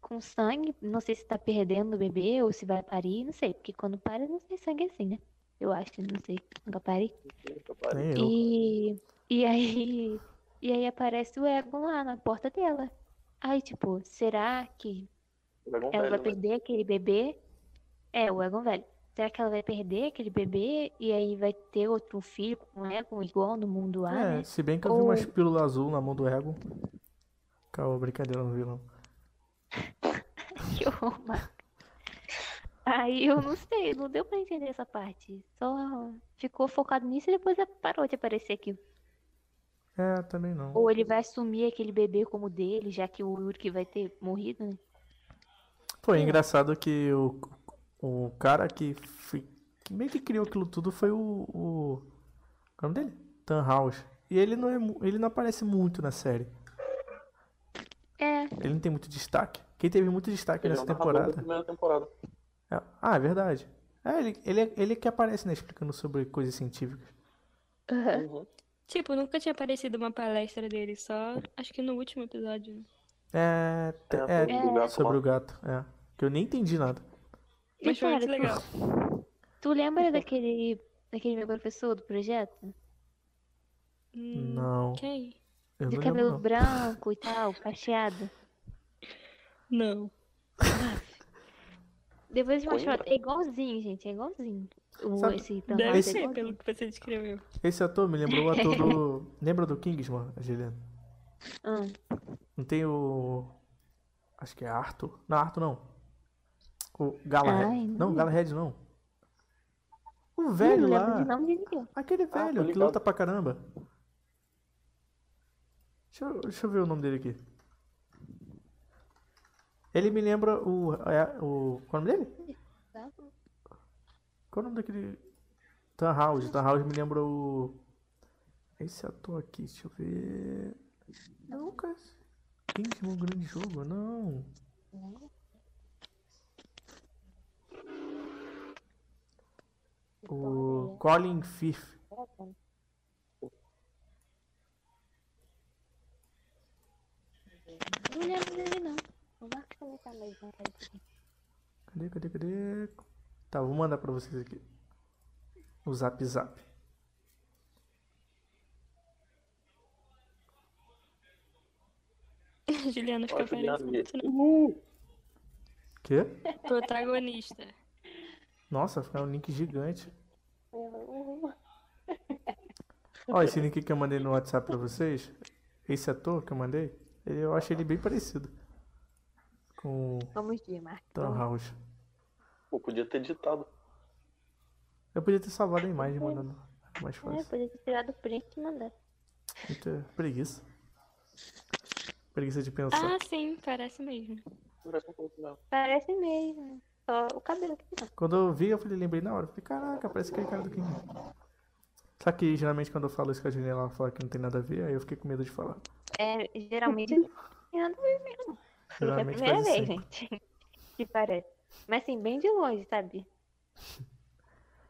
Speaker 4: com sangue, não sei se tá perdendo o bebê ou se vai parir, não sei, porque quando para não tem sangue assim, né? Eu acho, não sei, nunca parei.
Speaker 2: nunca parei.
Speaker 1: Nem É, eu.
Speaker 4: E, e aí <laughs> e aí aparece o Egon lá na porta dela. Aí, tipo, será que
Speaker 2: Dragão
Speaker 4: ela vai
Speaker 2: velho, né?
Speaker 4: perder aquele bebê? É, o Egon velho. Será que ela vai perder aquele bebê e aí vai ter outro filho com o Egon igual no mundo A,
Speaker 1: É,
Speaker 4: né?
Speaker 1: se bem que eu vi umas
Speaker 4: Ou-
Speaker 1: pílulas azul na mão do Ego. Calma, brincadeira, não vi não.
Speaker 4: <laughs> Que horror, Marco. Aí eu não sei, não deu pra entender essa parte. Só ficou focado nisso e depois parou de aparecer aqui.
Speaker 1: É, também não.
Speaker 4: Ou ele vai assumir aquele bebê como dele, já que o Yuri vai ter morrido, né?
Speaker 1: Pô, é engraçado que o, o cara que, fi- que meio que criou aquilo tudo foi o. o qual é o nome dele? Tan House. E ele não, é, mu- ele não aparece muito na série.
Speaker 4: É,
Speaker 1: Ele não tem muito destaque. Quem teve muito destaque
Speaker 2: Ele é
Speaker 1: nessa
Speaker 2: o narrador da
Speaker 1: temporada.
Speaker 2: primeira temporada.
Speaker 1: é- ah, é verdade. É, ele, ele, é- ele é que aparece, né? Explicando sobre coisas científicas.
Speaker 4: É.
Speaker 2: Uhum.
Speaker 3: Tipo, nunca tinha aparecido uma palestra dele, só acho que no último episódio. né?
Speaker 1: É. te-
Speaker 2: É,
Speaker 1: é,
Speaker 2: sobre o gato
Speaker 1: sobre
Speaker 2: lá.
Speaker 1: o gato. É. Que eu nem entendi nada.
Speaker 3: Mas foi muito
Speaker 4: Cara, tipo,
Speaker 3: legal.
Speaker 4: tu lembra daquele, daquele meu professor do projeto?
Speaker 3: Hum,
Speaker 1: Não.
Speaker 3: Quem?
Speaker 1: Eu
Speaker 4: De
Speaker 1: não
Speaker 4: cabelo
Speaker 1: lembro, não.
Speaker 4: branco e tal, cacheado.
Speaker 3: Não.
Speaker 4: Depois de uma
Speaker 2: Coimbra?
Speaker 4: foto. É igualzinho, gente, é igualzinho. O,
Speaker 1: Sabe-
Speaker 4: esse
Speaker 3: Deve
Speaker 4: Thanos é
Speaker 3: ser,
Speaker 4: igualzinho.
Speaker 3: pelo que você
Speaker 4: <laughs>
Speaker 3: descreveu.
Speaker 1: Esse ator me lembrou o ator do. Lembra do Kingsman, Juliana?
Speaker 4: Ah,
Speaker 1: Não tem o. Acho que é Arthur. Não, Arthur não. O Galahad.
Speaker 4: Ai,
Speaker 1: não,
Speaker 4: não.
Speaker 1: Galahad não. O
Speaker 4: não
Speaker 1: velho
Speaker 4: lembro de
Speaker 1: lá.
Speaker 4: nome de ninguém.
Speaker 1: Aquele
Speaker 2: Ah, tô
Speaker 1: velho que
Speaker 2: ligado.
Speaker 1: luta pra caramba. Deixa eu, deixa eu ver o nome dele aqui. Ele me lembra o. É, o qual é o nome dele? Qual é o nome daquele. Tan House. Tan House me lembra o. Esse ator aqui, deixa eu ver. Não, cara. Kingsman, um grande jogo, não. O Colin Firth.
Speaker 4: Não lembro dele, não. O Marcos também tá mais na
Speaker 1: Cadê, cadê, cadê? Tá, vou mandar pra vocês aqui. O zap zap.
Speaker 3: Juliana fica né?
Speaker 2: Ó, Juliana,
Speaker 3: parecendo
Speaker 1: Quê?
Speaker 3: protagonista.
Speaker 1: Nossa, foi um link gigante. Ó, esse link que eu mandei no WhatsApp pra vocês, esse ator que eu mandei, ele- eu achei ele bem parecido com o
Speaker 4: Vamos ver, Marcos.
Speaker 1: Tom House.
Speaker 2: Pô, podia ter ditado.
Speaker 1: Eu podia ter salvado a imagem mandando. Mais
Speaker 4: É,
Speaker 1: fácil.
Speaker 4: podia ter tirado o print e mandado.
Speaker 1: Muita preguiça. Preguiça de pensar.
Speaker 3: Ah, sim, parece mesmo.
Speaker 2: Parece um pouco mesmo.
Speaker 4: Parece mesmo. Só o cabelo que não.
Speaker 1: Quando eu vi, eu falei, lembrei na hora. Falei, caraca, parece aquele cara do King. Só que geralmente quando eu falo isso com a Juliana, ela fala que não tem nada a ver, aí eu fiquei com medo de falar.
Speaker 4: É, geralmente não tem nada a ver mesmo. É a
Speaker 1: Geralmente
Speaker 4: primeira
Speaker 1: faz
Speaker 4: vez,
Speaker 1: assim.
Speaker 4: gente. <laughs> Que parece. Mas assim, bem de longe, sabe?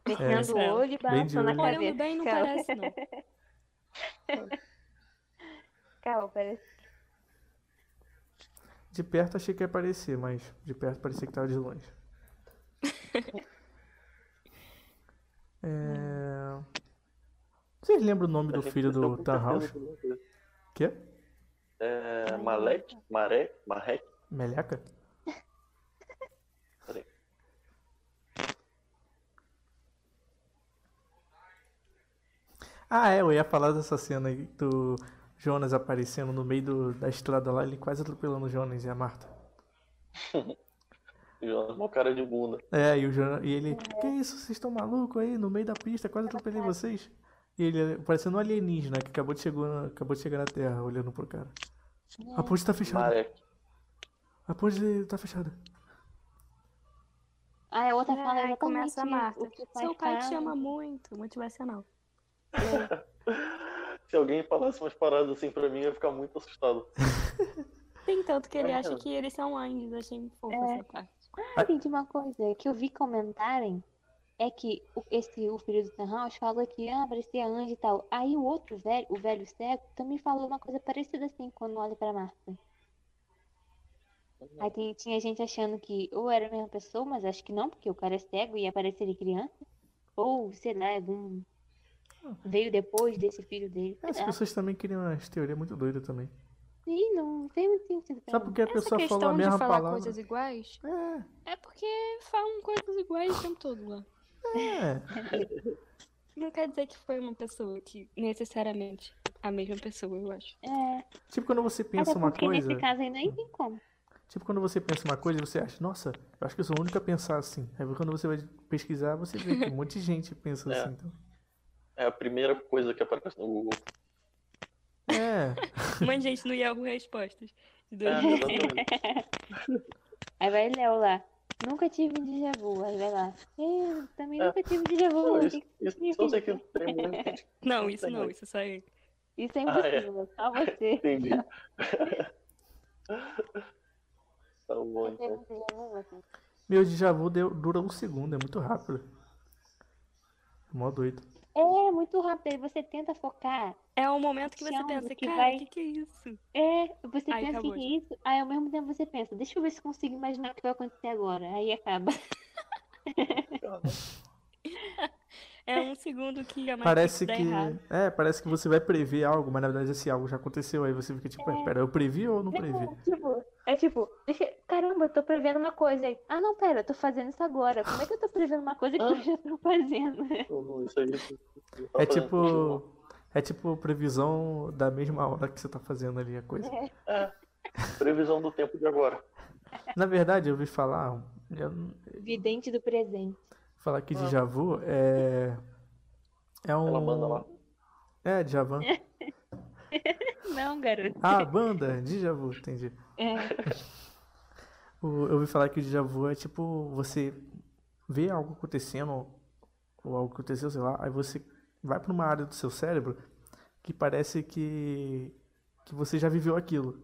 Speaker 4: Fechando
Speaker 3: É.
Speaker 4: o olho e balançando a
Speaker 1: olho.
Speaker 4: cabeça.
Speaker 3: Olhando bem, não
Speaker 4: Calma,
Speaker 3: parece,
Speaker 4: <laughs>
Speaker 3: não.
Speaker 4: Calma, parece.
Speaker 1: De perto achei que ia aparecer, mas de perto parecia que tava de longe. É, Vocês lembram o nome
Speaker 2: A
Speaker 1: do
Speaker 2: gente
Speaker 1: filho
Speaker 2: cresceu
Speaker 1: do
Speaker 2: com
Speaker 1: Tarhouse?
Speaker 2: certeza do Tarhouse.
Speaker 1: Quê?
Speaker 2: né? É, Malek, Maré, Marrek,
Speaker 1: Meleca?
Speaker 2: <laughs> peraí.
Speaker 1: Ah, é, eu ia falar dessa cena aí do Jonas aparecendo no meio do- da estrada lá, ele quase atropelando o Jonas e a Marta.
Speaker 2: Jonas, mó cara de bunda.
Speaker 1: É, e, o Jonas, e ele, que isso, vocês estão malucos aí, no meio da pista, quase atropelei vocês. E ele parecendo um alienígena que acabou de, chegou na- acabou de chegar na Terra, olhando pro cara. A
Speaker 3: É.
Speaker 1: ponte tá fechada,
Speaker 2: Marek.
Speaker 1: a ponte tá fechada.
Speaker 4: Ah,
Speaker 3: é
Speaker 4: a outra fala
Speaker 3: Aí começa a
Speaker 4: exatamente
Speaker 3: Marta.
Speaker 4: o que É, o pai
Speaker 3: Seu pai te é
Speaker 4: fala. <laughs>
Speaker 3: ama muito. Motivacional.
Speaker 2: Se alguém falasse umas paradas assim pra mim, eu ia ficar muito assustado.
Speaker 3: Tem tanto que ele
Speaker 2: É.
Speaker 3: acha que eles são anjos. Achei muito fofa
Speaker 4: É.
Speaker 3: essa
Speaker 4: <laughs>
Speaker 3: parte.
Speaker 4: Ah, gente, uma coisa que eu vi comentarem é que o, esse, o filho do Sam House falou que ah, parecia anjo e tal. Aí o outro velho, o velho cego, também falou uma coisa parecida assim quando olha pra Marta. Aí tem- tinha gente achando que ou era a mesma pessoa, mas acho que não, porque o cara é cego e aparece de criança. Ou, sei lá, algum. Veio depois desse filho dele.
Speaker 1: Essas
Speaker 3: É.
Speaker 1: Ah.
Speaker 4: Ah,
Speaker 1: É, pessoas também criam umas teorias muito doidas também.
Speaker 4: Sim, não tem muito sentido pra
Speaker 1: Só
Speaker 4: mim.
Speaker 1: porque a
Speaker 3: É. Essa
Speaker 1: pessoa falou a
Speaker 3: questão de
Speaker 1: mesma
Speaker 3: falar
Speaker 1: palavra.
Speaker 3: coisas iguais
Speaker 1: É,
Speaker 3: é porque falam coisas iguais o tempo todo lá. <laughs>
Speaker 1: é.
Speaker 3: Não quer dizer que foi uma pessoa que necessariamente a mesma pessoa, eu acho.
Speaker 4: É,
Speaker 1: Tipo quando você pensa
Speaker 3: é
Speaker 4: até
Speaker 1: uma
Speaker 4: porque
Speaker 1: coisa.
Speaker 4: nesse caso aí nem tem como.
Speaker 1: Tipo quando você pensa uma coisa e você acha, nossa, eu acho que eu sou o único a pensar assim. Aí quando você vai pesquisar, você vê que um monte de gente pensa
Speaker 2: É.
Speaker 1: assim. Então.
Speaker 2: É a primeira coisa que aparece no Google.
Speaker 1: É,
Speaker 3: Mas, Um gente, no Yahoo Respostas. de
Speaker 4: Ah,
Speaker 2: É,
Speaker 3: 2000.
Speaker 2: exatamente.
Speaker 4: Aí vai Léo lá. Nunca tive um déjà vu. Aí vai lá. Eu também
Speaker 2: É.
Speaker 4: nunca tive um déjà vu.
Speaker 2: Não,
Speaker 4: o
Speaker 2: isso,
Speaker 4: que que
Speaker 2: isso, <laughs> só sei que tem muito.
Speaker 3: Não, isso não,
Speaker 2: Entendi.
Speaker 3: isso só é.
Speaker 4: Isso é
Speaker 2: Ah, é.
Speaker 4: impossível. Só
Speaker 2: <laughs>
Speaker 4: você.
Speaker 2: Entendi. tá bom,
Speaker 4: Nunca teve
Speaker 2: então.
Speaker 4: um déjà vu, assim.
Speaker 1: meu déjà vu deu- dura um segundo, é muito rápido. Mó doido.
Speaker 4: É muito rápido. Aí você tenta focar.
Speaker 3: É o momento que você
Speaker 4: Chão,
Speaker 3: pensa,
Speaker 4: um que
Speaker 3: cara,
Speaker 4: vai-
Speaker 3: o que, que é isso?
Speaker 4: É, você
Speaker 3: Aí
Speaker 4: pensa
Speaker 3: acabou,
Speaker 4: que é isso. Aí ao mesmo tempo você pensa, deixa eu ver se consigo imaginar o que vai acontecer agora. Aí acaba.
Speaker 3: É um segundo que a Matrix
Speaker 1: Parece
Speaker 3: dá
Speaker 1: que.
Speaker 3: errado.
Speaker 1: É, parece que você vai prever algo, mas na verdade esse algo já aconteceu. Aí você fica tipo, "Ué, pera, eu previ ou não previ?
Speaker 4: Não, <laughs> tipo, é tipo, deixa... caramba, eu tô prevendo uma coisa aí. Ah, não, pera, eu tô fazendo isso agora. Como é que eu tô prevendo uma coisa que
Speaker 2: Ah.
Speaker 4: eu já tô fazendo?
Speaker 2: Tudo isso aí. tu- tu tá
Speaker 1: É
Speaker 2: fazendo tudo
Speaker 1: tipo. É tipo previsão da mesma hora que você tá fazendo ali a coisa.
Speaker 2: bom. Previsão do tempo de agora.
Speaker 1: Na verdade, eu ouvi falar, eu não-
Speaker 4: <laughs> Vidente do presente.
Speaker 1: falar que
Speaker 2: Ah.
Speaker 1: déjà vu é é um
Speaker 2: Aquela banda lá.
Speaker 1: É, Djavan.
Speaker 4: Não, garoto.
Speaker 1: Ah, banda, déjà vu, entendi.
Speaker 4: É.
Speaker 1: O- Tipo, Eu ouvi falar que o déjà vu é tipo você vê algo acontecendo ou algo aconteceu, sei lá, aí você vai pra uma área do seu cérebro que parece que que você já viveu aquilo.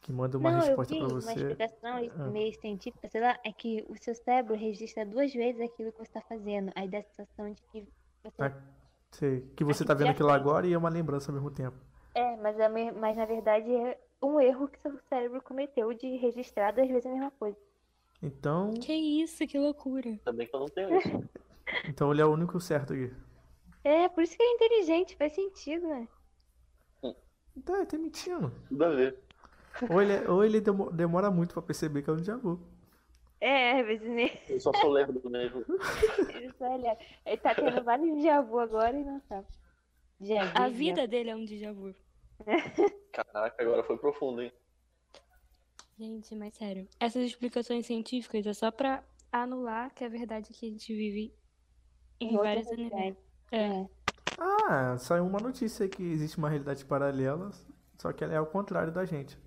Speaker 1: Que manda uma
Speaker 4: Não, eu
Speaker 1: resposta
Speaker 4: vi é
Speaker 1: pra
Speaker 4: uma
Speaker 1: você.
Speaker 4: explicação es-
Speaker 1: Ah.
Speaker 4: meio científica, sei lá, é que o seu cérebro registra duas vezes aquilo que você está fazendo. Aí dá a sensação de que você.
Speaker 1: Ah. Sei, que você
Speaker 4: Aquilo
Speaker 1: tá
Speaker 4: que
Speaker 1: vendo
Speaker 4: já
Speaker 1: aquilo
Speaker 4: fez.
Speaker 1: agora e é uma lembrança ao mesmo tempo.
Speaker 4: É, mas, é me- mas na verdade é um erro que seu cérebro cometeu de registrar duas vezes a mesma coisa.
Speaker 1: Então,
Speaker 3: Que isso, que loucura.
Speaker 2: Ainda bem que eu não tenho isso.
Speaker 1: então ele é o único certo aqui.
Speaker 4: É, por isso que ele é inteligente, faz sentido, né?
Speaker 1: Tá, ele tá mentindo.
Speaker 2: Tudo a ver.
Speaker 1: Ou ele, é, ou ele demo- demora muito pra perceber que é um déjà vu.
Speaker 4: É, às vezes nem. <laughs>
Speaker 2: Eu só sou lerdo mesmo.
Speaker 4: Ele só olha. Ele tá tendo vários déjà vu agora e não sabe. Já
Speaker 3: A vida dele é um déjà vu.
Speaker 2: Caraca, agora foi profundo, hein?
Speaker 3: Gente, mas sério. Essas explicações científicas é só pra anular que a verdade é que a gente vive em
Speaker 4: Em outra
Speaker 3: várias
Speaker 4: realidade.
Speaker 3: unidades. É.
Speaker 1: Ah, saiu uma notícia que existe uma realidade paralela, só que ela é ao contrário da gente.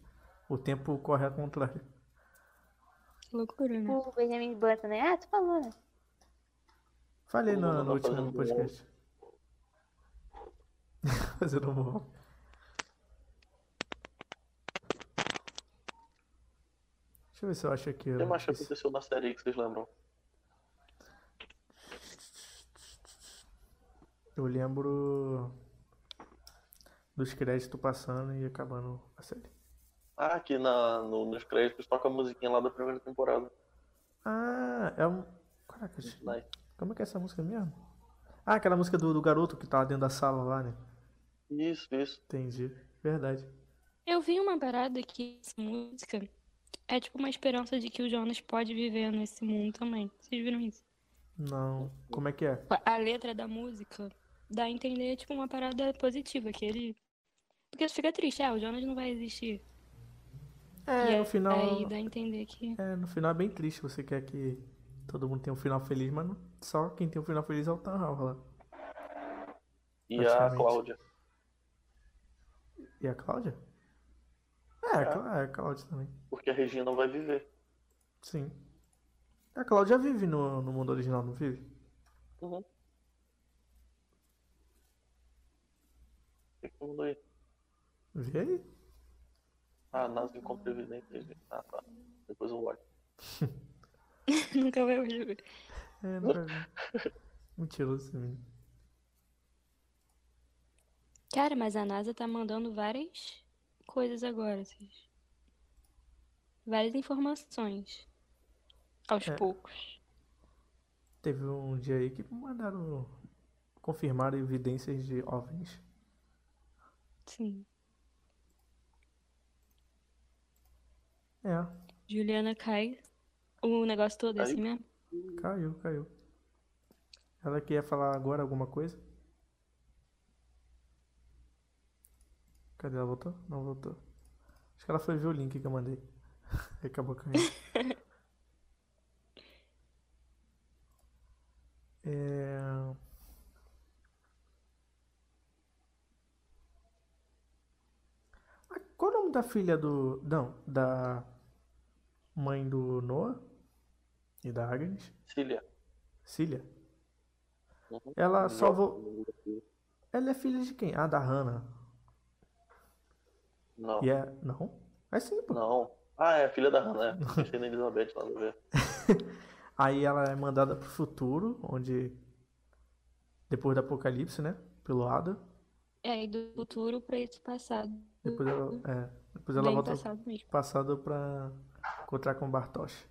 Speaker 1: O tempo corre ao contrário.
Speaker 3: Que loucura, né?
Speaker 4: O Benjamin Button, né? Ah, tu falou, né?
Speaker 1: Falei
Speaker 2: Todo
Speaker 1: no,
Speaker 2: mundo
Speaker 1: no
Speaker 2: tá
Speaker 1: último
Speaker 2: fazendo
Speaker 1: podcast. <laughs> Fazendo um Deixa eu ver se eu acho aqui.
Speaker 2: O
Speaker 1: a
Speaker 2: que mais que
Speaker 1: notícia.
Speaker 2: aconteceu na série aí que vocês lembram?
Speaker 1: Eu lembro dos créditos passando e acabando a série.
Speaker 2: Ah, aqui na, no- nos créditos toca a musiquinha lá da primeira temporada.
Speaker 1: Ah, é um. Caraca, gente,
Speaker 2: Nice.
Speaker 1: como é que é essa música mesmo? Ah, aquela música do, do garoto que tava dentro da sala lá, né?
Speaker 2: Isso, isso.
Speaker 1: Entendi. Verdade.
Speaker 3: Eu vi uma parada que essa música é tipo uma esperança de que o Jonas pode viver nesse mundo também. Vocês viram isso?
Speaker 1: Não. Como é que é?
Speaker 3: A letra da música dá a entender, tipo, uma parada positiva, que ele. Porque fica triste, ah, o Jonas não vai existir.
Speaker 1: É,
Speaker 3: E
Speaker 1: no final.
Speaker 3: Aí dá a entender que. <laughs>
Speaker 1: É, no final é bem triste. Você quer que todo mundo tenha um final feliz, mas não- só quem tem um final feliz é o Tan Hao lá.
Speaker 2: E a
Speaker 1: Praticamente.
Speaker 2: Cláudia.
Speaker 1: E a Cláudia? É, a
Speaker 2: É.
Speaker 1: Clá- é, a Cláudia também.
Speaker 2: Porque a Regina vai viver.
Speaker 1: Sim. A Cláudia vive no, no mundo original, não vive?
Speaker 2: Uhum. Todo mundo aí.
Speaker 1: Vê aí.
Speaker 2: Ah, Nazi inconprevidente. Ah, tá. Depois eu olho.
Speaker 3: Nunca vai ver.
Speaker 1: É, não vai ver. Mentiroso esse menino.
Speaker 3: Cara, mas a NASA tá mandando várias coisas agora, assim. Várias informações. Aos
Speaker 1: É.
Speaker 3: poucos.
Speaker 1: Teve um dia aí que mandaram confirmar evidências de OVNIs.
Speaker 3: Sim.
Speaker 1: É,
Speaker 3: Juliana cai. O negócio todo é
Speaker 2: Cai?
Speaker 3: assim mesmo?
Speaker 1: caiu, caiu. Ela queria falar agora alguma coisa? Cadê ela? Voltou? Não voltou. Acho que ela foi ver o link que eu mandei. <laughs> E acabou caindo. É... Ah, Qual o nome da filha do. Não, da mãe do Noah e da Agnes?
Speaker 2: Cília.
Speaker 1: Cília?
Speaker 2: Uhum.
Speaker 1: Ela
Speaker 2: Não,
Speaker 1: salvou. Ela é filha de quem? Ah, da Hannah.
Speaker 2: Não.
Speaker 1: E é. Não? É sim, pô.
Speaker 2: Não. Ah, é a filha da Hannah, né? Pensei na Elizabeth, nada a ver.
Speaker 1: Aí ela é mandada pro futuro, onde. Depois do apocalipse, né? Pelo Ada.
Speaker 3: É, aí do futuro pra esse passado.
Speaker 1: Depois ela, é, depois ela
Speaker 3: Bem
Speaker 1: volta pro
Speaker 3: passado mesmo.
Speaker 1: passado pra encontrar com o Bartosz.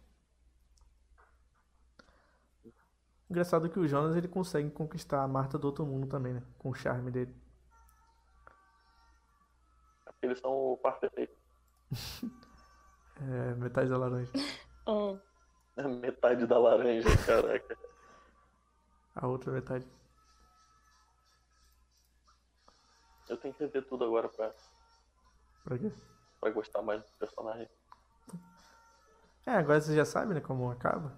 Speaker 1: Engraçado que o Jonas ele consegue conquistar a Marta do outro mundo também, né? Com o charme dele.
Speaker 2: Eles são o par perfeito.
Speaker 1: É, metade da laranja.
Speaker 3: Ó,
Speaker 2: <laughs> É metade da laranja, caraca.
Speaker 1: A outra metade.
Speaker 2: Eu tenho que rever tudo agora pra,
Speaker 1: Pra quê?
Speaker 2: pra gostar mais do personagem.
Speaker 1: É, agora você já sabe, né? Como acaba.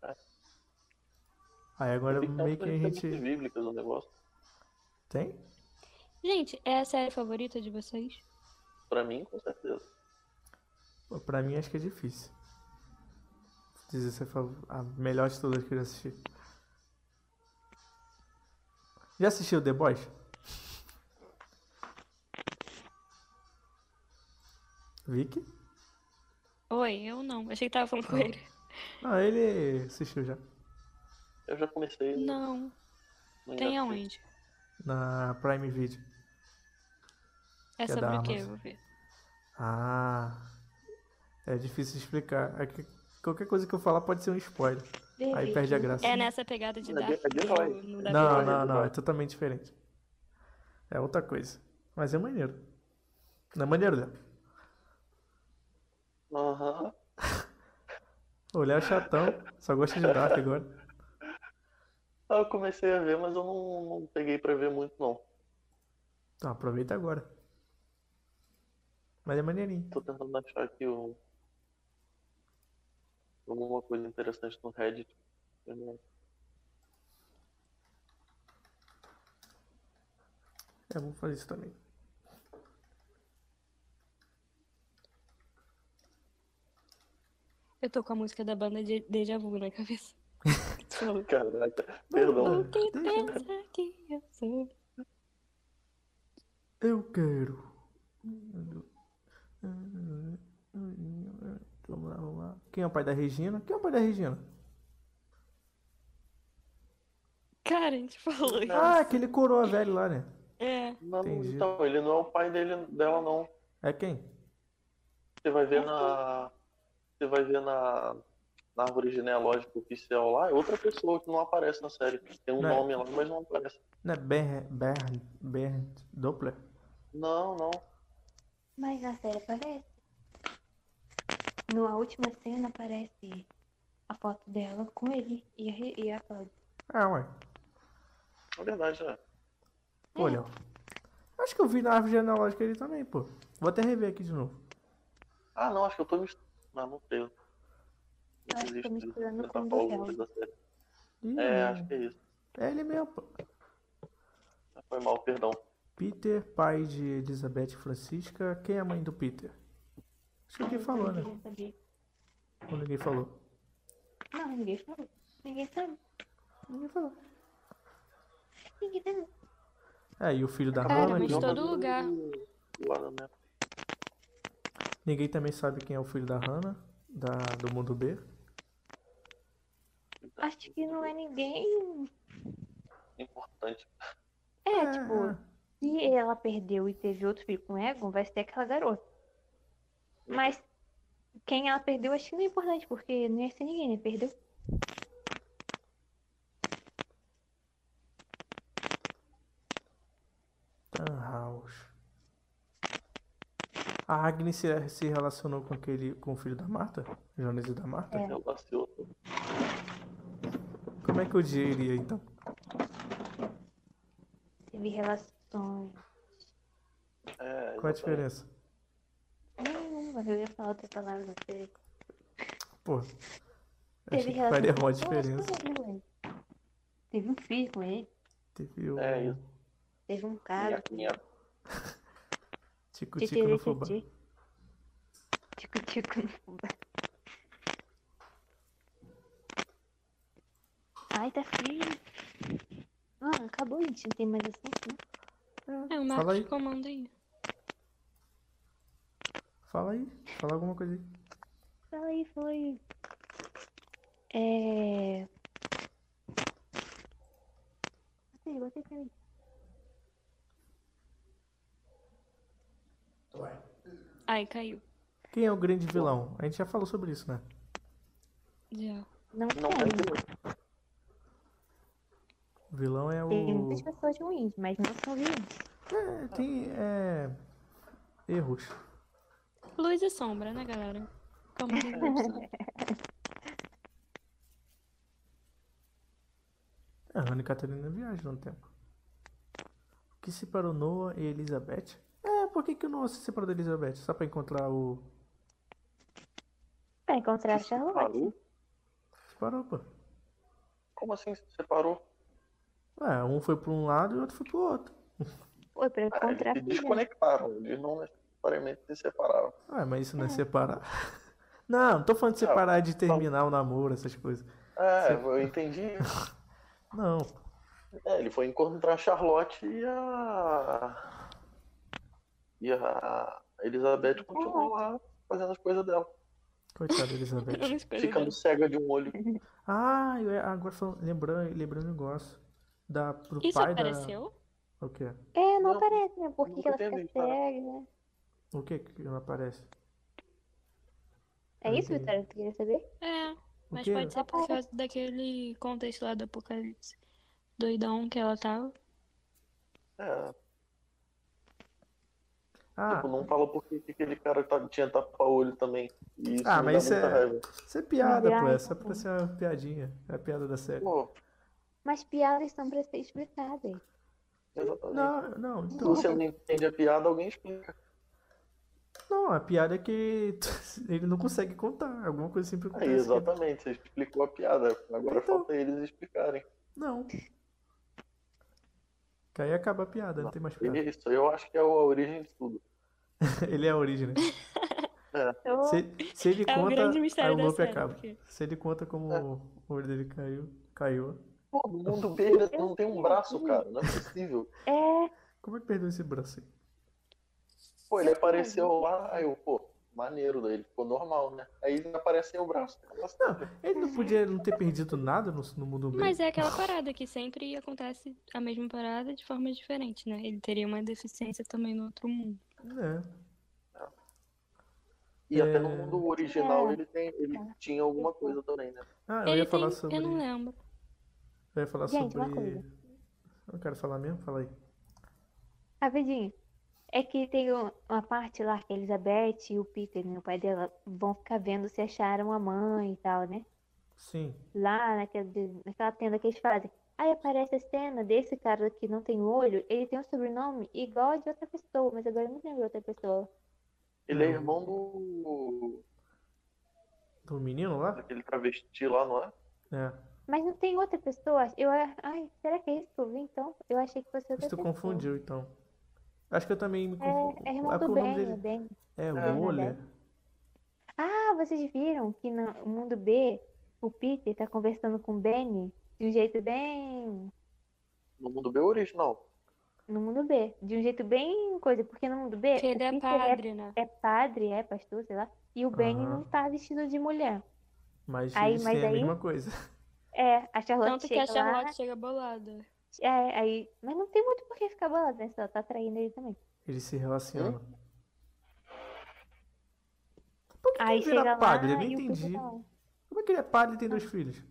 Speaker 2: É. Então,
Speaker 1: Aí agora
Speaker 2: Tem
Speaker 1: meio que a
Speaker 2: umas referências
Speaker 1: gente.
Speaker 2: bíblicas no negócio.
Speaker 1: Tem?
Speaker 3: Gente, é a série favorita de vocês?
Speaker 2: Pra mim, com certeza.
Speaker 1: Pô, Pra mim acho que é difícil. Dizer se foi a melhor de todas que eu já assisti. Já assistiu The Boys? Vicky?
Speaker 3: Oi, eu não. Achei que tava falando com ele.
Speaker 1: Não, ele assistiu já.
Speaker 2: Eu já comecei.
Speaker 3: Não.
Speaker 2: não
Speaker 3: Tem
Speaker 2: engatei.
Speaker 3: aonde?
Speaker 1: Na Prime Video.
Speaker 3: É
Speaker 1: Que é
Speaker 3: sobre
Speaker 1: da
Speaker 3: o quê?
Speaker 1: Amazon.
Speaker 3: Eu vou ver.
Speaker 1: Ah. É difícil explicar. É que qualquer coisa que eu falar pode ser um spoiler. Aí perde a graça.
Speaker 3: É nessa pegada de
Speaker 2: É
Speaker 3: Dark.
Speaker 2: de- é de herói.
Speaker 3: no- no
Speaker 2: Não,
Speaker 3: Dark
Speaker 1: Não,
Speaker 2: Prime
Speaker 3: Knight.
Speaker 1: não,
Speaker 2: Video.
Speaker 1: não. É totalmente diferente. É outra coisa. Mas é maneiro. Não é maneiro, Léo?
Speaker 2: Aham.
Speaker 1: O Léo é chatão. Só gosta de Dark agora.
Speaker 2: Ah, Eu comecei a ver, mas eu não, não peguei pra ver muito, não.
Speaker 1: Então aproveita agora. Mas é maneirinho.
Speaker 2: Tô tentando achar aqui o... alguma coisa interessante no Reddit. Eu não- <laughs>
Speaker 1: É, vou fazer isso também.
Speaker 3: Eu tô com a música da banda de Deja Vu na cabeça. Sou
Speaker 2: Caraca, perdão.
Speaker 3: o que
Speaker 1: Deja
Speaker 3: pensa que eu sou.
Speaker 1: Eu quero. Vamos lá, vamos lá. Quem é o pai da Regina? Quem é o pai da Regina?
Speaker 3: Cara, a gente falou isso.
Speaker 1: Ah, aquele coroa velho lá, né?
Speaker 3: É.
Speaker 2: Não,
Speaker 1: Entendi.
Speaker 2: então, ele não é o pai dele, dela, não.
Speaker 1: É quem?
Speaker 2: Você vai ver na. Você vai ver na. na árvore genealógica oficial lá é outra pessoa que não aparece na série. Tem um
Speaker 1: Não é.
Speaker 2: nome lá, mas não aparece.
Speaker 1: Não é Bernd, Bernd, Bernd Doppler?
Speaker 2: Não, não.
Speaker 4: Mas na série aparece. Na última cena aparece a foto dela com ele e a, re- e a Cláudia.
Speaker 1: Ah, ué.
Speaker 2: Na verdade, né?
Speaker 1: Pô, Léo. Acho que eu vi na árvore genealógica ele também, pô. Vou até rever aqui de novo.
Speaker 2: Ah, não, acho que eu tô misturando. Não, não sei. Eu
Speaker 4: Eu acho que eu tô
Speaker 2: desisto de
Speaker 4: misturando
Speaker 2: tentar
Speaker 4: com
Speaker 2: falar
Speaker 4: o do
Speaker 2: alguma
Speaker 4: Léo.
Speaker 2: coisa tá da série.
Speaker 1: Ih,
Speaker 2: É, acho que é isso.
Speaker 1: é ele mesmo, pô.
Speaker 2: Foi mal, perdão.
Speaker 1: Peter, pai de Elizabeth Francisca. Quem é a mãe do Peter? Acho que alguém falou, né?
Speaker 4: Ninguém sabia.
Speaker 1: Ou ninguém falou?
Speaker 4: Não, ninguém falou. Ninguém sabe.
Speaker 1: Ninguém falou.
Speaker 4: Ninguém sabe.
Speaker 1: É, e o filho da
Speaker 3: Cara,
Speaker 1: Hannah? então,
Speaker 3: mas
Speaker 1: que-
Speaker 3: todo lugar.
Speaker 2: O Adam, né?
Speaker 1: Ninguém também sabe quem é o filho da Hannah, da, do mundo B.
Speaker 4: Acho que não é ninguém.
Speaker 2: Importante.
Speaker 4: É,
Speaker 1: Ah.
Speaker 4: tipo, se ela perdeu e teve outro filho com o Egon, vai ser aquela garota. Mas quem ela perdeu acho que não é importante, porque não ia ser ninguém, né? Perdeu.
Speaker 1: Tannhaus. A Agnes se, se relacionou com aquele com o filho da Marta? Jonas e da Marta?
Speaker 2: Eu vacilo.
Speaker 1: Como é que eu diria então?
Speaker 4: Teve relações.
Speaker 1: Qual é
Speaker 2: É,
Speaker 1: a
Speaker 2: exatamente.
Speaker 1: diferença?
Speaker 4: Não, mas eu ia falar outra palavra não sei.
Speaker 1: Pô.
Speaker 4: Teve
Speaker 1: Achei que faria uma
Speaker 4: com outras
Speaker 1: diferença.
Speaker 4: pessoas, né? Teve um filho com ele,
Speaker 1: Teve o
Speaker 2: É, isso.
Speaker 4: teve um
Speaker 2: Minha,
Speaker 4: caso.
Speaker 2: minha
Speaker 1: tico-tico no fubá.
Speaker 4: Tico tico no fubá. Ai, tá frio. Ah, acabou, gente. Não tem mais assunto, né?
Speaker 3: É, o
Speaker 1: Fala
Speaker 3: Marcos
Speaker 1: aí.
Speaker 3: comanda aí.
Speaker 1: Fala aí. Fala alguma coisa aí.
Speaker 4: Fala aí, foi. É. Gostei, gostei, peraí.
Speaker 3: Ai, caiu.
Speaker 1: Quem é o grande vilão? A gente já falou sobre isso, né?
Speaker 3: Já.
Speaker 4: Não,
Speaker 2: não é
Speaker 4: tem.
Speaker 1: O vilão é
Speaker 4: Tem
Speaker 1: o.
Speaker 4: muitas pessoas ruins, mas não são ruins.
Speaker 1: É, tem. É... Erros.
Speaker 3: Luz e sombra, né, galera? <laughs> Como que tá? gosta?
Speaker 1: A Hannah e Catarina viajam no tempo. O que separou Noah e Elizabeth? É, por que, que o Noah se separou da Elizabeth? Só pra encontrar o.
Speaker 4: Pra encontrar a
Speaker 2: se
Speaker 4: Charlotte.
Speaker 2: separou?
Speaker 1: Separou, pô.
Speaker 2: Como assim se separou?
Speaker 1: É, um foi pra um lado e o outro foi pro outro.
Speaker 4: Foi pra
Speaker 2: Ah, eles
Speaker 4: encontrar a
Speaker 2: se
Speaker 4: filha.
Speaker 2: desconectaram, eles não necessariamente se separaram.
Speaker 1: Ué, mas isso não é separar. <laughs> Não, não tô falando de
Speaker 2: Não,
Speaker 1: separar de terminar o namoro, essas coisas.
Speaker 2: É, eu entendi.
Speaker 1: Não.
Speaker 2: É, ele foi encontrar a Charlotte e a. E a
Speaker 4: Uhum.
Speaker 2: Elizabeth continuou lá fazendo as coisas dela,
Speaker 1: Coitada, da
Speaker 3: <laughs>
Speaker 1: Elizabeth.
Speaker 3: Vamos coisas
Speaker 2: ficando cega de um olho.
Speaker 1: Ah, eu- agora falando, lembrando, lembrando um negócio. Da, pro
Speaker 3: Isso
Speaker 1: pai
Speaker 3: apareceu?
Speaker 1: da. O quê?
Speaker 4: É, não
Speaker 2: Não,
Speaker 4: aparece, né? Por que que
Speaker 2: nunca
Speaker 4: ela
Speaker 2: teve,
Speaker 4: fica
Speaker 2: cara.
Speaker 4: cega? né?
Speaker 1: O que que não aparece?
Speaker 4: É isso,
Speaker 1: Entendi.
Speaker 4: Vitória, que tu queria saber?
Speaker 3: É.
Speaker 1: O
Speaker 3: Mas
Speaker 1: quê?
Speaker 3: pode ser por causa daquele contexto lá do apocalipse doidão que ela tava.
Speaker 2: É,
Speaker 1: Ah,
Speaker 2: tipo, não fala porque que aquele cara tá, tinha tapa-olho também. E isso
Speaker 1: Ah, mas
Speaker 2: me dá
Speaker 1: isso
Speaker 2: muita
Speaker 1: é-
Speaker 2: raiva.
Speaker 1: isso é piada, pô.
Speaker 4: Piada,
Speaker 1: É só pra ser uma piadinha. É a piada da série.
Speaker 2: Pô,
Speaker 4: Mas piadas são pra ser explicadas.
Speaker 2: exatamente.
Speaker 1: Não, não,
Speaker 2: Se
Speaker 1: então.
Speaker 2: você não entende a piada, alguém explica.
Speaker 1: Não, a piada é que <laughs> ele não consegue contar. Alguma coisa sempre
Speaker 2: Aí,
Speaker 1: acontece. que-
Speaker 2: É, exatamente, você explicou a piada. Agora
Speaker 1: Então.
Speaker 2: falta eles explicarem.
Speaker 1: Não. Que aí acaba a piada, não tem mais piada. <laughs>
Speaker 2: E isso, eu acho que é a origem de tudo.
Speaker 1: Ele é a origem, né?
Speaker 4: Eu...
Speaker 1: Se, se ele
Speaker 3: É o
Speaker 1: conta,
Speaker 3: grande mistério
Speaker 1: aí o
Speaker 3: da
Speaker 1: loop
Speaker 3: série.
Speaker 1: acaba.
Speaker 3: porque-
Speaker 1: Se ele conta como o olho dele caiu, caiu.
Speaker 2: Pô, no mundo B ele
Speaker 4: assim,
Speaker 2: não tem um braço, cara. Não é possível.
Speaker 4: É,
Speaker 1: Como é que perdeu esse braço aí?
Speaker 2: Pô, ele apareceu lá, aí eu, pô, maneiro, daí ele ficou normal, né? Aí ele aparece o braço. tá Nossa,
Speaker 1: Ele não podia não ter perdido nada no, no mundo B.
Speaker 3: Mas é aquela parada que sempre acontece a mesma parada de forma diferente, né? Ele teria uma deficiência também no outro mundo.
Speaker 1: É.
Speaker 2: E até no
Speaker 1: É.
Speaker 2: mundo original
Speaker 4: É.
Speaker 2: ele, tem, ele tinha alguma coisa também, né?
Speaker 1: Ah, eu
Speaker 3: Ele
Speaker 1: ia falar
Speaker 3: tem-
Speaker 1: sobre.
Speaker 3: Eu não lembro.
Speaker 1: Eu ia falar
Speaker 4: Gente, uma
Speaker 1: sobre.
Speaker 4: coisa.
Speaker 1: Eu não quero falar mesmo? Fala aí.
Speaker 4: Rapidinho. É que tem um- uma parte lá que a Elizabeth e o Peter, né, o pai dela, vão ficar vendo se acharam a mãe e tal, né?
Speaker 1: Sim.
Speaker 4: Lá naquela, naquela tenda que eles fazem. Aí aparece a cena desse cara que não tem olho, ele tem um sobrenome igual a de outra pessoa, mas agora eu não lembro outra pessoa.
Speaker 2: Ele é
Speaker 1: Não.
Speaker 2: irmão do.
Speaker 1: Do um menino lá?
Speaker 2: daquele travesti lá, não é?
Speaker 1: É.
Speaker 4: Mas não tem outra pessoa? Eu, a- ai, será que é isso que eu vi então? Eu achei que fosse outra
Speaker 1: Mas tu
Speaker 4: pessoa.
Speaker 1: confundiu, então. Acho que eu também me confundi.
Speaker 4: É, é irmão
Speaker 1: Ah,
Speaker 4: do
Speaker 1: qual o nome
Speaker 4: Ben,
Speaker 1: dele?
Speaker 4: o Ben.
Speaker 1: É,
Speaker 2: É.
Speaker 1: Waller.
Speaker 4: Ah, vocês viram que no mundo B, o Peter tá conversando com o Benny de um jeito bem.
Speaker 2: No mundo B original.
Speaker 4: No mundo B. De um jeito bem coisa, porque no mundo B,
Speaker 3: Porque
Speaker 4: o
Speaker 3: ele é
Speaker 4: Peter
Speaker 3: padre, né?
Speaker 4: é padre, é pastor, sei lá, e o Benny
Speaker 1: Aham.
Speaker 4: não tá vestido de mulher.
Speaker 1: Mas
Speaker 4: Aí,
Speaker 1: eles
Speaker 4: mas
Speaker 1: têm a
Speaker 4: aí-
Speaker 1: mesma coisa.
Speaker 4: É, a Charlotte
Speaker 3: Tanto que
Speaker 4: chega
Speaker 3: a Charlotte
Speaker 4: lá,
Speaker 3: chega bolada.
Speaker 4: é, aí. Mas não tem muito por que ficar bolado, né? Só tá traindo ele também.
Speaker 1: Eles se relacionam. Por que que
Speaker 4: Aí
Speaker 1: ele vira
Speaker 4: chega lá
Speaker 1: padre? Eu não
Speaker 4: e o Peter
Speaker 1: entendi.
Speaker 4: tá lá.
Speaker 1: Como é que ele é padre e tem dois filhos?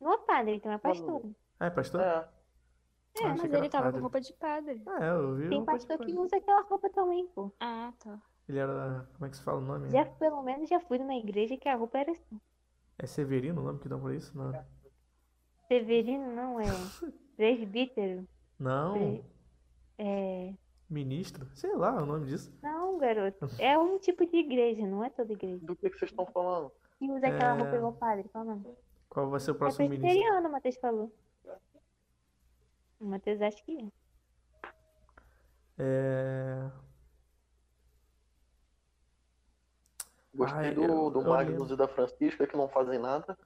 Speaker 4: Não é padre, então é
Speaker 2: Quando-
Speaker 4: pastor.
Speaker 1: Ah, é pastor?
Speaker 2: É.
Speaker 1: Ah, achei
Speaker 3: mas
Speaker 1: que era
Speaker 3: ele tava
Speaker 1: padre.
Speaker 3: com roupa de padre.
Speaker 1: Ah, é, eu vi
Speaker 4: Tem
Speaker 1: uma coisa de
Speaker 4: pastor que
Speaker 1: padre.
Speaker 4: usa aquela roupa também, pô.
Speaker 3: Ah, tá.
Speaker 1: Ele era. Como é que se fala o nome?
Speaker 4: Já, pelo menos já fui numa igreja que a roupa era assim.
Speaker 1: É Severino o nome que dão pra isso? Não.
Speaker 4: Severino não é. Presbítero.
Speaker 1: Não.
Speaker 4: É.
Speaker 1: Ministro? Sei lá o nome disso.
Speaker 4: Não, garoto. É um tipo de igreja, não é toda igreja.
Speaker 2: Do que, que vocês estão falando?
Speaker 4: E usa aquela
Speaker 1: É.
Speaker 4: roupa igual padre, qual o nome?
Speaker 1: Qual vai ser o
Speaker 4: É
Speaker 1: próximo ministro?
Speaker 4: presbiteriano, o Matheus falou. O Matheus acha que é.
Speaker 1: É.
Speaker 2: Gostei
Speaker 1: Ai,
Speaker 2: do,
Speaker 1: Ah, é, eu-
Speaker 2: do
Speaker 1: eu
Speaker 2: Magnus
Speaker 1: lembro.
Speaker 2: e da Francisca que não fazem nada.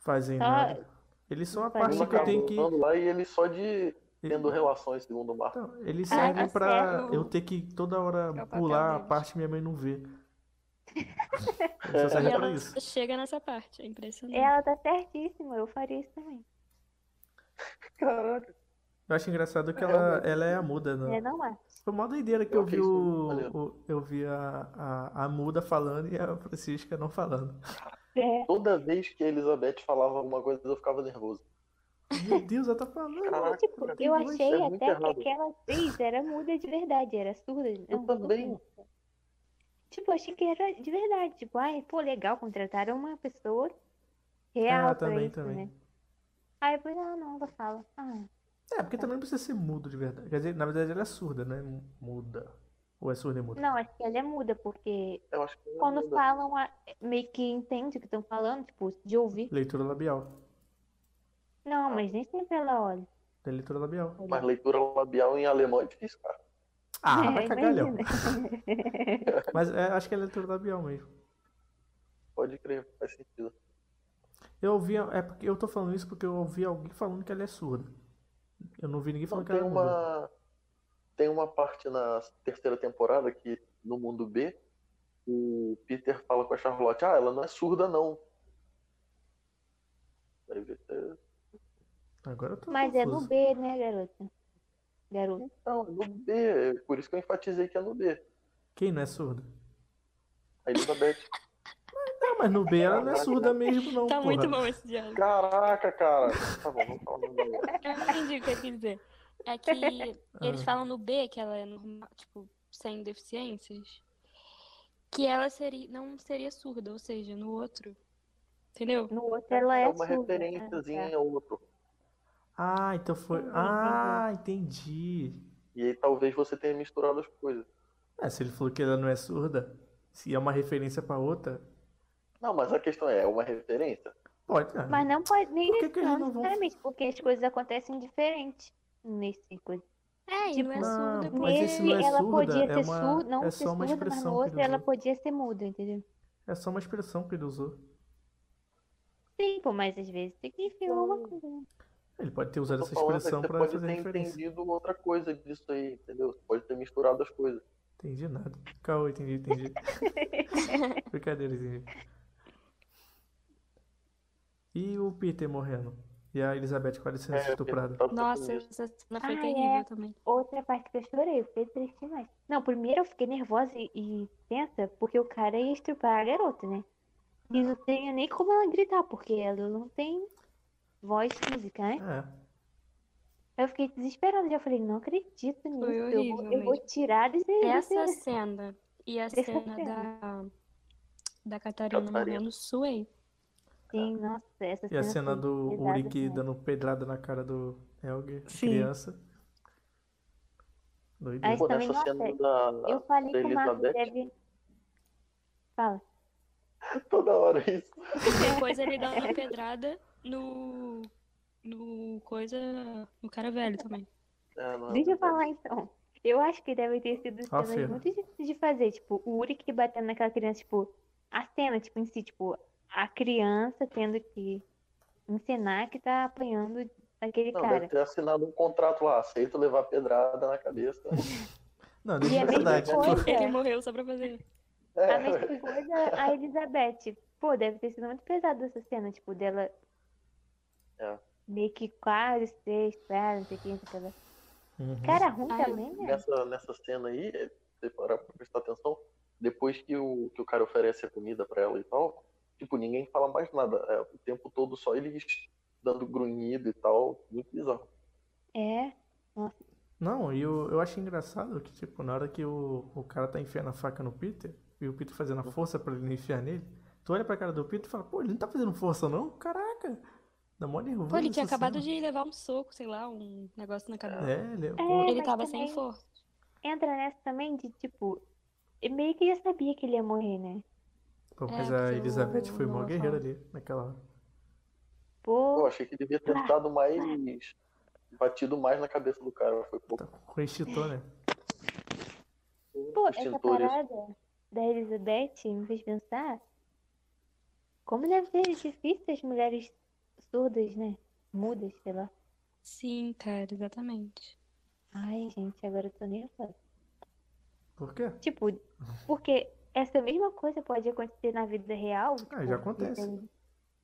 Speaker 1: Fazem
Speaker 4: Só-
Speaker 1: nada. Eles são a
Speaker 4: Fazem
Speaker 1: parte
Speaker 2: Um
Speaker 4: Acho
Speaker 1: que eu
Speaker 2: acaba
Speaker 1: tenho que.
Speaker 2: andando lá e ele só de tendo
Speaker 1: Ele-
Speaker 2: relações, segundo o Marco.
Speaker 1: Então, eles
Speaker 4: Ah,
Speaker 1: servem
Speaker 4: tá
Speaker 1: pra
Speaker 3: certo.
Speaker 1: eu ter que toda hora
Speaker 3: É o papel
Speaker 1: pular a
Speaker 3: deles.
Speaker 1: parte que minha mãe não vê. Eles só servem
Speaker 3: E
Speaker 1: É, pra
Speaker 3: ela
Speaker 1: isso.
Speaker 3: chega nessa parte, é impressionante.
Speaker 4: Ela tá certíssima, eu faria isso também.
Speaker 2: Caraca.
Speaker 1: Eu acho engraçado que ela, ela é a muda, né?
Speaker 4: É, não é?
Speaker 1: Foi uma doideira que
Speaker 2: Eu
Speaker 1: eu vi
Speaker 2: achei
Speaker 1: o,
Speaker 2: isso maneiro.
Speaker 1: o- eu vi a, a, a Muda falando e a Francisca não falando.
Speaker 4: É.
Speaker 2: Toda vez que a Elizabeth falava alguma coisa, eu ficava nervoso.
Speaker 1: Meu
Speaker 2: <laughs>
Speaker 1: Deus, ela tá falando.
Speaker 2: Caraca,
Speaker 4: Tipo,
Speaker 2: cara,
Speaker 1: tem
Speaker 4: eu
Speaker 1: dois,
Speaker 4: achei
Speaker 2: é muito
Speaker 4: até
Speaker 2: errado.
Speaker 4: que aquela atriz era um muda de verdade, era surda.
Speaker 2: Eu
Speaker 4: não,
Speaker 2: também.
Speaker 4: Tipo, eu achei que era de verdade. Tipo, ai, pô, legal, contrataram uma pessoa real
Speaker 1: Ah,
Speaker 4: pra
Speaker 1: também,
Speaker 4: É isso,
Speaker 1: também.
Speaker 4: né? Aí eu falei, ah, não, ela fala. Ah,
Speaker 1: É, porque também não precisa ser mudo de verdade. Quer dizer, na verdade ela é surda, né? Muda. Ou é surda e muda?
Speaker 4: não, acho que ela é muda, porque
Speaker 2: Eu acho que não é
Speaker 4: quando
Speaker 2: nada.
Speaker 4: falam, a- meio que entende o que estão falando, tipo, de ouvir.
Speaker 1: Leitura labial.
Speaker 4: Não,
Speaker 1: Ah.
Speaker 4: mas nem sempre ela olha.
Speaker 1: Tem leitura
Speaker 4: <laughs>
Speaker 1: labial.
Speaker 2: Mas leitura labial em alemão é difícil, cara.
Speaker 1: Ah,
Speaker 4: É,
Speaker 1: vai cagar, Léo.
Speaker 4: imagina.
Speaker 1: Mas é, acho que é leitura labial mesmo.
Speaker 2: Pode crer, faz sentido.
Speaker 1: Eu ouvi, é porque eu tô falando isso porque eu ouvi alguém falando que ela é surda. Eu não vi ninguém
Speaker 2: Não,
Speaker 1: falando que
Speaker 2: tem
Speaker 1: ela é muda.
Speaker 2: uma tem uma parte na terceira temporada que no mundo B o Peter fala com a Charlotte, ah, ela não é surda não. Aí vê- é,
Speaker 1: Agora eu tô
Speaker 4: <laughs> Mas é no
Speaker 1: confuso.
Speaker 4: B, né, garota? Garoto.
Speaker 2: Não, é no B, é por isso que eu enfatizei que é no B.
Speaker 1: Quem não é surdo?
Speaker 2: A Elizabeth,
Speaker 1: Não, mas no B ela não é
Speaker 2: Caraca,
Speaker 1: surda mesmo, não,
Speaker 3: Tá
Speaker 1: porra.
Speaker 3: muito bom esse diálogo.
Speaker 2: caraca, cara. Tá bom, vamos falar mais agora.
Speaker 3: Eu não entendi o que eu quis dizer. É que
Speaker 1: Ah.
Speaker 3: eles falam no B que ela é normal, tipo, sem deficiências, que ela seria, não seria surda, ou seja, no outro. Entendeu?
Speaker 4: No outro ela é
Speaker 2: É uma
Speaker 4: surda. Ah,
Speaker 2: referênciazinha ao outro.
Speaker 1: Ah, então foi.
Speaker 4: Entendi,
Speaker 1: Ah, entendi.
Speaker 2: E aí talvez você tenha misturado as coisas.
Speaker 1: É, se ele falou que ela não é surda, se é uma referência pra outra,
Speaker 2: Não, mas a questão é, é uma referência?
Speaker 1: pode. né?
Speaker 4: tá. Mas não pode nem
Speaker 1: Por que que eles
Speaker 4: não,
Speaker 1: não vão-
Speaker 4: necessariamente, porque as coisas acontecem diferente nesse coisa.
Speaker 3: É, e não é
Speaker 4: Tipo,
Speaker 1: Não,
Speaker 3: surda
Speaker 1: Ah, mas
Speaker 3: porque
Speaker 1: esse não é
Speaker 4: ela
Speaker 1: surda,
Speaker 4: podia
Speaker 1: é
Speaker 4: ser
Speaker 1: uma-
Speaker 4: surda, não
Speaker 1: é só
Speaker 4: ser
Speaker 1: uma
Speaker 4: surda, mas
Speaker 1: expressão
Speaker 4: no
Speaker 1: que
Speaker 4: outro
Speaker 1: ele
Speaker 4: ela
Speaker 1: usou.
Speaker 4: podia ser muda, entendeu?
Speaker 1: É só uma expressão que ele usou.
Speaker 4: Sim, pô, mas às vezes significa
Speaker 1: Então,
Speaker 4: alguma coisa. né?
Speaker 1: Ele pode ter
Speaker 2: Eu
Speaker 1: usado
Speaker 2: tô
Speaker 1: essa
Speaker 2: falando é que
Speaker 1: expressão
Speaker 2: você
Speaker 1: pra
Speaker 2: pode
Speaker 1: fazer
Speaker 2: ter
Speaker 1: referência.
Speaker 2: entendido outra coisa disso aí, entendeu? Você pode ter misturado as coisas.
Speaker 1: Entendi nada. Caô, entendi, entendi. Brincadeira, entendi. E o Peter morrendo? E a Elizabeth quase sendo
Speaker 2: É,
Speaker 1: estuprada.
Speaker 2: eu- eu-
Speaker 3: Nossa,
Speaker 2: eu-
Speaker 3: essa cena foi
Speaker 4: Ah,
Speaker 3: terrível
Speaker 4: é.
Speaker 3: também.
Speaker 4: Outra parte que eu chorei, eu fiquei triste demais. Não, primeiro eu fiquei nervosa e, e tensa, porque o cara ia estrupar a garota, né? E não tinha nem como ela gritar, porque ela não tem voz física, né?
Speaker 1: É.
Speaker 4: Aí eu fiquei desesperada, já falei, não acredito nisso, eu vou,
Speaker 3: horrível
Speaker 4: eu vou
Speaker 3: mesmo.
Speaker 4: tirar desse, desse-
Speaker 3: Essa cena e a
Speaker 4: Essa
Speaker 3: cena da, da Catarina
Speaker 2: Catarina.
Speaker 3: morrendo, suei.
Speaker 4: Sim, assim, nossa, essa
Speaker 1: E a
Speaker 4: cena
Speaker 1: cena
Speaker 4: foi
Speaker 1: do
Speaker 4: pesada
Speaker 1: Uric
Speaker 4: demais.
Speaker 1: dando pedrada na cara do Helger,
Speaker 3: Sim.
Speaker 1: criança. Doideira.
Speaker 4: Aí-
Speaker 2: Pô,
Speaker 4: também
Speaker 2: nessa
Speaker 4: não
Speaker 2: cena
Speaker 4: aceito.
Speaker 2: da. <laughs>
Speaker 4: Eu falei
Speaker 2: da
Speaker 4: que o Marcos
Speaker 2: Elizabeth.
Speaker 4: deve... Fala.
Speaker 2: Toda hora é isso.
Speaker 3: Depois ele dá uma pedrada no. no coisa. no cara velho também.
Speaker 2: É, não é
Speaker 4: Deixa eu
Speaker 2: verdade.
Speaker 4: falar então. Eu acho que deve ter sido
Speaker 1: Ah, sim.
Speaker 4: cenas muito difíceis de fazer. Tipo, o Uric batendo naquela criança, tipo, a cena, tipo, em si, tipo, a criança tendo que encenar que tá apanhando aquele
Speaker 2: Não,
Speaker 4: cara.
Speaker 2: deve ter assinado um contrato lá. Aceito levar pedrada na cabeça.
Speaker 1: Não,
Speaker 4: E
Speaker 3: é
Speaker 1: deixa
Speaker 4: a mesma
Speaker 1: verdade.
Speaker 2: Pô.
Speaker 4: coisa,
Speaker 3: Ele morreu só pra fazer.
Speaker 2: É,
Speaker 4: <laughs> a mesma coisa
Speaker 2: <laughs>
Speaker 4: a Elizabeth. Pô, deve ter sido muito pesado essa cena, tipo, dela
Speaker 2: É.
Speaker 4: meio que quase ser estuprada, não sei o que, não sei o que lá.
Speaker 1: <laughs> Uhum.
Speaker 4: Cara ruim
Speaker 3: Ai,
Speaker 4: também, né?
Speaker 2: nessa, nessa cena aí, é, se parar pra prestar atenção, depois que o, que o cara oferece a comida pra ela e tal, tipo, ninguém fala mais nada. É, o tempo todo só eles dando grunhido e tal. Muito bizarro.
Speaker 4: É.
Speaker 1: Não, e eu, eu achei engraçado que, tipo, na hora que o, o cara tá enfiando a faca no Peter, e o Peter fazendo a força pra ele não enfiar nele, tu olha pra cara do Peter e fala, pô, ele não tá fazendo força não? Caraca! Dá mó nervoso
Speaker 3: Pô, ele tinha
Speaker 1: essa
Speaker 3: acabado
Speaker 1: cena.
Speaker 3: de levar um soco, sei lá, um negócio na cabeça.
Speaker 1: É, ele... pô,
Speaker 4: É,
Speaker 3: Ele
Speaker 4: mas
Speaker 3: tava sem
Speaker 4: também-
Speaker 3: força.
Speaker 4: entra nessa também de tipo, eu meio que já sabia que ele ia morrer, né?
Speaker 1: pô,
Speaker 3: é,
Speaker 1: mas a
Speaker 3: porque
Speaker 1: Elizabeth
Speaker 3: o
Speaker 1: foi mó
Speaker 3: Noah
Speaker 1: guerreira
Speaker 3: fala.
Speaker 1: ali, naquela hora.
Speaker 2: Eu
Speaker 4: Pô,
Speaker 2: achei que devia ter dado mais. batido mais na cabeça do cara. Foi pouco.
Speaker 1: Tá, Reestitou, né?
Speaker 4: pô, essa
Speaker 2: extintor, isso.
Speaker 4: parada da Elizabeth me fez pensar como deve ser difícil as mulheres surdas, né? Mudas, sei lá.
Speaker 3: Sim, cara, exatamente.
Speaker 4: Ai, gente, agora eu tô nervosa.
Speaker 1: Por quê?
Speaker 4: Tipo, porque essa mesma coisa pode acontecer na vida real.
Speaker 1: Ah,
Speaker 4: tipo,
Speaker 1: já acontece.
Speaker 4: de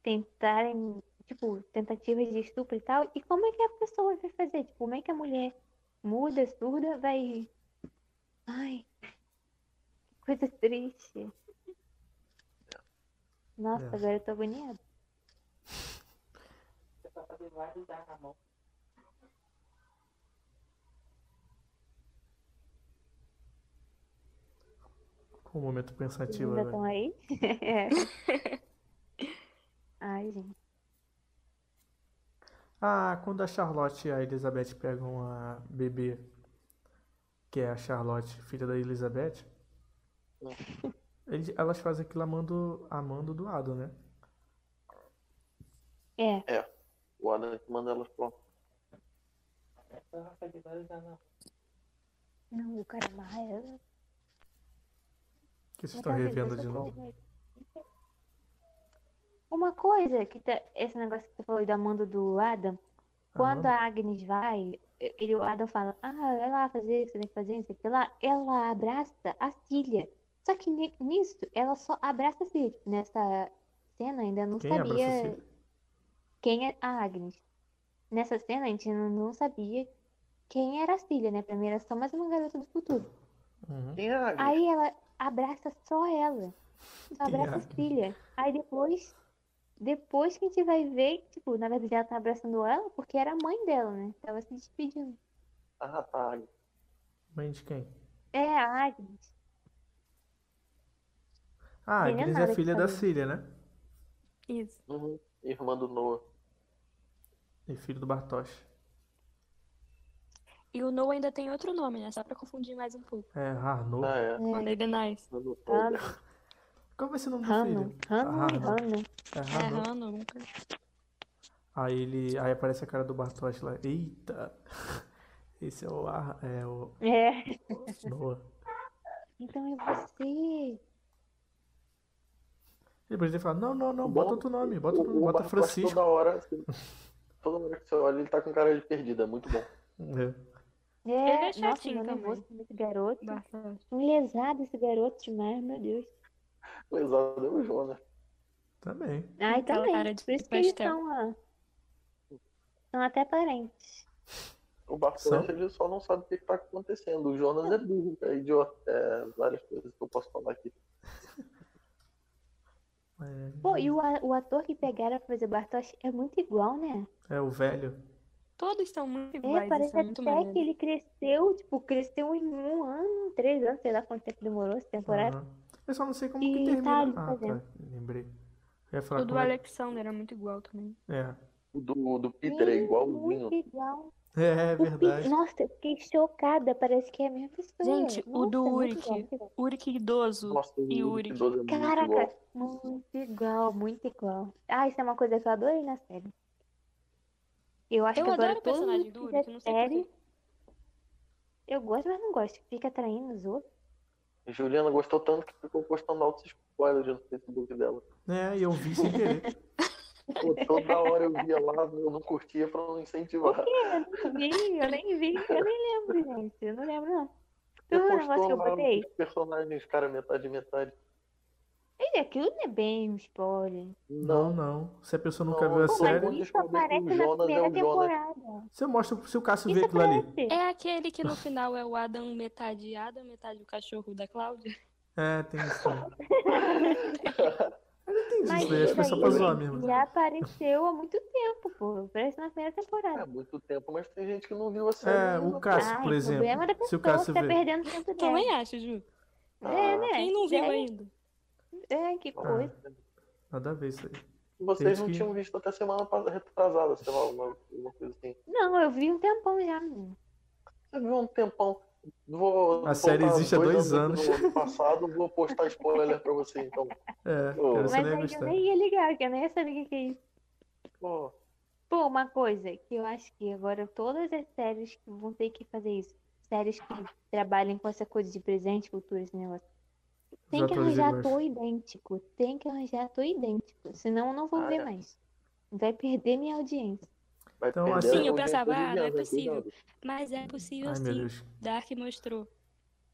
Speaker 4: Tentarem, tipo, tentativas de estupro e tal. E como é que a pessoa vai fazer? Tipo, como é que a mulher muda, surda, vai. Ai, que coisa triste. Nossa,
Speaker 1: É.
Speaker 4: agora eu tô agoniada.
Speaker 1: Um momento
Speaker 4: Vocês
Speaker 1: pensativo
Speaker 4: ainda
Speaker 1: agora.
Speaker 4: estão aí? <laughs> Ai, gente.
Speaker 1: Ah, quando a Charlotte e a Elizabeth pegam a bebê, que é a Charlotte, filha da Elizabeth,
Speaker 4: É.
Speaker 2: Hum.
Speaker 1: eles- elas fazem aquilo amando, amando do lado, né?
Speaker 4: É,
Speaker 2: O Adam que manda elas pra lá.
Speaker 4: não, o cara amarra ela.
Speaker 1: Que vocês
Speaker 4: Mas é
Speaker 1: estão
Speaker 4: às vezes
Speaker 1: revendo
Speaker 4: essa
Speaker 1: de
Speaker 4: coisa
Speaker 1: novo.
Speaker 4: mesmo. Uma coisa que tá, esse negócio que você falou da Amanda do Adam, quando a Agnes vai, ele, o Adam fala, ah, vai lá fazer isso, tem que fazer isso, sei lá, ela abraça a Cília. Só que ni- nisso, ela só abraça a Cília. Tipo, Nessa cena ainda não
Speaker 1: Quem abraça
Speaker 4: sabia
Speaker 1: Cília?
Speaker 4: quem é a Agnes. Nessa cena a gente não, não sabia quem era a Cília, né? Pra mim era só mais uma garota do futuro.
Speaker 1: Uhum.
Speaker 2: Quem é a Agnes?
Speaker 4: Aí ela abraça só ela.
Speaker 1: Quem
Speaker 4: Só
Speaker 1: é
Speaker 4: abraça a
Speaker 1: Agnes?
Speaker 4: filha. Aí depois, depois que a gente vai ver, tipo, na verdade ela tá abraçando ela porque era a mãe dela, né? Tava se despedindo.
Speaker 2: Ah, tá. a Agnes.
Speaker 1: Mãe de quem?
Speaker 4: É, a Agnes.
Speaker 1: Ah, a
Speaker 4: Tem nem
Speaker 1: Agnes é
Speaker 4: nada que
Speaker 1: filha da
Speaker 4: saber.
Speaker 1: Cília, né?
Speaker 3: Isso.
Speaker 2: Uhum. Irmã do Noah.
Speaker 1: E filho do Bartosz.
Speaker 3: E o Noah ainda tem outro nome, né? Só pra confundir mais um pouco.
Speaker 1: É, Arnaud.
Speaker 2: Ah, é.
Speaker 4: É.
Speaker 3: Mandei The Nice.
Speaker 2: Irmã do Noah.
Speaker 4: Hannah,
Speaker 1: Qual vai ser o nome do
Speaker 4: Hannah,
Speaker 1: filho?
Speaker 4: Hannah,
Speaker 1: Ah,
Speaker 4: Tá Hannah.
Speaker 1: É
Speaker 3: É,
Speaker 1: Arnaud.
Speaker 3: Rano, nunca.
Speaker 1: Aí ele, aí aparece a cara do Bartosz lá. Eita! Esse é o Ar, é o
Speaker 4: É.
Speaker 1: Noah.
Speaker 4: Então é você.
Speaker 1: Ele podia ter falado, não, não, não,
Speaker 2: Bom,
Speaker 1: bota outro nome, bota, outro nome,
Speaker 2: o
Speaker 1: bota
Speaker 2: Bartosz
Speaker 1: Francisco.
Speaker 2: Toda hora, assim, toda hora que você olha, ele tá com cara de perdida. é Muito bom.
Speaker 1: É.
Speaker 4: É,
Speaker 3: Ele é
Speaker 4: nossa,
Speaker 3: chatinho
Speaker 4: meu
Speaker 3: também.
Speaker 4: nervoso com esse garoto.
Speaker 3: Bastante.
Speaker 4: Lesado esse garoto demais, meu Deus.
Speaker 2: Lesado é o Jonas.
Speaker 1: Também.
Speaker 4: Ai,
Speaker 3: Aquela
Speaker 4: também.
Speaker 3: tá cara de
Speaker 4: Por isso que eles
Speaker 3: pastel.
Speaker 4: são a... São até parentes.
Speaker 2: O Bartolomeu ele só não sabe o que está acontecendo. O Jonas é burro, é idiota. É várias coisas que eu posso falar aqui.
Speaker 4: Pô, e o, a- o ator que pegaram pra fazer o Bartosz é muito igual, né?
Speaker 1: É, é o velho.
Speaker 3: Todos são muito
Speaker 4: É,
Speaker 3: iguais,
Speaker 4: parece
Speaker 3: isso é muito
Speaker 4: até
Speaker 3: maneiro.
Speaker 4: que ele cresceu, tipo, cresceu em um ano, três anos, sei lá quanto tempo demorou essa temporada.
Speaker 1: Aham. Eu só não sei como
Speaker 4: E
Speaker 1: que
Speaker 4: tá
Speaker 1: termina.
Speaker 4: ali
Speaker 1: ah,
Speaker 4: fazendo.
Speaker 1: tá. Lembrei. Eu ia falar
Speaker 3: O do
Speaker 1: como é...
Speaker 3: Alexander é muito igual também.
Speaker 1: É.
Speaker 2: O do, do Peter é
Speaker 4: Sim,
Speaker 2: igualzinho.
Speaker 4: Muito igual.
Speaker 1: É, é
Speaker 4: O Pi-
Speaker 1: verdade.
Speaker 4: Nossa, eu fiquei chocada, parece que é a mesma pessoa.
Speaker 3: Gente, o do
Speaker 4: Nossa, é muito
Speaker 3: Uric.
Speaker 4: igual, muito igual.
Speaker 3: Uric idoso.
Speaker 2: Nossa,
Speaker 3: E
Speaker 2: o
Speaker 3: o Uric.
Speaker 2: Idoso é muito igual.
Speaker 4: Caraca, muito igual, muito igual. Ah, isso é uma coisa que eu adorei na série. Eu acho
Speaker 3: Eu
Speaker 4: que agora
Speaker 3: adoro o
Speaker 4: todo
Speaker 3: personagem
Speaker 4: mundo
Speaker 3: do
Speaker 4: que fizer
Speaker 3: Uric, não sei por
Speaker 4: série,
Speaker 3: quê.
Speaker 4: Eu gosto, mas não gosto. Fica atraindo os outros.
Speaker 2: Juliana gostou tanto que ficou postando altos spoilers no Facebook dela.
Speaker 1: É, e eu vi sem querer.
Speaker 2: Pô,
Speaker 4: <laughs>
Speaker 2: toda hora eu via lá, eu não curtia pra não incentivar.
Speaker 4: Eu nem vi, eu nem vi, eu nem lembro, gente. Eu não lembro, não. Tu
Speaker 2: Eu
Speaker 4: viu o negócio que
Speaker 2: postou
Speaker 4: eu
Speaker 2: lá
Speaker 4: botei?
Speaker 2: os personagens, cara, metade, metade.
Speaker 4: Ei, Aquilo não é bem um spoiler.
Speaker 1: Não, não. Se a pessoa nunca
Speaker 2: Não,
Speaker 1: viu a
Speaker 2: não.
Speaker 4: Pô, mas
Speaker 1: série,
Speaker 2: Quando
Speaker 4: isso
Speaker 2: descobre que o
Speaker 4: aparece na
Speaker 2: Jonas é
Speaker 4: primeira
Speaker 2: o Jonas.
Speaker 4: temporada.
Speaker 1: você mostra se o Cássio vê
Speaker 4: Isso
Speaker 1: aquilo ali.
Speaker 4: aparece.
Speaker 3: É aquele que no final é o Adam metade Adam, metade o cachorro da Cláudia.
Speaker 1: É, tem isso. também.
Speaker 4: <laughs>
Speaker 1: Eu não entendi
Speaker 4: Mas
Speaker 1: isso daí, acho que é
Speaker 4: isso
Speaker 1: só pra
Speaker 4: aí
Speaker 1: zoar mesmo.
Speaker 4: Já apareceu há muito tempo, pô. Aparece na primeira temporada.
Speaker 2: É muito tempo, mas tem gente que não viu a série.
Speaker 1: É,
Speaker 2: ainda.
Speaker 1: o Cássio,
Speaker 4: Ai,
Speaker 1: por exemplo.
Speaker 4: problema da
Speaker 1: Se o
Speaker 4: pessoa
Speaker 1: Cássio
Speaker 4: que tá
Speaker 1: vê.
Speaker 4: perdendo tempo dela.
Speaker 3: Também acho, Ju.
Speaker 4: É, né?
Speaker 3: Quem não viu
Speaker 4: Gente,
Speaker 3: ainda?
Speaker 4: É,
Speaker 1: Ah.
Speaker 4: que coisa.
Speaker 1: Nada a ver isso aí.
Speaker 2: Vocês não
Speaker 1: Gente que-
Speaker 2: tinham visto até semana pas- retrasada, sei lá, uma, uma coisa assim.
Speaker 4: Não, eu vi um tempão já, menino.
Speaker 2: Você viu há um tempão. Vou
Speaker 1: A série
Speaker 2: voltar
Speaker 1: existe há dois
Speaker 2: No passado, vou postar spoiler pra você, então.
Speaker 1: É,
Speaker 2: Pô.
Speaker 1: cara,
Speaker 4: Mas
Speaker 1: você não ia
Speaker 4: aí eu
Speaker 1: gostar.
Speaker 4: nem ia ligar, que eu nem ia saber o que que é isso.
Speaker 2: Pô,
Speaker 4: Pô, uma coisa que eu acho que agora todas as séries que vão ter que fazer isso. Séries que trabalhem com essa coisa de presente, cultura, esse negócio. Tem
Speaker 1: Os
Speaker 4: que
Speaker 1: atores
Speaker 4: arranjar
Speaker 1: iguais.
Speaker 4: ator idêntico. Tem que arranjar ator idêntico. Senão eu não vou
Speaker 2: Ah,
Speaker 4: ver
Speaker 2: é.
Speaker 4: mais. Vai perder minha audiência.
Speaker 2: vai
Speaker 1: Então,
Speaker 2: perder
Speaker 1: assim-
Speaker 3: Sim, eu
Speaker 2: o jeito
Speaker 3: pensava,
Speaker 2: de
Speaker 3: ah, não é
Speaker 2: viajar,
Speaker 3: possível.
Speaker 2: cuidado.
Speaker 3: Mas é possível
Speaker 1: Ai,
Speaker 4: assim.
Speaker 1: meu
Speaker 3: sim.
Speaker 1: Deus.
Speaker 3: Dark mostrou.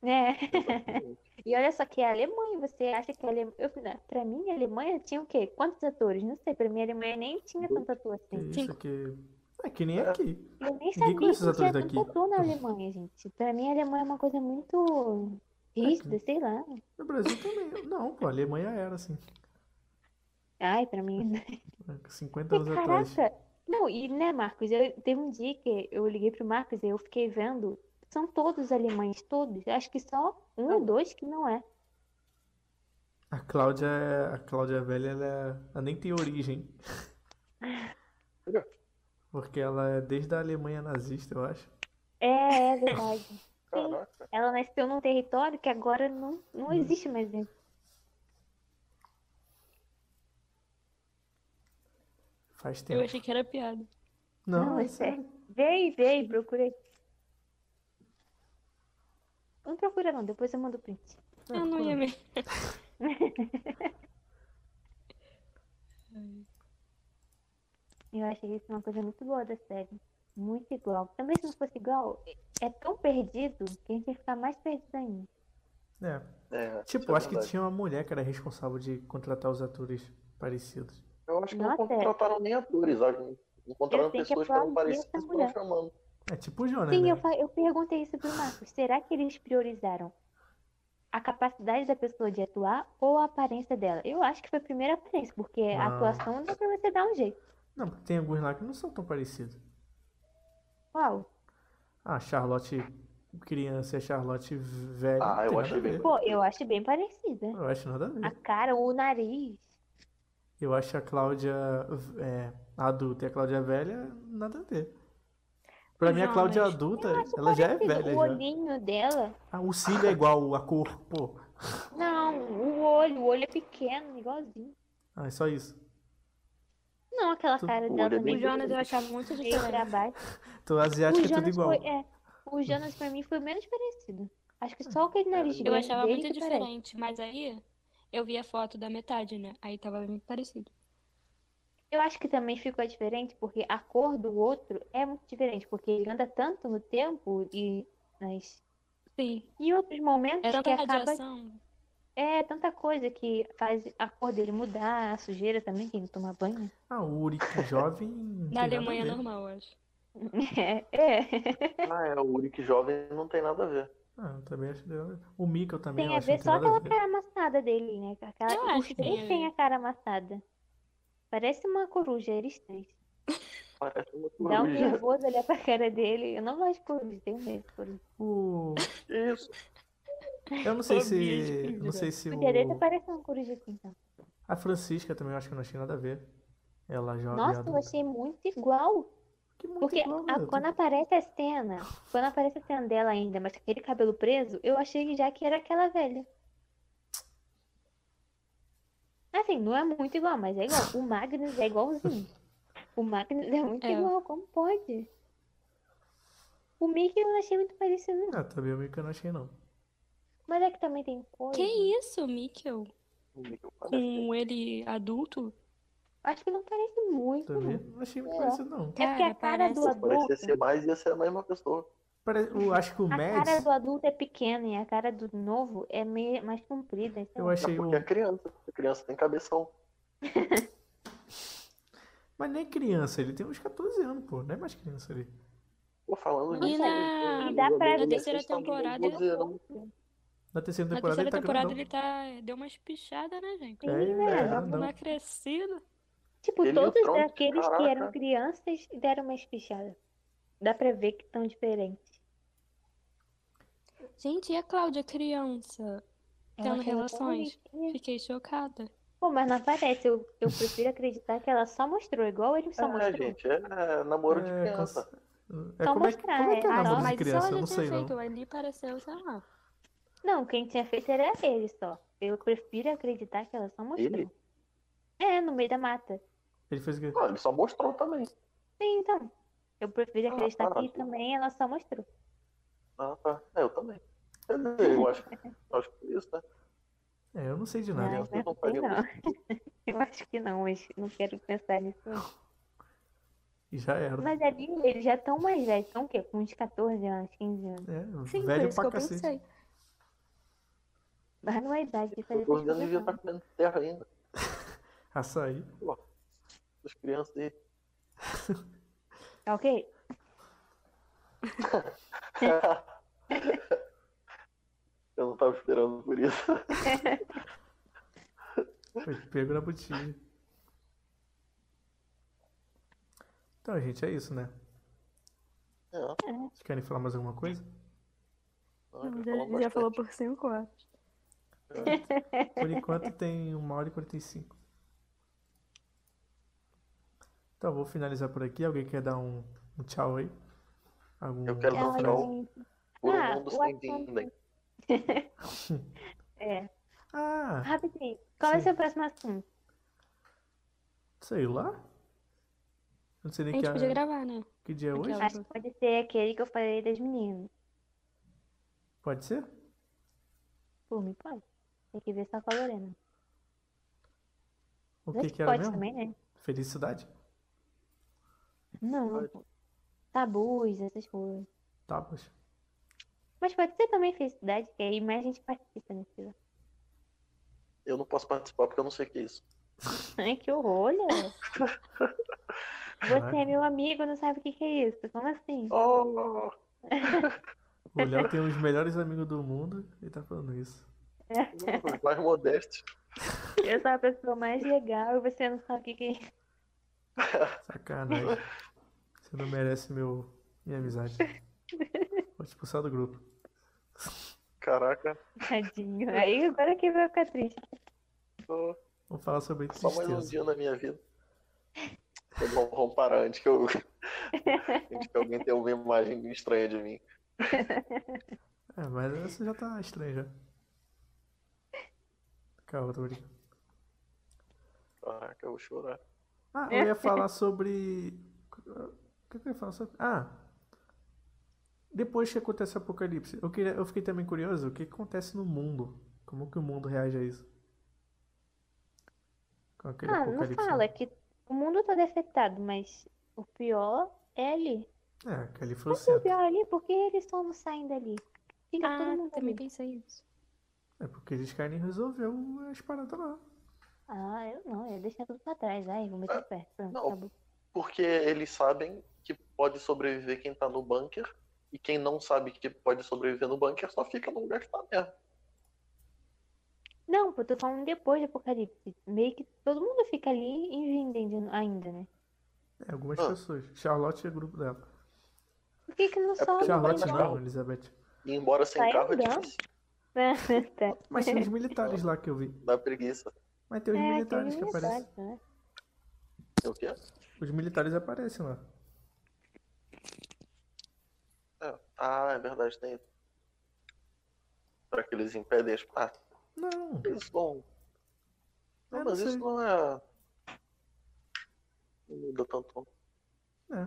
Speaker 4: É. <laughs> E olha só que é a Alemanha, você acha que a Alemanha. Eu, não, pra mim, a Alemanha tinha o quê? Quantos atores? Não sei, pra mim a Alemanha nem tinha tanto ator
Speaker 1: Que
Speaker 4: assim.
Speaker 1: isso aqui. É que nem aqui.
Speaker 4: Eu nem
Speaker 1: Ninguém
Speaker 4: sabia
Speaker 1: conhece
Speaker 4: que
Speaker 1: os
Speaker 4: tinha
Speaker 1: atores daqui.
Speaker 4: tanto ator na Alemanha, gente. Pra mim, a Alemanha é uma coisa muito rígida, sei lá.
Speaker 1: No Brasil também. Não, pô, a Alemanha era assim.
Speaker 4: Ai, pra mim. né?
Speaker 1: 50 anos atrás.
Speaker 4: Caraca! Não, e né, Marcos? Eu, teve um dia que eu liguei pro Marcos e eu fiquei vendo. São todos alemães, todos. Acho que só um ou dois que não é.
Speaker 1: A Cláudia, é- a Cláudia velha, ela, é- ela nem tem
Speaker 2: <laughs>
Speaker 1: origem. Porque ela é desde a Alemanha nazista, eu acho.
Speaker 4: É, é verdade. <laughs>
Speaker 2: Caraca,
Speaker 4: Ela nasceu num território que agora não, não existe mais dentro.
Speaker 1: Faz
Speaker 3: Eu
Speaker 1: tempo.
Speaker 3: achei que era piada.
Speaker 1: Não,
Speaker 4: Não,
Speaker 1: é
Speaker 4: é
Speaker 1: sério.
Speaker 4: Vem, vem, procura aí. Não procura não, depois eu mando o print.
Speaker 1: É,
Speaker 3: Eu Ah, não ia me...
Speaker 4: Eu achei isso uma coisa muito boa da série. Muito igual. Também se não fosse igual, é tão perdido que a gente ia ficar mais perdido ainda.
Speaker 1: É.
Speaker 2: é, isso
Speaker 1: Tipo,
Speaker 2: é
Speaker 1: acho que
Speaker 2: verdade.
Speaker 1: tinha uma mulher que era responsável de contratar os atores parecidos.
Speaker 2: Eu acho que não
Speaker 4: Nossa, é.
Speaker 2: contrataram nem atores, sabe? Encontraram
Speaker 4: Eu sei que
Speaker 2: pessoas que estavam
Speaker 4: aplaudir essa
Speaker 2: parecidas e
Speaker 4: mulher.
Speaker 2: estavam chamando.
Speaker 1: É tipo o Jonas,
Speaker 4: Sim,
Speaker 1: né?
Speaker 4: eu, fa- eu perguntei isso pro Marcos. Será que eles priorizaram a capacidade da pessoa de atuar ou a aparência dela? Eu acho que foi a primeira aparência, porque a
Speaker 1: Ah.
Speaker 4: atuação dá pra você dar um jeito.
Speaker 1: Não, porque tem alguns lá que não são tão parecidos.
Speaker 4: Uau.
Speaker 1: Ah, Charlotte criança e a Charlotte velha.
Speaker 2: Ah,
Speaker 1: não
Speaker 2: eu
Speaker 1: tem
Speaker 2: achei
Speaker 1: nada a
Speaker 2: bem
Speaker 1: ver.
Speaker 4: Pô, eu acho bem parecida.
Speaker 1: Eu acho nada a
Speaker 4: A
Speaker 1: ver.
Speaker 4: cara, o nariz.
Speaker 1: Eu acho a Cláudia é, adulta e a Cláudia velha, nada a ver. Pra
Speaker 3: Os
Speaker 1: mim, a Cláudia
Speaker 3: homens.
Speaker 1: adulta,
Speaker 4: Eu acho
Speaker 1: ela já é
Speaker 4: parecido.
Speaker 1: velha
Speaker 4: O
Speaker 1: já.
Speaker 4: olhinho dela.
Speaker 1: Ah, o cílio é igual a cor, pô.
Speaker 4: Não, o olho. O olho é pequeno, igualzinho.
Speaker 1: Ah, é só isso.
Speaker 4: Não, aquela
Speaker 1: Tu-
Speaker 4: cara
Speaker 2: o
Speaker 4: dela
Speaker 2: olho é
Speaker 4: também.
Speaker 3: O Jonas eu achava muito
Speaker 4: meio pra
Speaker 3: diferente.
Speaker 4: baixo.
Speaker 1: Então, asiático
Speaker 4: O
Speaker 1: é tudo
Speaker 4: Jonas
Speaker 1: igual.
Speaker 4: foi. É, o Jonas pra mim foi o menos parecido. Acho que só aquele nariz
Speaker 3: Eu
Speaker 4: grande
Speaker 3: achava
Speaker 4: dele
Speaker 3: muito
Speaker 4: que parece.
Speaker 3: diferente. Mas aí eu vi a foto da metade, né? Aí tava muito parecido.
Speaker 4: Eu acho que também ficou diferente porque a cor do outro é muito diferente. Porque ele anda tanto no tempo e nas.
Speaker 3: Sim.
Speaker 4: Em outros momentos
Speaker 3: Era
Speaker 4: que
Speaker 3: tanta
Speaker 4: acaba
Speaker 3: radiação.
Speaker 4: É, tanta coisa que faz a cor dele mudar, a sujeira também, que ele toma banho. <laughs>
Speaker 1: Ah, o Uric jovem Não
Speaker 3: Na
Speaker 1: tem nada a
Speaker 3: Alemanha é
Speaker 1: ver.
Speaker 3: normal, eu acho.
Speaker 4: É, é.
Speaker 2: Ah, é, o Uric jovem não tem nada a ver.
Speaker 1: Ah, eu também acho que não tem nada a ver. O Mikkel também
Speaker 4: Tem
Speaker 1: eu
Speaker 4: a
Speaker 1: acho que
Speaker 4: ver
Speaker 1: não
Speaker 4: só
Speaker 1: tem nada
Speaker 4: aquela
Speaker 1: a ver.
Speaker 4: cara amassada dele, né? Aquela...
Speaker 3: Eu
Speaker 4: Os
Speaker 3: acho que tem
Speaker 4: três
Speaker 3: a
Speaker 4: têm
Speaker 3: ver.
Speaker 4: a cara amassada. Parece uma coruja, eles três.
Speaker 2: Parece uma
Speaker 4: Dá um
Speaker 2: coruja.
Speaker 4: nervoso olhar pra cara dele. Eu não gosto de coruja, tenho medo de coruja.
Speaker 1: O...
Speaker 2: Isso.
Speaker 1: Eu
Speaker 4: <laughs>
Speaker 1: não sei
Speaker 3: Fobia
Speaker 1: se.
Speaker 3: esquisita.
Speaker 1: Não sei se
Speaker 4: Podia até
Speaker 1: o...
Speaker 4: parecer uma coruja assim, então.
Speaker 1: A Francisca também eu acho que não tinha nada a ver. Ela jovem
Speaker 4: Nossa, eu
Speaker 1: adulta.
Speaker 4: achei muito igual.
Speaker 1: Que muito
Speaker 4: Porque
Speaker 1: igual,
Speaker 4: a-
Speaker 1: garoto.
Speaker 4: quando aparece a cena, quando aparece a cena dela ainda, mas com aquele cabelo preso, eu achei que já que era aquela velha. Assim, não é muito igual, mas é igual. O Magnus é igualzinho. O Magnus é muito
Speaker 3: É.
Speaker 4: igual, como pode? O Mickey eu não achei muito parecido, não.
Speaker 1: Ah, também o Mikkel eu não achei, não.
Speaker 4: Mas é que também tem coisa.
Speaker 3: Que isso, Mikkel?
Speaker 2: Parece-
Speaker 3: Com ele adulto?
Speaker 4: Acho que não parece muito,
Speaker 1: Também
Speaker 4: não.
Speaker 1: não achei muito
Speaker 4: É.
Speaker 1: parecido, não.
Speaker 4: É porque a cara do
Speaker 3: parece-
Speaker 4: adulto,
Speaker 2: Parecia ser mais e ia ser a mesma pessoa.
Speaker 1: Pare-
Speaker 3: Uhum.
Speaker 1: Eu acho que o
Speaker 4: a cara
Speaker 1: Mads,
Speaker 4: do adulto é pequena e a cara do novo é meio mais comprida. sei
Speaker 1: eu
Speaker 4: lá.
Speaker 2: Não,
Speaker 1: achei um o.
Speaker 2: porque é criança. A criança tem cabeção.
Speaker 1: Mas nem criança, ele tem uns 14 anos, pô. Não é mais criança ali.
Speaker 2: Tô falando
Speaker 3: E
Speaker 2: disso.
Speaker 3: na-
Speaker 2: os
Speaker 4: E dá pra-
Speaker 2: adolescentes
Speaker 4: na
Speaker 3: terceira
Speaker 2: estão com
Speaker 3: temporada,
Speaker 2: 12
Speaker 3: eu-
Speaker 2: anos.
Speaker 1: Na terceira
Speaker 3: Na
Speaker 1: temporada
Speaker 3: terceira
Speaker 1: ele tá
Speaker 3: temporada
Speaker 1: grandão.
Speaker 3: ele tá. Deu umas pichadas, né, gente?
Speaker 4: Sim,
Speaker 1: É, ele é
Speaker 4: né?
Speaker 1: grandão.
Speaker 3: Uma crescida.
Speaker 4: Tipo,
Speaker 2: Ele e o
Speaker 4: todos
Speaker 2: Tronco,
Speaker 4: aqueles que
Speaker 2: caraca.
Speaker 4: eram crianças deram uma espichada. Dá pra ver que estão diferentes.
Speaker 3: Gente, e a Cláudia, criança?
Speaker 4: Ela
Speaker 3: Tendo
Speaker 4: achou ela tão
Speaker 3: relações.
Speaker 4: bonitinha.
Speaker 3: Fiquei chocada.
Speaker 4: Pô, mas não aparece. Eu, eu prefiro acreditar que ela só mostrou, igual ele só
Speaker 2: É,
Speaker 4: mostrou.
Speaker 2: gente, é namoro de
Speaker 1: É,
Speaker 2: criança.
Speaker 1: cons- é, como, é, que- como é que é
Speaker 4: mostrar, é.
Speaker 1: o
Speaker 4: Ah,
Speaker 1: namoro de
Speaker 3: mas
Speaker 1: criança?
Speaker 3: só
Speaker 1: Eu
Speaker 3: Então
Speaker 1: não
Speaker 3: ela já tinha
Speaker 1: sei, não.
Speaker 3: feito. Ali pareceu, sei lá.
Speaker 4: Não, quem tinha feito era ele só. Eu prefiro acreditar que ela só mostrou.
Speaker 2: Ele?
Speaker 4: É, no meio da mata.
Speaker 1: Ele fez o quê?
Speaker 2: Não, ele só mostrou também.
Speaker 4: Sim, então. Eu prefiro
Speaker 2: Ah,
Speaker 4: acreditar
Speaker 2: tá.
Speaker 4: que também ela só mostrou.
Speaker 2: Ah, tá. É, eu também. Quer dizer, eu acho, eu acho que é isso, né?
Speaker 1: É, eu não sei de
Speaker 4: Ai,
Speaker 1: nada.
Speaker 2: Não,
Speaker 4: mas
Speaker 2: não
Speaker 4: sei
Speaker 2: faria
Speaker 4: não. <laughs> Eu acho que não, mas não quero pensar nisso. não.
Speaker 1: E já era.
Speaker 4: Mas ali eles já estão mais velhos. Estão o quê? Com uns 14 anos, 15 anos.
Speaker 1: É,
Speaker 3: Sim, por
Speaker 1: velho
Speaker 3: isso
Speaker 1: pra
Speaker 3: que eu
Speaker 1: cacete.
Speaker 3: pensei.
Speaker 4: Mas não é idade de fazer
Speaker 2: Eu tô vendo devia
Speaker 4: pesquisa,
Speaker 2: estar comendo terra ainda.
Speaker 1: Açaí.
Speaker 2: As crianças aí.
Speaker 4: não. Ok?
Speaker 2: eu não tava esperando por isso.
Speaker 1: Foi pego na botija. Então, gente, é isso, né?
Speaker 2: É, não,
Speaker 1: Vocês querem falar mais alguma coisa?
Speaker 2: eu
Speaker 3: Já,
Speaker 2: falo
Speaker 3: já
Speaker 2: bastante.
Speaker 3: falou por cinco horas.
Speaker 1: Por enquanto tem 1 hora e 45. Então, vou finalizar por aqui. Alguém quer dar um, um tchau aí? Algum-
Speaker 2: Eu quero dar um
Speaker 1: alguma
Speaker 4: Ela
Speaker 2: tchau.
Speaker 1: frase?
Speaker 4: não-
Speaker 2: Por um
Speaker 4: Ah,
Speaker 2: mundo
Speaker 4: o
Speaker 2: sem
Speaker 4: assunto-
Speaker 2: entendem.
Speaker 4: É,
Speaker 1: Ah,
Speaker 4: rapidinho. Qual é o
Speaker 1: Sim.
Speaker 4: seu próximo assunto?
Speaker 1: sei lá. Não sei
Speaker 3: A
Speaker 1: nem que,
Speaker 3: gente podia
Speaker 1: a-
Speaker 3: gravar, né?
Speaker 1: que dia é hoje.
Speaker 3: Aquela.
Speaker 4: Acho que pode ser aquele que eu falei das meninas.
Speaker 1: Pode ser?
Speaker 4: Por mim, pode. Tem que ver só com a Lorena.
Speaker 1: O
Speaker 4: Acho
Speaker 1: que,
Speaker 4: que
Speaker 1: que era
Speaker 4: pode
Speaker 1: mesmo?
Speaker 4: também, né?
Speaker 1: Felicidade?
Speaker 4: Não, não pode. Tabus, essas coisas.
Speaker 1: Tá, poxa.
Speaker 4: Mas pode ser também felicidade, que aí mais gente participa nesse
Speaker 2: Eu não posso participar porque eu não sei o que é isso.
Speaker 4: Ai, que horror, olha. Você
Speaker 1: Caraca.
Speaker 4: é meu amigo, não sabe o que que é isso. Como assim?
Speaker 2: Oh,
Speaker 1: O Léo tem os melhores amigos do mundo e tá falando isso.
Speaker 2: mais modesto.
Speaker 4: Eu sou a pessoa mais legal e você não sabe o que que é isso. <laughs>
Speaker 1: Sacanagem. Você não merece meu, minha
Speaker 3: <laughs>
Speaker 1: amizade. Vou te expulsar do grupo.
Speaker 2: Caraca.
Speaker 4: Tadinho. Aí agora que vai ficar triste.
Speaker 2: oh,
Speaker 1: Vamos falar sobre
Speaker 2: Só mais um
Speaker 1: tristeza.
Speaker 2: dia na minha vida. Foi bom, vamos parar antes que eu. <laughs> antes que alguém tenha uma imagem estranha de mim.
Speaker 1: É, mas essa já tá estranha já. Calma, tô brincando.
Speaker 2: Caraca, eu vou chorar.
Speaker 1: Ah,
Speaker 4: É.
Speaker 1: eu ia falar sobre. O que que eu ia falar sobre? Ah! Depois que acontece o apocalipse, eu, queria... eu fiquei também curioso o que que acontece no mundo. Como que o mundo reage a isso? Com aquele
Speaker 4: Ah, não
Speaker 1: apocalipse. né?
Speaker 4: fala, é que o mundo todo é afetado, mas o pior é ali.
Speaker 1: É, aquele foi o
Speaker 4: Mas o
Speaker 1: centro.
Speaker 4: pior é ali, porque eles só não saem dali? Fica todo
Speaker 3: Ah,
Speaker 4: mundo
Speaker 3: também
Speaker 4: ali.
Speaker 3: pensei isso.
Speaker 1: É porque eles querem resolver as paradas lá.
Speaker 4: Ah, eu não, eu ia deixar tudo pra trás. Ai, vou meter o pé. Pronto,
Speaker 2: Não.
Speaker 4: acabou.
Speaker 2: porque eles sabem que pode sobreviver quem tá no bunker, e quem não sabe que pode sobreviver no bunker só fica no lugar que tá mesmo.
Speaker 4: Não, pô, eu tô falando depois do apocalipse. Meio que todo mundo fica ali invendendo ainda, né?
Speaker 1: É, algumas
Speaker 2: Ah.
Speaker 1: pessoas. Charlotte é grupo dela.
Speaker 4: Por que
Speaker 1: É
Speaker 4: que não sobe?
Speaker 1: Charlotte
Speaker 4: Vai <laughs>
Speaker 1: não,
Speaker 4: lá?
Speaker 1: Elizabeth.
Speaker 2: E embora sem
Speaker 4: Sai
Speaker 2: carro é
Speaker 4: andando.
Speaker 2: difícil,
Speaker 4: Tá.
Speaker 1: Mas tem os militares lá que eu vi.
Speaker 2: dá preguiça.
Speaker 1: Mas tem os
Speaker 4: É,
Speaker 1: militares
Speaker 4: tem
Speaker 1: que aparecem.
Speaker 4: militares, né?
Speaker 2: É o quê?
Speaker 1: Os militares aparecem lá.
Speaker 2: É. Ah, é verdade, tem. Será que eles impedem as. Ah,
Speaker 1: Não.
Speaker 2: isso não. Não,
Speaker 1: Eu não
Speaker 2: mas
Speaker 1: sei.
Speaker 2: isso não é. Não muda tanto.
Speaker 1: É.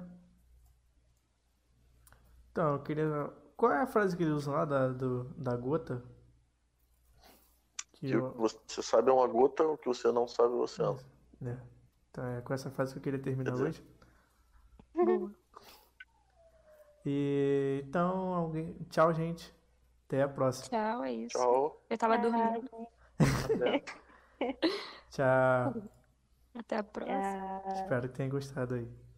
Speaker 1: Então, eu queria. Qual é a frase que eles usam lá da, do, da gota? Que
Speaker 2: Que o
Speaker 1: eu.
Speaker 2: que você sabe é uma gota, o que você não sabe é o oceano.
Speaker 1: né? Então, é com essa frase que eu queria terminar
Speaker 2: Quer
Speaker 1: hoje. Uhum. E então, alguém. Tchau, gente. Até a próxima.
Speaker 3: Tchau, é isso.
Speaker 2: Tchau.
Speaker 3: Eu tava dormindo.
Speaker 2: até.
Speaker 1: Tchau.
Speaker 3: Até a próxima.
Speaker 4: Ah,
Speaker 1: Espero que tenha gostado aí.